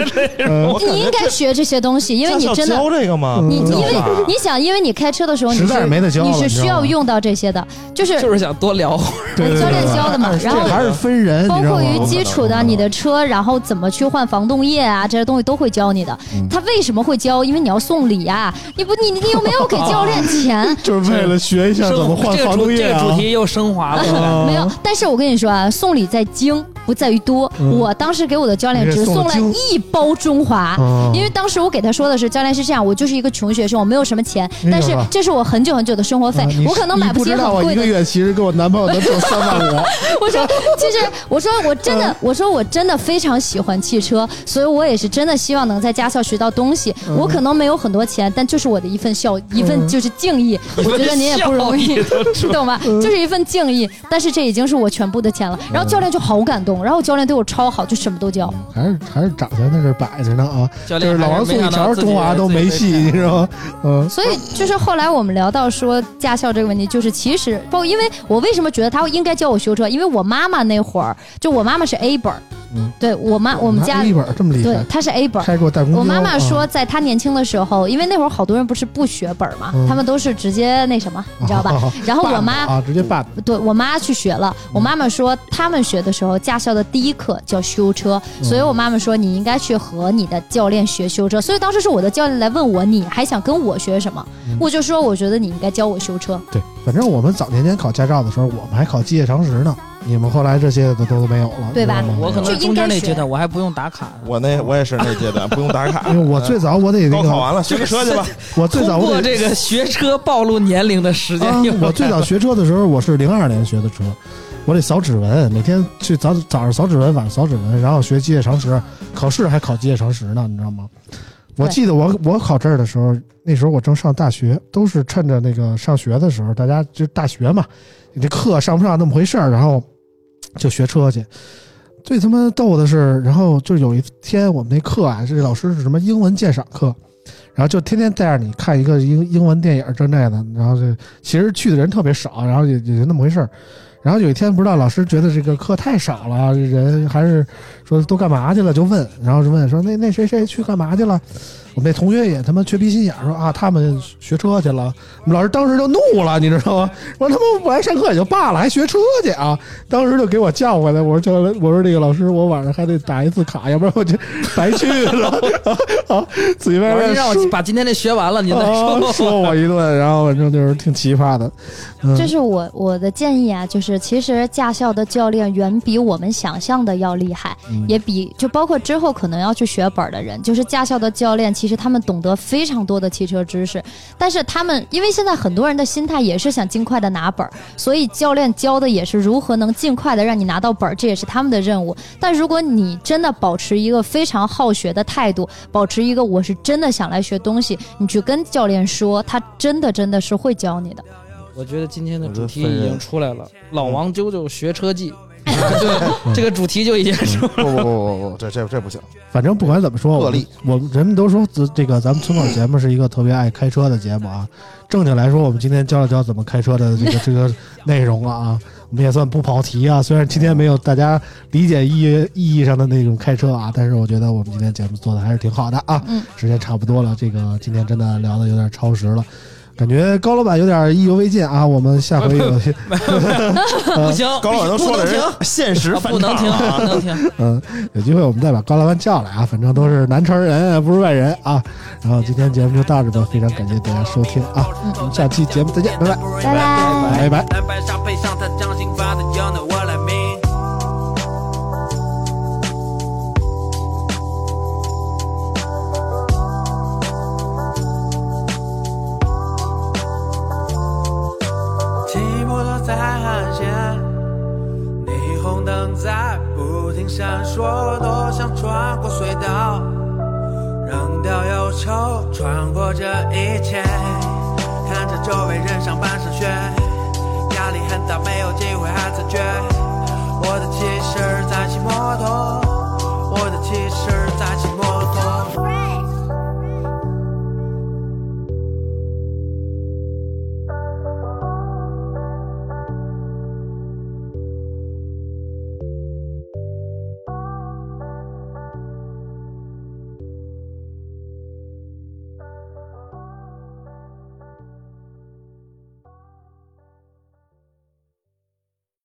S3: 呃
S5: 我感
S2: 你应
S5: 觉
S2: 该学这些东西，因为你
S5: 驾校
S2: 真的
S5: 教这个吗？
S3: 嗯
S2: 你
S5: 不
S2: 因
S5: 教
S2: 为
S5: 吧
S2: 你想，因为你开车的时候，你
S3: 实在是没得教了
S2: 你是
S3: 你知道
S2: 需要
S3: 吗
S2: 用到这些的，就是
S6: 就是想多 聊会儿。
S3: 对对对
S2: 教练教的嘛
S5: 哎
S3: 对对
S2: 然后
S3: 这还是分人，
S2: 包
S3: 你知道
S2: 括
S3: 吗，
S2: 于基础的你的车，然后怎么去换防冻液啊，这些东西都会教你的。他为什么会教？因为你要送礼啊，你不你你又没有给教练钱
S3: 就是为了学一下怎么换
S6: 这个
S3: 防
S6: 主
S3: 冻液啊
S6: 这个主题又升华了。
S3: 啊
S2: 没有。但是我跟你说啊，送礼在精，不在于多。
S3: 嗯
S2: 我当时给我的教练
S3: 你
S2: 只
S3: 给送了
S2: 送了
S3: 精
S2: 一包中华。
S3: 哦
S2: 因为当时我给他说的是，教练是这样，我就是一个穷学生，我没有什么钱，
S3: 哎呦
S2: 但是
S3: 呵
S2: 这是我很久很久的生活费
S3: 啊你，
S2: 我可能
S3: 你
S2: 买
S3: 不
S2: 起
S3: 知道
S2: 很
S3: 我
S2: 贵
S3: 一
S2: 的
S3: 个月其实跟我男朋友能 挣三万五，
S2: 我说，其实我说我真的，我说我真的非常喜欢汽车，所以我也是真的希望能在驾校学到东西。我可能没有很多钱，但就是我的一份孝，一份就是敬意。嗯我觉得您也不容易，你 嗯懂吧？就是一份敬意，但是这已经是我全部的钱了。然后教练就好感动，然后教练对我超好，就什么都教。
S3: 还是还是长相在这儿摆着呢 啊！
S6: 教
S3: 就
S6: 练
S3: 是老王送一条中华都没戏，你知道吗？嗯，
S2: 所以就是后来我们聊到说驾校这个问题，就是其实包括因为我为什么觉得他应该教我修车，因为我妈妈那会儿就我妈妈是 A 本儿，
S3: 嗯
S2: 对我妈我们家
S3: 拿一本这么厉
S2: 对
S3: 害，
S2: 她是 A 本儿。
S3: 开过代工。
S2: 我妈妈
S3: 啊
S2: 说，，在她年轻的时候，因为那会儿好多人不是不学本儿嘛
S3: 嗯，
S2: 他们都是直接那什么，你知道吧？
S3: 啊？
S2: 然后我
S3: 办
S2: 妈
S3: 啊，嗯直接办
S2: 对我妈去学了，我妈妈说他们学的时候，驾校的第一课叫修车，
S3: 嗯
S2: 所以我妈妈说你应该去和你的教练学修车。所以当时是我的教练来问我，你还想跟我学什么
S3: 嗯？
S2: 我就说我觉得你应该教我修车。
S3: 对，反正我们早年间考驾照的时候，我们还考机械常识呢。你们后来这些的都没有了，
S2: 对吧
S3: 你知道吗
S6: 我可
S2: 就
S6: 能
S2: 应
S6: 中
S2: 该
S6: 间那
S2: 学
S6: 阶段我还不用打卡呢，
S5: 我那我也是那阶段，不用打卡。嗯
S3: 因为我最早我得那
S5: 高考
S3: 个，
S5: 完了学个车 去吧。
S3: 我最早
S6: 啊通
S3: 我
S6: 过
S3: 得
S6: 这个学车暴露年龄的时间
S3: 啊
S6: 又来，了。
S3: 我 最早学车的时候，我是零二年学的车，我得扫指纹，每天去早早上扫指纹，晚上扫指纹，然后学机械常识，考试还考机械常识呢，你知道吗？我
S2: 对
S3: 记得我我考证儿的时候，那时候我正上大学，都是趁着那个上学的时候，大家就大学嘛，你这课上不上那么回事儿，然后就学车去。最他妈逗的是，然后就有一天我们那课啊，这老师是什么英文鉴赏课，然后就天天带着你看一个英英文电影儿之类的，然后这其实去的人特别少，然后也也就那么回事儿。然后有一天不知道老师觉得这个课太少了，人还是说都干嘛去了，就问，然后就问说那那谁谁去干嘛去了？我们那同学也他妈缺逼心眼儿，说啊他们学车去了。我们老师当时就怒了，你知道吗？我说他妈不来上课也就罢了，还学车去啊！当时就给我叫回来，我说教练，我说这个老师，我晚上还得打一次卡，要不然我就 白去了啊啊！嘴
S6: 我
S3: 歪
S6: 说
S3: 歪
S6: 你让我把今天这学完了，你再
S3: 啊
S6: 说。
S3: 说我一顿，然后反正就是挺奇葩的。嗯，
S2: 这是我我的建议啊，就是其实驾校的教练远比我们想象的要厉害，
S3: 嗯
S2: 也比就包括之后可能要去学本儿的人，就是驾校的教练，其实他们懂得非常多的汽车知识，但是他们因为现在很多人的心态也是想尽快的拿本儿，所以教练教的也是如何能尽快的让你拿到本儿，这也是他们的任务。但如果你真的保持一个非常好学的态度，保持一个我是真的想来学东西，你去跟教练说，他真的真的是会教你的。
S6: 我觉得今天的主题已经 出来了，老王啾啾学 车技，就这个主题就已经出
S9: 不不不不不，这这这不行。
S3: 反正不管怎么说，
S9: 个
S3: 我
S9: 例
S3: 我人们都说这这个咱们村口节目是一个特别爱开车的节目啊。正经来说，我们今天教了教怎么开车的这个这个内容了啊。我们也算不跑题啊。虽然今天没有大家理解意义意义上的那种开车啊，但是我觉得我们今天节目做的还是挺好的啊。
S7: 嗯
S3: 时间差不多了，这个今天真的聊的有点超时了。感觉高老板有点意犹未尽啊，我们下回有些啊
S6: 不行，
S5: 高老都说
S6: 不
S5: 的
S6: 能
S5: 人
S6: 停，
S5: 现实
S6: 啊
S5: 反
S6: 不能停，
S5: 常啊
S6: 不能停。
S3: 嗯，有机会我们再把高老板叫来啊，反正都是南城人，不是外人啊。然后今天节目就到这吧，非常感谢大家收听啊，我们下期节目再见，拜拜，
S7: 拜拜。
S3: 拜拜。
S10: 安排上配上他张新发的 You know what I mean。骑摩托在海岸线，霓虹灯在不停闪烁，多想穿过隧道，扔掉忧愁，穿过这一切，看着周围人上。